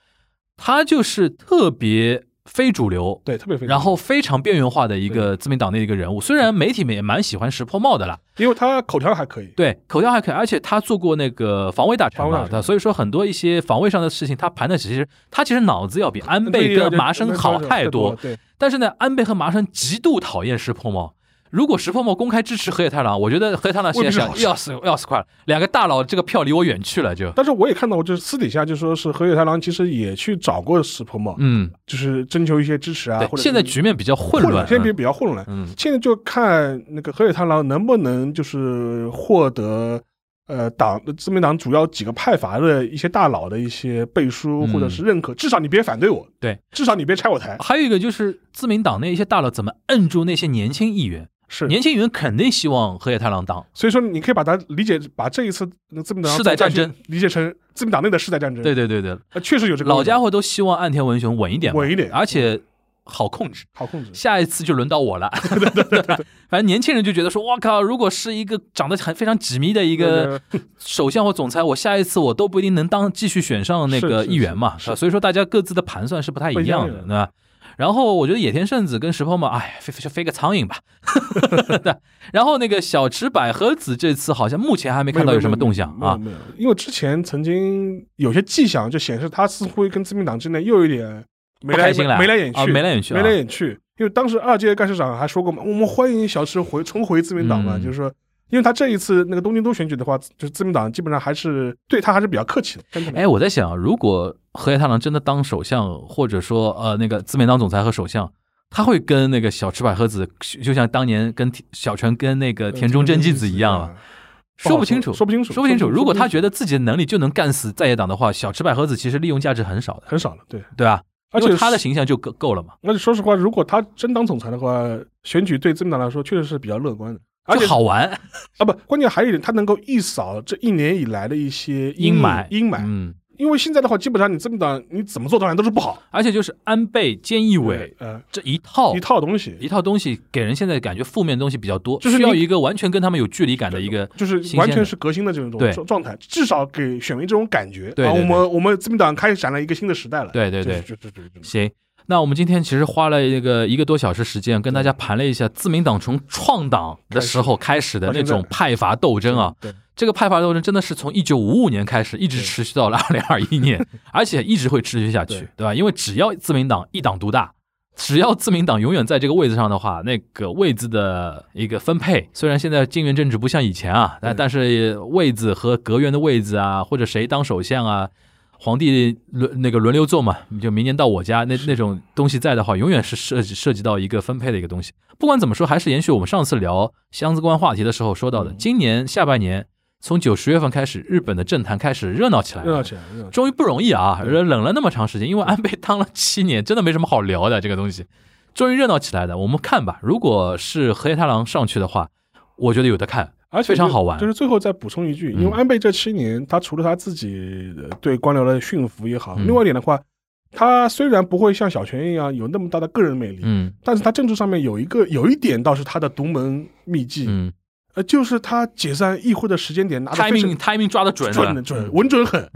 Speaker 2: 他就是特别非主流，
Speaker 3: 对特别非常
Speaker 2: 然后非常边缘化的一个自民党内的一个人物。虽然媒体们也蛮喜欢石破茂的啦，
Speaker 3: 因为他口条还可以，
Speaker 2: 对，口条还可以，而且他做过那个防卫大臣
Speaker 3: 防卫大
Speaker 2: 嘛，
Speaker 3: 臣
Speaker 2: 他所以说很多一些防卫上的事情，他盘的其实他其实脑子要比安倍跟麻生好太多。
Speaker 3: 对，
Speaker 2: 但是呢，安倍和麻生极度讨厌石破茂。如果石破茂公开支持河野太郎，我觉得河野太郎现在
Speaker 3: 未
Speaker 2: 想
Speaker 3: 必是
Speaker 2: 要
Speaker 3: 好
Speaker 2: 死要死快了，两个大佬这个票离我远去了就，
Speaker 3: 但是我也看到，就是私底下就说是河野太郎其实也去找过石破茂，
Speaker 2: 嗯，
Speaker 3: 就是征求一些支持啊，
Speaker 2: 对
Speaker 3: 或，者
Speaker 2: 现在局面比较混
Speaker 3: 混
Speaker 2: 乱
Speaker 3: 乱，，现在比
Speaker 2: 嗯
Speaker 3: 比较混乱，
Speaker 2: 嗯，
Speaker 3: 现在就看那个河野太郎能不能就是获得呃党自民党主要几个派阀的一些大佬的一些背书
Speaker 2: 嗯
Speaker 3: 或者是认可，至少你别反对我，
Speaker 2: 对，啊
Speaker 3: 至少你别拆我台，
Speaker 2: 还有一个就是自民党那一些大佬怎么摁住那些年轻议员，
Speaker 3: 是。
Speaker 2: 年轻议员肯定希望河野太郎当，
Speaker 3: 所以说，你可以把它理解，把这一次那个自民党
Speaker 2: 世代战争
Speaker 3: 理解成自民党内的世代战争，
Speaker 2: 对对对对，
Speaker 3: 呃，确实有这个
Speaker 2: 老家
Speaker 3: 伙
Speaker 2: 伙都希望岸田文雄稳一点嘛，
Speaker 3: 稳一点嗯
Speaker 2: 而且好控制。
Speaker 3: 好控制，
Speaker 2: 下一次就轮到我了， (laughs) 对对对吧？反正年轻人就觉得说，我靠，如果是一个长得很非常紧密的一个首相或总裁，我下一次我都不一定能当继续选上那个
Speaker 3: 是是
Speaker 2: 议员嘛，
Speaker 3: 是
Speaker 2: 吧所以说大家各自的盘算是不太一样
Speaker 3: 不一
Speaker 2: 的，
Speaker 3: 样的
Speaker 2: 对吧？然后我觉得野田圣子跟石破茂，哎，飞飞飞个苍蝇吧。 (laughs) 对然后那个小池百合子这次好像目前还没
Speaker 3: 没
Speaker 2: 看到有什么动向
Speaker 3: 没有
Speaker 2: 啊。
Speaker 3: 没有，因为之前曾经有些迹象就显示他似乎跟自民党之内又有一点眉
Speaker 2: 不
Speaker 3: 来
Speaker 2: 开心了
Speaker 3: 眉来眼
Speaker 2: 啊
Speaker 3: 去，
Speaker 2: 眉来眼去啊
Speaker 3: 眉来眼去。因为当时二届干事长还说过嘛，我们欢迎小池回重回自民党嘛，
Speaker 2: 嗯
Speaker 3: 就是说。因为他这一次那
Speaker 2: (laughs)
Speaker 3: 个东京都选举的话，就是自民党基本上还是对他还是比较客气的。真的
Speaker 2: 哎哎，我在想，如果河野太郎真的当首相，或者说呃那个自民党总裁和首相，他会跟那个小池百合子，就就像当年跟田小泉跟那
Speaker 3: 呃
Speaker 2: 个田中真纪子一样啊了。
Speaker 3: 不好
Speaker 2: 说不清楚，
Speaker 3: 说不清楚
Speaker 2: 说不清
Speaker 3: 说
Speaker 2: 楚。
Speaker 3: 不清
Speaker 2: 如果
Speaker 3: 说不
Speaker 2: 他
Speaker 3: 清
Speaker 2: 觉得自己的能力就能干死在野党的话，小池百合子其实利用价值很少的，
Speaker 3: 啊很少了，对。
Speaker 2: 对吧？
Speaker 3: 而
Speaker 2: 因
Speaker 3: 且
Speaker 2: 为他的
Speaker 3: 是
Speaker 2: 形象就够够了嘛，
Speaker 3: 而且说实话，如果他真当总裁的话，选举对自民党来说确实是比较乐观的。而且
Speaker 2: 就好玩，
Speaker 3: 啊，不，关键还有一点，他能够一扫这一年以来的一些
Speaker 2: 阴
Speaker 3: 影
Speaker 2: 霾，
Speaker 3: 阴霾，
Speaker 2: 嗯，
Speaker 3: 因为现在的话，基本上你自民党你怎么做当然都是不好。
Speaker 2: 而且就是安倍、菅义伟
Speaker 3: 呃，
Speaker 2: 这一套
Speaker 3: 一套东西，
Speaker 2: 哦一套东西，给人现在感觉负面的东西比较多，
Speaker 3: 就是
Speaker 2: 需
Speaker 3: 你
Speaker 2: 要一个完全跟他们有距离感的一个，
Speaker 3: 就是
Speaker 2: 新
Speaker 3: 完
Speaker 2: 鲜
Speaker 3: 全
Speaker 2: 的
Speaker 3: 是革新的这种
Speaker 2: 对
Speaker 3: 状状态，至少给选民这种感觉。
Speaker 2: 对
Speaker 3: 啊，
Speaker 2: 对对
Speaker 3: 我们我们自民党开展了一个新的时代了。
Speaker 2: 对对
Speaker 3: 这
Speaker 2: 对
Speaker 3: 是，这是这是这是
Speaker 2: 行。那我们今天其实花了一个一个多小时时间，跟大家盘了一下自民党从创党的时候开始的
Speaker 3: 到
Speaker 2: 那
Speaker 3: 哦现在
Speaker 2: 种派阀斗争啊，
Speaker 3: 对，
Speaker 2: 这个派阀斗争真的是从一九五五年开始，一直
Speaker 3: 对
Speaker 2: 持续到了二零二一
Speaker 3: (laughs)
Speaker 2: 年，而且一直会持续下去
Speaker 3: 对，
Speaker 2: 对吧？因为只要自民党一党独大，只要自民党永远在这个位置上的话，那个位子的一个分配，虽然现在金元政治不像以前啊，但
Speaker 3: 对
Speaker 2: 但是位子和阁员的位子啊，或者谁当首相啊。皇帝轮那个轮流坐嘛，就明年到我家那那种东西在的话，永远是涉及涉及到一个分配的一个东西。不管怎么说，还是延续我们上次聊相关话题的时候说到的，
Speaker 3: 嗯
Speaker 2: 今年下半年从九十月份开始，日本的政坛开始热闹起来
Speaker 3: 热闹
Speaker 2: 了。
Speaker 3: 起来，热闹起
Speaker 2: 终于不容易啊，
Speaker 3: 对
Speaker 2: 冷了那么长时间，因为安倍当了七年，真的没什么好聊的这个东西。终于热闹起来的，我们看吧。如果是河野太郎上去的话，我觉得有的看。
Speaker 3: 来，而且
Speaker 2: 非常
Speaker 3: 就
Speaker 2: 好玩
Speaker 3: 就是最后再补充一句，
Speaker 2: 嗯
Speaker 3: 因为安倍这七年，他除了他自己呃对官僚的驯服也好，
Speaker 2: 嗯
Speaker 3: 另外一点的话，他虽然不会像小泉一样有那么大的个人魅力，
Speaker 2: 嗯
Speaker 3: 但是他政治上面有一个有一点倒是他的独门秘技，
Speaker 2: 嗯
Speaker 3: 呃，就是他解散议会的时间点拿的非常
Speaker 2: ，timing timing 抓得准啊嗯的，
Speaker 3: 准的准，稳
Speaker 2: (laughs)
Speaker 3: 准狠。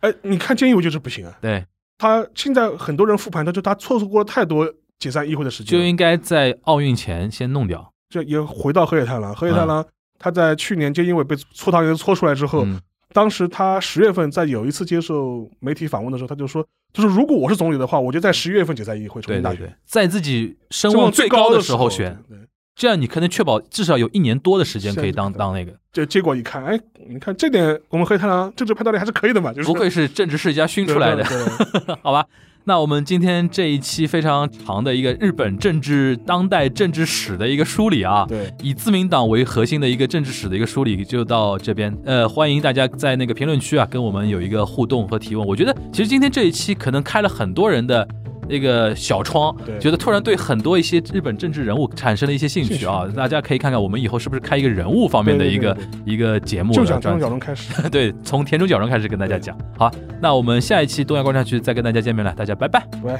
Speaker 3: 哎，你看菅义伟就是不行啊，
Speaker 2: 对，
Speaker 3: 他现在很多人复盘，他就他错过了太多解散议会的时
Speaker 2: 就
Speaker 3: 间，
Speaker 2: 应该在奥运前先弄掉。
Speaker 3: 这也回到河野太郎，河野太郎。他在去年就因为被搓汤圆搓出来之后，
Speaker 2: 嗯
Speaker 3: 当时他十月份在有一次接受媒体访问的时候，他就说：“他说如果我是总理的话，我就在十月份解散议会重
Speaker 2: 对
Speaker 3: 新大
Speaker 2: 对
Speaker 3: 选
Speaker 2: 对，，在自己声
Speaker 3: 声
Speaker 2: 望
Speaker 3: 望
Speaker 2: 最
Speaker 3: 最
Speaker 2: 高
Speaker 3: 的
Speaker 2: 时候选，，
Speaker 3: 对对
Speaker 2: 这样你可能确保至少有一年多的时间可以当
Speaker 3: 是的
Speaker 2: 当那个。
Speaker 3: 这结果一看，哎，你看这点，我们黑太狼政治判断力还是可以的嘛，就是
Speaker 2: 不愧是政治世家熏出来的，
Speaker 3: 对对对
Speaker 2: (laughs) 好吧？那我们今天这一期非常长的一个日本政治当代政治史的一个梳理啊，
Speaker 3: 对，
Speaker 2: (laughs) 以自民党为核心的一个政治史的一个梳理就到这边。呃，欢迎大家在那个评论区啊跟我们有一个互动和提问。我觉得其实今天这一期可能开了很多人的。那个小窗，
Speaker 3: 对
Speaker 2: 觉得突然对很多一些日本政治人物产生了一些兴趣啊
Speaker 3: 兴，趣
Speaker 2: 大家可以看看我们以后是不是开一个人物方面的一个
Speaker 3: 对对
Speaker 2: 一个节目了，
Speaker 3: 就想
Speaker 2: 专
Speaker 3: 从
Speaker 2: 辑
Speaker 3: 角中开始，
Speaker 2: (laughs) 对，从田中角荣开始跟大家讲。好，那我们下一期东亚观察局再跟大家见面了，大家拜拜。
Speaker 3: 喂。